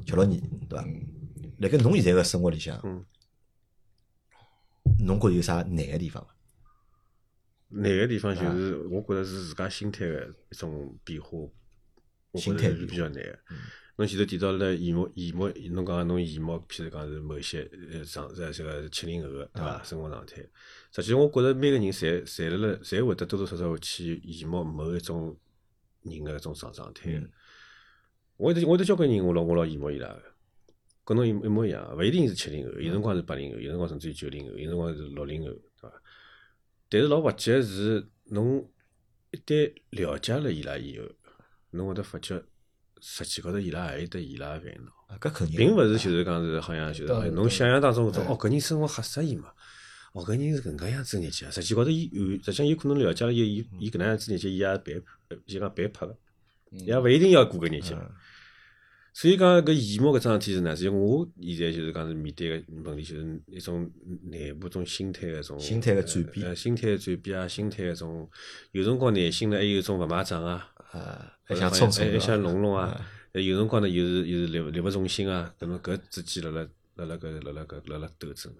Speaker 1: 吃老年，对伐？辣盖侬现在个生活里向，侬觉着有啥难个地方伐？
Speaker 3: 难个地方
Speaker 1: 啊
Speaker 3: 就是，我觉着是自家心态个一种变化，我觉
Speaker 1: 心
Speaker 3: 着
Speaker 1: 态
Speaker 3: 是比较难个。侬前头提到了眼目，眼目，侬讲侬眼目，譬如讲是某些呃状，呃这个七零后个对伐？生活状态，实际我觉着每个人侪侪辣辣，侪会得多多少少会去眼目某一种人个搿种状状态
Speaker 1: 嗯。
Speaker 3: 我有得我有得交关人，我老我老羡慕伊拉个。跟侬一一模一样，勿一定是七零后，有辰光是八零后，有辰光甚至于九零后，有辰光是六零后，对伐？但是老滑稽个是，侬一旦了解了伊拉以后，侬会得发觉，实际高头伊拉也有得伊拉个烦恼，
Speaker 1: 啊搿肯定，
Speaker 3: 并勿是就是讲是好像就是
Speaker 2: 当然
Speaker 3: 哎侬想象当中搿种哦，搿人生活吓死伊嘛，哦，搿人是搿能介样子日节啊，实际高头伊有，实际上有可能了解了伊，
Speaker 1: 嗯
Speaker 3: 伊伊搿能样子日节，伊也办，呃就讲办拍个，伊也勿一定要过搿日
Speaker 1: 嗯
Speaker 3: 节。
Speaker 1: 啊
Speaker 3: 所以讲搿羡慕搿桩事体是哪？是我现在就是讲是面对个问题，就是一种内部种心态个种
Speaker 1: 心态个转变
Speaker 3: 呃，心态个转变啊，心态个种有辰光耐心呢，还有一种勿买账啊，
Speaker 1: 啊，还想冲冲
Speaker 3: 还还
Speaker 1: 对伐
Speaker 3: 想弄弄啊，有辰光呢又是又是力不力不从心啊，搿么搿之间辣辣辣辣搿辣辣搿辣辣斗争，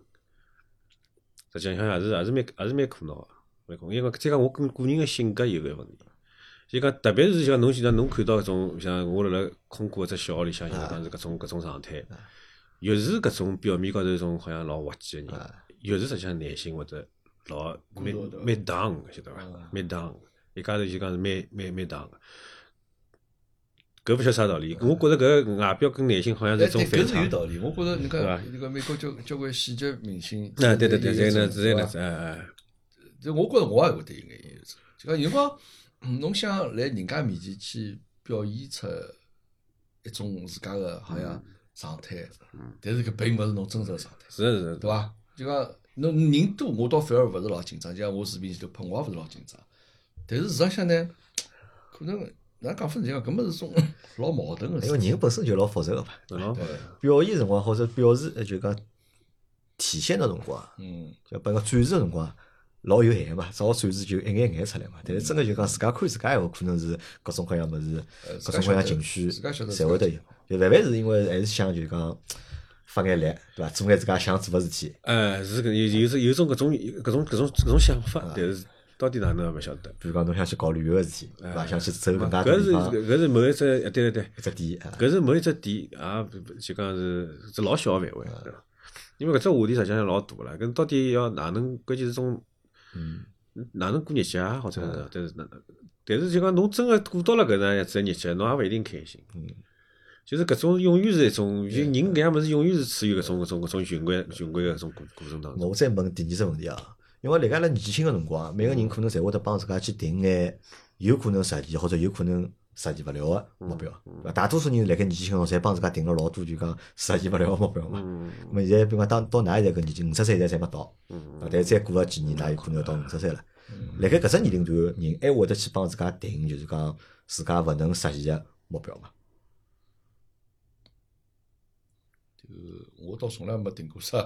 Speaker 3: 实际上也是也是蛮也是蛮苦恼个，蛮苦恼，因为再讲我个个人个性格有搿问题。就讲，特别是像侬现在侬看到搿种，像我辣辣空谷搿只小学里向，像当时搿种搿种状态，越是搿种表面高头种好像老滑稽个人，
Speaker 1: 啊
Speaker 3: 越是实际上内心或者老蛮
Speaker 2: 孤独的嗯
Speaker 3: 蛮 down 个，晓得伐？蛮 down 个，一家头就讲是蛮蛮蛮 down 个。搿勿晓得啥道理，我觉着搿外表跟内心好像是一
Speaker 2: 哎
Speaker 3: 种
Speaker 2: 嗯对，
Speaker 3: 反
Speaker 2: 搿是有
Speaker 3: 差。
Speaker 2: 道理。我觉着人
Speaker 3: 对吧
Speaker 2: 家那个美国交交关喜剧明星，
Speaker 3: 啊，对对对，
Speaker 2: 有一
Speaker 3: 这个呢，
Speaker 2: 种
Speaker 3: 这个
Speaker 2: 对
Speaker 3: 呢
Speaker 2: 吧，
Speaker 3: 哎哎，
Speaker 2: 就我觉着我也会得有眼忧愁。就讲有辰光，嗯侬想来人家面前去表现出一种自家个好像状态，但是搿并勿是侬真实个状态，
Speaker 3: 是的是的
Speaker 2: 对伐？就讲侬人多，我倒反而勿是老紧张，就像我视频前头拍，我也勿是老紧张。但是事实上呢，可能哪能讲法子讲，搿么是种老矛盾个事
Speaker 1: 因
Speaker 2: 体。
Speaker 1: 为人本身就老复杂个嘛。
Speaker 3: 是咯，
Speaker 2: 对，
Speaker 1: 表现辰光或者表示呃就讲体现的辰光，
Speaker 2: 嗯，
Speaker 1: 就帮个展示的辰光老有限嘛，只好展示就一眼眼出来嘛。
Speaker 2: 嗯
Speaker 1: 但是真个就讲自家看自家闲话，可能是各种各样物事
Speaker 2: 呃、
Speaker 1: 各种各样情绪，
Speaker 2: 自家晓得
Speaker 1: 侪会得有。就万万是因为还是想就讲发眼力，对伐？做眼自家想做个事体。
Speaker 3: 哎，是搿有有种有种搿种搿种搿种搿种想
Speaker 2: 嗯
Speaker 3: 法，但是到底哪能也勿晓得。
Speaker 1: 比如讲，侬想去搞旅游个事体，对
Speaker 2: 哎
Speaker 1: 伐？想去走搿家
Speaker 3: 搿
Speaker 1: 地
Speaker 3: 是
Speaker 1: 方，
Speaker 3: 搿是某一只，对对对，
Speaker 1: 一只点啊，
Speaker 3: 搿是某一只点，也不不就讲是是老小个范围，对伐？因为搿只话题实际上老大了，搿到底要哪能？关键是种，
Speaker 1: 嗯
Speaker 3: 哪能过日节啊，或者是，但是哪，但是就讲侬真个过到了搿能样子个日节，侬也勿一定开心。
Speaker 1: 嗯
Speaker 3: 就是搿种永远是一种，就人搿样物事永远是处于搿种搿种搿种循环循环个搿种过过程当中。
Speaker 1: 我再问第二只问题啊，因为辣盖阿拉年轻个辰光，每个人可能侪会得帮自家去定眼，有可能实现或者有可能实现勿了个目标，对伐？大多数人辣盖年纪轻个辰光，侪帮自家定了老多就讲实现勿了个目标嘛。
Speaker 3: 嗯
Speaker 1: 咁么现在，比如讲，当到㑚现在搿年纪，五十岁现在侪没到，
Speaker 3: 嗯
Speaker 1: 啊但是再过个几年，㑚有可能要到五十岁了。辣盖搿只年龄段，人还会得去帮自家定，就是讲自家勿能实现个目标嘛。
Speaker 2: 我倒从来没定过啥，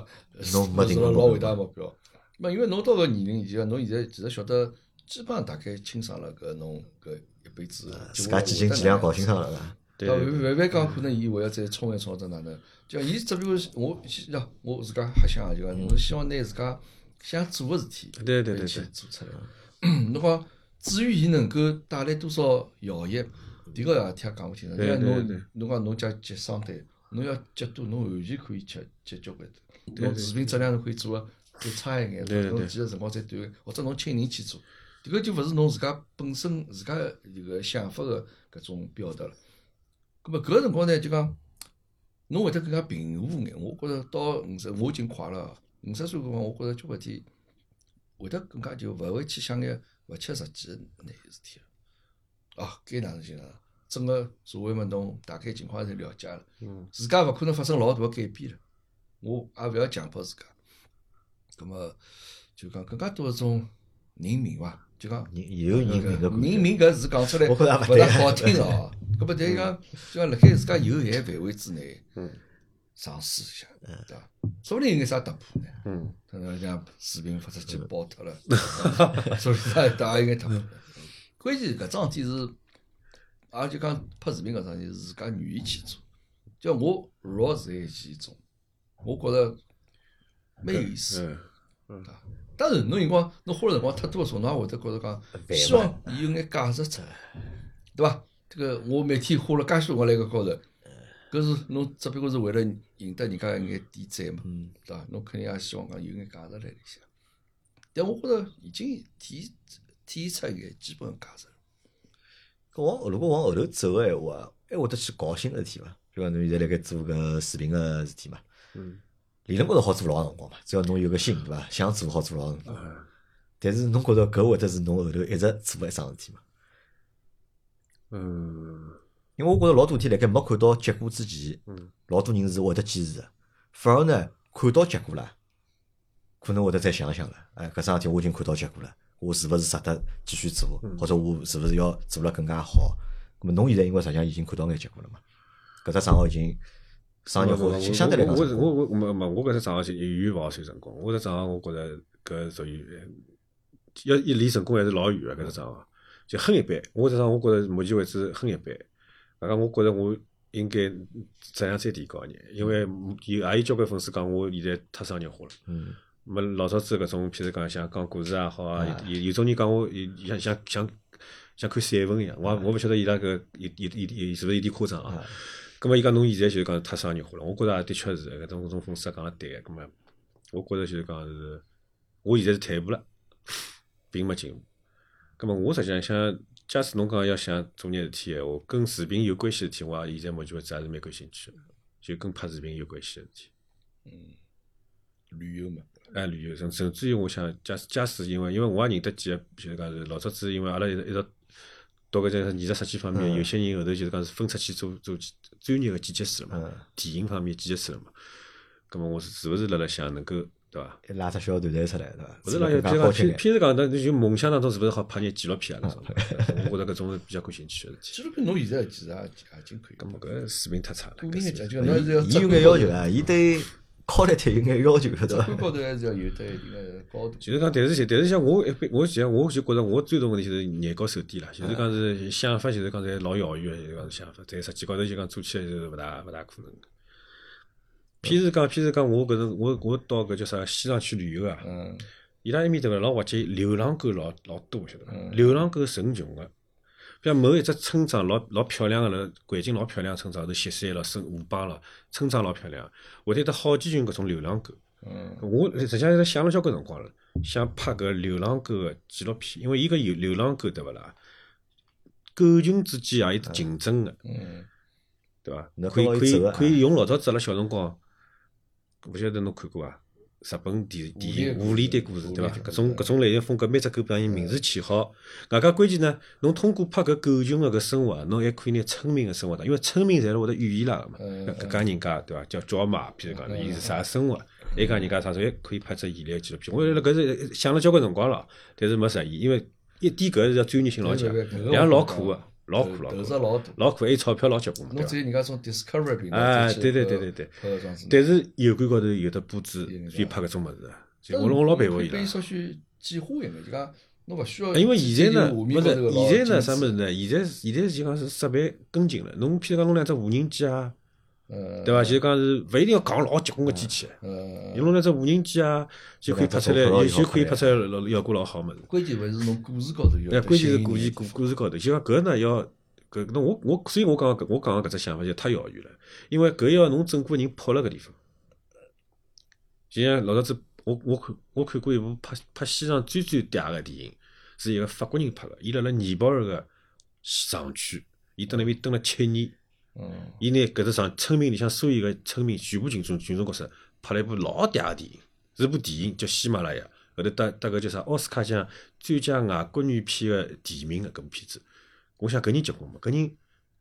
Speaker 1: 侬没定过目标
Speaker 2: 啥老伟大的目标。那因为侬到搿年龄以前，侬现在其实晓得，基本上大概清爽了搿侬搿一辈子。
Speaker 1: 啊自家几斤几两搞清爽了是伐？
Speaker 3: 对
Speaker 2: 那慢慢慢讲，可能伊还要再冲一冲，再哪能？就伊只不过是我呀，我自家瞎想，啊就讲
Speaker 3: 嗯
Speaker 2: 侬希望拿自家想做个事体，
Speaker 3: 对对对
Speaker 2: 去
Speaker 3: 对
Speaker 2: 做出来。啊 侬讲至于伊能够带来多少效益，迭个也听讲勿清爽。
Speaker 3: 对
Speaker 2: 像
Speaker 3: 对
Speaker 2: 侬
Speaker 3: 对
Speaker 2: 侬讲侬家结双对，侬要结多，侬完全可以结结交关多。侬视频质量是可以做个再差一眼，
Speaker 3: 对对
Speaker 2: 侬
Speaker 3: 对
Speaker 2: 其实辰光再短，或者侬请人去做。迭个就勿是侬自家本身自家迭个想法个搿种表达了。咁么搿个辰光呢，就讲侬会得更加平和眼。我觉着到五十，我已经快了，五十岁辰光，我觉着交关天会得更加就勿会去想眼勿切实际个眼事体了。啊，该哪能就哪能，整个社会嘛，侬大概情况侪了解了，
Speaker 3: 嗯
Speaker 2: 自家勿可能发生老大个改变了，我也勿要强迫自家。咁么就讲更加多一种人民伐，就讲。
Speaker 1: 人有人民个感觉
Speaker 2: 人民搿字讲出来
Speaker 1: 我觉得也勿
Speaker 2: 勿
Speaker 1: 对
Speaker 2: 大好听哦。搿么但是
Speaker 1: 嗯
Speaker 2: 讲，就讲辣盖自家有限范围之内
Speaker 3: 嗯
Speaker 2: 尝试一下，
Speaker 1: 嗯
Speaker 2: 对伐？说不定有眼啥突破呢？
Speaker 3: 嗯，
Speaker 2: 可能像视频发出去爆脱了， 所以大家应该突破。关键搿桩事体是，也就讲拍视频搿桩事体是自家愿意去做。就我落在其中，我觉着蛮有意思。
Speaker 3: 嗯
Speaker 2: 对伐当然，侬辰光侬花了辰光太多个时候，侬也会得觉着讲，
Speaker 1: 烦
Speaker 2: 希望伊有眼价值出来，对伐？这个我每天花了介许多辰光辣搿高头，搿是侬只不过是为了赢得人家一眼点赞嘛，对伐？侬肯定也希望讲有眼价值辣里向。但我觉着已经体体现出一眼基本个价值了。
Speaker 1: 搿往如果往后头走个闲话，哎还会得去搞新个事体伐？比如讲侬现在辣盖做搿视频个事体嘛，
Speaker 3: 嗯
Speaker 1: 理论高头好做老长辰光嘛，只要侬有个心对伐？想做好做老长辰
Speaker 3: 嗯
Speaker 1: 光。但是侬觉着搿会得是侬后头一直做个一桩事体嘛？
Speaker 3: 嗯
Speaker 1: 因为我觉着老多天辣盖没看到结果之前，
Speaker 3: 嗯
Speaker 1: 老多人是会得坚持的，反而呢看到结果了，可能会得再想想了。哎，搿桩事体我已经看到结果了，我是勿是值得继续做，
Speaker 3: 嗯
Speaker 1: 或者我是勿是要做了更加好？咁么侬现在因为实际上已经看到眼结果了嘛？搿只账号已经商业化，相对来讲
Speaker 3: 我
Speaker 1: 成
Speaker 3: 是
Speaker 1: 功
Speaker 3: 我我没没，我搿只账号是远勿好算成功。我只账号我觉着搿属于要一离成功还是老远个搿只账号，就很一般。我只账号我觉着目前为止很一般。外加我觉着我应该质量再提高一点，因为有也有交关粉丝讲我现在太商业化了。
Speaker 1: 嗯，
Speaker 3: 么老早子搿种，譬如讲像讲故事也好啊，有有有种人讲我有像像像像看散文一样，我也我勿晓得伊拉搿有有有有是勿是有点夸张啊？葛末伊讲侬现在就是讲太商业化了，我觉着也的确是搿种搿种粉丝讲得对个，葛末我觉着就是讲是，我现在是退步了，并没进步。葛末我实际上想，假使侬讲要想做眼事体闲话，跟视频有关系的事体，我也现在目前为止也是蛮感兴趣的，就跟拍视频有关系的事体。
Speaker 2: 旅游嘛，
Speaker 3: 哎，旅游，甚甚至于我想，假使假使因为，因为我也认得几个，就是讲是老早子，因为阿拉一直一直到搿种艺术设计方面，有些人后头就是讲是分出去做做专业个剪辑师了嘛
Speaker 1: 嗯，
Speaker 3: 电影方面剪辑师了嘛。葛么我是是勿是辣辣想能够对伐？
Speaker 1: 拉只小团队出来对伐？
Speaker 3: 勿是辣要，
Speaker 1: 更
Speaker 3: 譬
Speaker 1: 加
Speaker 3: 如
Speaker 1: 高
Speaker 3: 讲，
Speaker 1: 兴眼
Speaker 3: 譬譬如讲，那就梦想当中是勿是好拍眼纪录片啊？搿种，我觉着搿种是比较感兴趣个事体。
Speaker 2: 纪录片侬现在其实也也真可以。
Speaker 3: 葛么搿水平太差了，
Speaker 2: 个人
Speaker 3: 搿
Speaker 2: 的讲
Speaker 3: 水平
Speaker 2: 究，侬还是要
Speaker 1: 伊
Speaker 2: 质
Speaker 1: 有眼
Speaker 2: 观
Speaker 1: 要
Speaker 2: 高
Speaker 1: 求
Speaker 2: 头，
Speaker 1: 啊，伊对 quality 有眼要求对
Speaker 2: 质
Speaker 1: 伐
Speaker 2: 观？高头还是要有得一定的高度。
Speaker 3: 就是讲，但是但是像我一般，我其实我就觉着我最大问题就是眼高手低啦，就是讲是想法，就是讲是老遥远的，就是讲是想法，在实际高头就讲做起来就是勿大勿大可能的。譬如讲，譬如讲，我搿种我我到搿叫啥西藏去旅游啊，
Speaker 2: 嗯
Speaker 3: 伊拉埃面头个老滑稽，流浪狗老老多，晓得伐？流浪狗成群个，比如某一只村庄老老漂亮个了，环境老漂亮，村庄头歇山了，生河浜了，村庄老漂亮，会得有得好几群搿种流浪狗。
Speaker 2: 嗯
Speaker 3: 我实际上是想了交关辰光了，想拍搿流浪狗个纪录片，因为伊搿有流浪狗对勿啦？狗群之间也有得竞争啊个，
Speaker 2: 嗯，
Speaker 3: 对伐？
Speaker 1: 侬
Speaker 3: 可以
Speaker 1: 看到伊
Speaker 3: 可以
Speaker 1: 走啊
Speaker 3: 可以用老早子阿拉小辰光，勿晓得侬看过伐？日本电电
Speaker 2: 狸
Speaker 3: 影
Speaker 2: 的
Speaker 3: 狐狸的故事，
Speaker 2: 狐狸
Speaker 3: 对伐
Speaker 2: 的？故事
Speaker 3: 搿
Speaker 2: 嗯
Speaker 3: 种搿种类型风格，每只狗让伊名字起好。外加关键呢，侬通过拍搿狗熊个搿生活，侬还可以拿村民个生活当，因为村民侪是会得寓意伊拉个嘛。
Speaker 2: 嗯
Speaker 3: 搿搿家人家对伐？叫叫马，譬如讲，伊是啥生活？还讲人家啥生活，还可以拍只系列纪录片。我辣搿是想了交关辰光了，但是没实现，因为一点搿是要专业性老强，
Speaker 2: 对对对搿个
Speaker 3: 两
Speaker 2: 我
Speaker 3: 老
Speaker 2: 懂
Speaker 3: 苦个
Speaker 2: 啊，
Speaker 3: 老苦老
Speaker 2: 投
Speaker 3: 苦
Speaker 2: 资老大。
Speaker 3: 老苦，还有钞票老结棍嘛，
Speaker 2: 侬
Speaker 3: 对
Speaker 2: 只
Speaker 3: 伐？
Speaker 2: 有人家从 Discovery 频道
Speaker 3: 啊
Speaker 2: 再去
Speaker 3: 对对
Speaker 2: 拍
Speaker 3: 对对对
Speaker 2: 拍搿桩事体
Speaker 3: 但是油管高头嗯有的布置
Speaker 2: 有人，
Speaker 3: 所以
Speaker 2: 家
Speaker 3: 拍搿种物事啊，所以
Speaker 2: 但
Speaker 3: 我我老佩服伊
Speaker 2: 可
Speaker 3: 拉啊
Speaker 2: 以。稍许计划一眼，就讲侬勿需要。
Speaker 3: 因为现在呢，
Speaker 2: 不
Speaker 3: 不是现在呢，啥物事？呢？现在现在就讲是设备跟进了。侬譬如讲弄两只无人机啊，
Speaker 2: 呃，
Speaker 3: 对伐？就是讲是勿一定要讲老结棍个机器，啊
Speaker 2: 呃
Speaker 3: 你，弄两只无人机啊，就嗯可以拍出来，
Speaker 1: 弄
Speaker 3: 就
Speaker 1: 两只手
Speaker 3: 就
Speaker 1: 铐
Speaker 3: 可以拍出来老效果老好物事。
Speaker 2: 关键问题是侬故事高头要
Speaker 3: 那
Speaker 2: 得
Speaker 3: 关
Speaker 2: 吸
Speaker 3: 键是
Speaker 2: 引
Speaker 3: 故
Speaker 2: 人
Speaker 3: 事故故事高头，就讲搿呢要搿那我我所以我讲搿我讲个搿只想法就太遥远了，因为搿要侬整个人泡辣搿地方。就像老早子我我看我看过一部拍拍西藏最最嗲个电影，是一个法国人拍个，伊辣辣尼泊尔个藏区，伊蹲辣那边蹲了七年，
Speaker 2: 嗯，
Speaker 3: 伊拿搿只藏村民里向所有个村民全部群众群众角色拍了一部老嗲个电影，是部电影叫《喜马拉雅》，后头得得个叫啥奥斯卡奖最佳外国语片个提名个搿部片子。我想搿人结棍嘛，搿人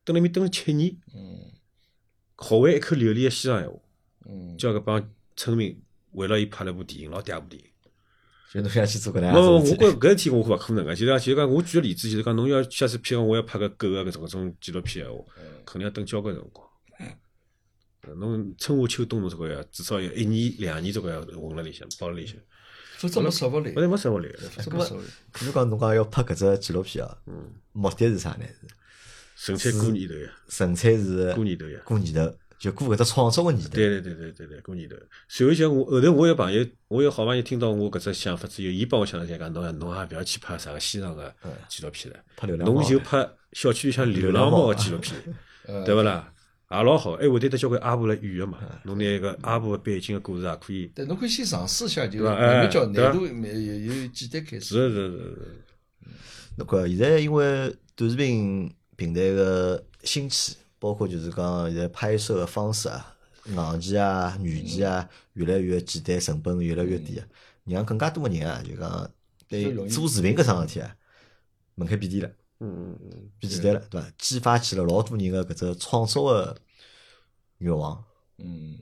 Speaker 3: 蹲辣埃面蹲了七年，
Speaker 2: 嗯
Speaker 3: 学会一口流利个西藏闲话，
Speaker 2: 嗯，
Speaker 3: 叫搿帮村民为了伊拍了部电影，老嗲部电影。
Speaker 1: 就侬想去做搿能
Speaker 3: 不不，
Speaker 1: 样
Speaker 3: 我
Speaker 1: 子事
Speaker 3: 觉
Speaker 1: 体，
Speaker 3: 着搿事体我觉勿可能个。就是讲，就是讲，我举个例子，就是讲，侬要下次譬如讲我要拍个狗啊个搿种搿种纪录片闲话，肯定要等交关辰光。
Speaker 1: 嗯
Speaker 3: 侬春夏秋冬侬这个要至少要一年两年这个要混辣里向，包辣里向，
Speaker 2: 否则没说服力
Speaker 3: 勿。然没生活力。
Speaker 2: 否
Speaker 1: 搿
Speaker 2: 则没
Speaker 1: 么
Speaker 2: 说服力
Speaker 1: 比如讲侬讲要拍搿只纪录片啊，目的是啥呢？是
Speaker 3: 纯粹过年头呀，
Speaker 1: 纯粹是
Speaker 3: 过年头呀。
Speaker 1: 过年头，就过搿只创作个年头。
Speaker 3: 对对对对对对，过年头。随后像我后头，我有朋友，我有好朋友听到我搿只想法之后，伊帮我想了想讲，侬也侬也啊勿要去拍啥个西藏个纪录片了，
Speaker 1: 拍嗯流浪猫
Speaker 3: 侬就拍小区里向流浪猫个纪录片。
Speaker 2: 呃
Speaker 3: 对勿啦？也老好，还哎会得得交关阿婆来预约嘛。
Speaker 1: 嗯
Speaker 3: 侬拿一个阿婆个背景个故事也可以。
Speaker 2: 对，侬可以先尝试一下，就
Speaker 3: 对吧
Speaker 2: 慢
Speaker 3: 哎
Speaker 2: 慢叫
Speaker 3: 对吧
Speaker 2: 难度慢有有简单开
Speaker 3: 是
Speaker 2: 始。
Speaker 3: 是是是，
Speaker 1: 那个现在因为短视频平台个兴起，包括就是讲现在拍摄个方式啊，硬件啊、软件啊，越来越简单，成本越来越低啊，让更加多个人啊，就讲
Speaker 2: 就
Speaker 1: 对
Speaker 2: 容易
Speaker 1: 做视频搿桩事体啊，门槛变低了，
Speaker 3: 嗯嗯嗯，
Speaker 1: 变简单了，对伐？激发起了老多人个搿只创作个欲望。
Speaker 2: 嗯，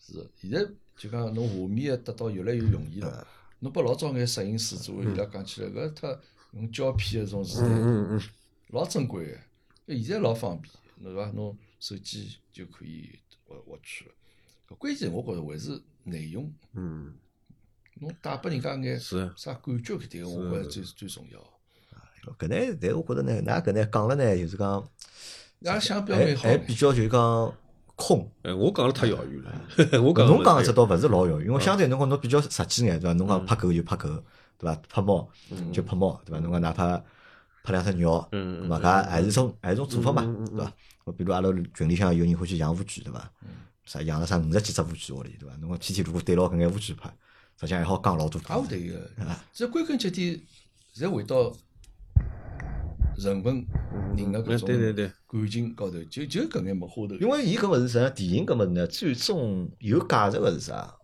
Speaker 2: 是的。现在就讲侬画面啊得到越来越容易
Speaker 1: 嗯
Speaker 2: 了。侬拨老早眼摄影师做，伊拉讲起来搿太用胶片个种时代，
Speaker 3: 嗯嗯
Speaker 2: 老珍贵个。现在老方便，对伐？侬手机就可以获获取了。搿关键我觉着还是内容，
Speaker 3: 嗯
Speaker 2: 侬带拨人家眼
Speaker 3: 是
Speaker 2: 啥感觉搿点，我觉着最最重要。
Speaker 1: 搿呢，但我觉着呢，㑚搿呢讲了呢，就是讲
Speaker 2: 大家想表
Speaker 1: 还
Speaker 2: 面好
Speaker 1: 还，比较就是讲空。
Speaker 3: 嗯，哎，我讲了太遥远了， 我讲
Speaker 1: 嗯
Speaker 3: 嗯
Speaker 1: 侬讲
Speaker 3: 个
Speaker 1: 个只倒勿是老遥远，因为相对侬讲侬比较实际眼对伐？侬
Speaker 3: 嗯
Speaker 1: 讲拍狗就拍狗，对伐？拍猫就拍猫，对伐？侬讲哪怕拍两只鸟，
Speaker 3: 嗯嗯
Speaker 1: 嘛搿也是种还是种做法嘛
Speaker 3: 嗯嗯嗯，
Speaker 1: 对伐？我比如阿拉群里向有人欢喜养乌龟，对伐？
Speaker 2: 嗯
Speaker 1: 啥养了啥五十几只乌龟窝里，对伐？侬讲天天如果对牢搿眼乌龟拍，实际上还好讲老多
Speaker 2: 也会得有个。
Speaker 1: 啊
Speaker 2: 只要归根结底，现在回到人文人个
Speaker 1: 哎
Speaker 2: 搿
Speaker 3: 嗯对对对
Speaker 2: 种感情高头，就就搿眼没花头。
Speaker 1: 因为伊搿物事实际上电影搿物事呢，最终有价值个是啥？啊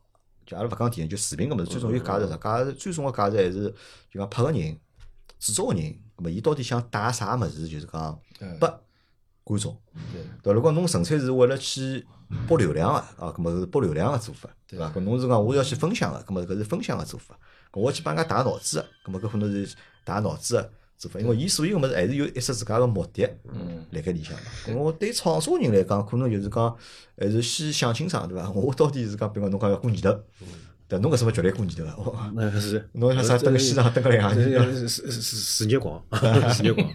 Speaker 1: 就阿拉勿讲电影，就视频搿物事，最终有价值啥？价值最终个价值还是就讲拍个人、制作个人，搿么伊到底想带啥物事？就是讲
Speaker 2: 嗯
Speaker 1: 拨观众。
Speaker 2: 对
Speaker 1: 对，如果侬纯粹是为了去博流量个啊，搿么是博流量个做法，对伐？搿侬是讲我要去分享个，搿么搿是分享个做法。搿我要去帮人家打脑子个，搿么搿可能是打脑子个做法，因为伊所有个物事还是有一只自家个目的
Speaker 2: 嗯
Speaker 1: 辣盖里向嘛。咾我对创作人来讲，可能就是讲还是先想清爽，对伐？ 我到底是讲，比如讲侬讲要过年头，对，侬搿什么绝对过年头个，
Speaker 3: 那是
Speaker 1: 侬像啥登个西藏登个两
Speaker 3: 是
Speaker 1: 年，
Speaker 3: 是是是是 日光，是日光，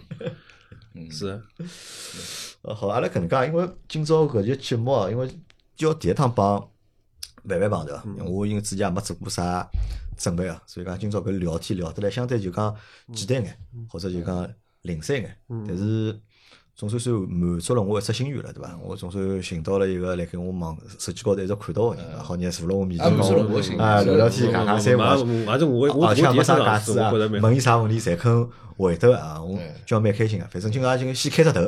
Speaker 1: 嗯
Speaker 3: 是
Speaker 1: 呃，好，阿拉搿能介，因为今朝搿节节目啊，因为要第一趟帮万万帮对伐？因为我因为之前也没做过啥准备啊，所以讲今朝搿聊天聊得来相对就讲简单眼，或者就讲零散眼，但是总算算满足了我一只心愿了，对伐？我总算寻到了一个辣盖我网手机高头一直看到个人，好热坐辣我面前
Speaker 2: 也满足了
Speaker 1: 帮
Speaker 2: 我的心愿
Speaker 1: 啊聊聊天，
Speaker 3: 我
Speaker 1: 讲讲三
Speaker 3: 我
Speaker 1: 五。
Speaker 3: 我也是我我
Speaker 1: 而
Speaker 3: 我
Speaker 1: 且
Speaker 3: 第
Speaker 1: 没
Speaker 3: 一次
Speaker 1: 啥架
Speaker 3: 尝试，
Speaker 1: 子
Speaker 3: 我
Speaker 1: 啊
Speaker 3: 觉着，蛮
Speaker 1: 问伊啥问题侪肯回答啊，我
Speaker 2: 对
Speaker 1: 叫蛮开心啊。反正今朝就先开只头，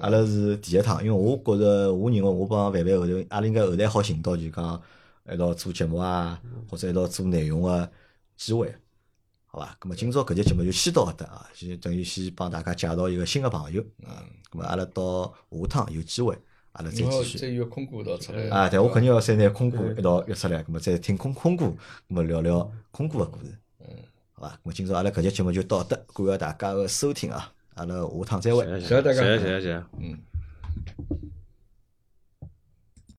Speaker 1: 阿拉是第一趟，因为我觉着我认为我帮范范后头，阿拉应该后台好寻到就讲，一道做节目啊，或者一道做内容个机会，好伐？咁么今朝搿节节目就先到搿搭啊，先等于先帮大家介绍一个新个朋友啊。咁么阿拉到下趟有机会，阿拉再继续。
Speaker 2: 约空哥一道出来
Speaker 1: 啊，对，我肯定要再拿空哥一道约出来，咁么再听空空哥，咁么聊聊空哥个故事，嗯，好吧，咁么今朝阿拉搿节节目就到搿搭，感谢大家个收听啊，阿拉下趟再会。
Speaker 3: 谢
Speaker 2: 谢谢大家
Speaker 3: 谢谢谢谢。
Speaker 2: 嗯。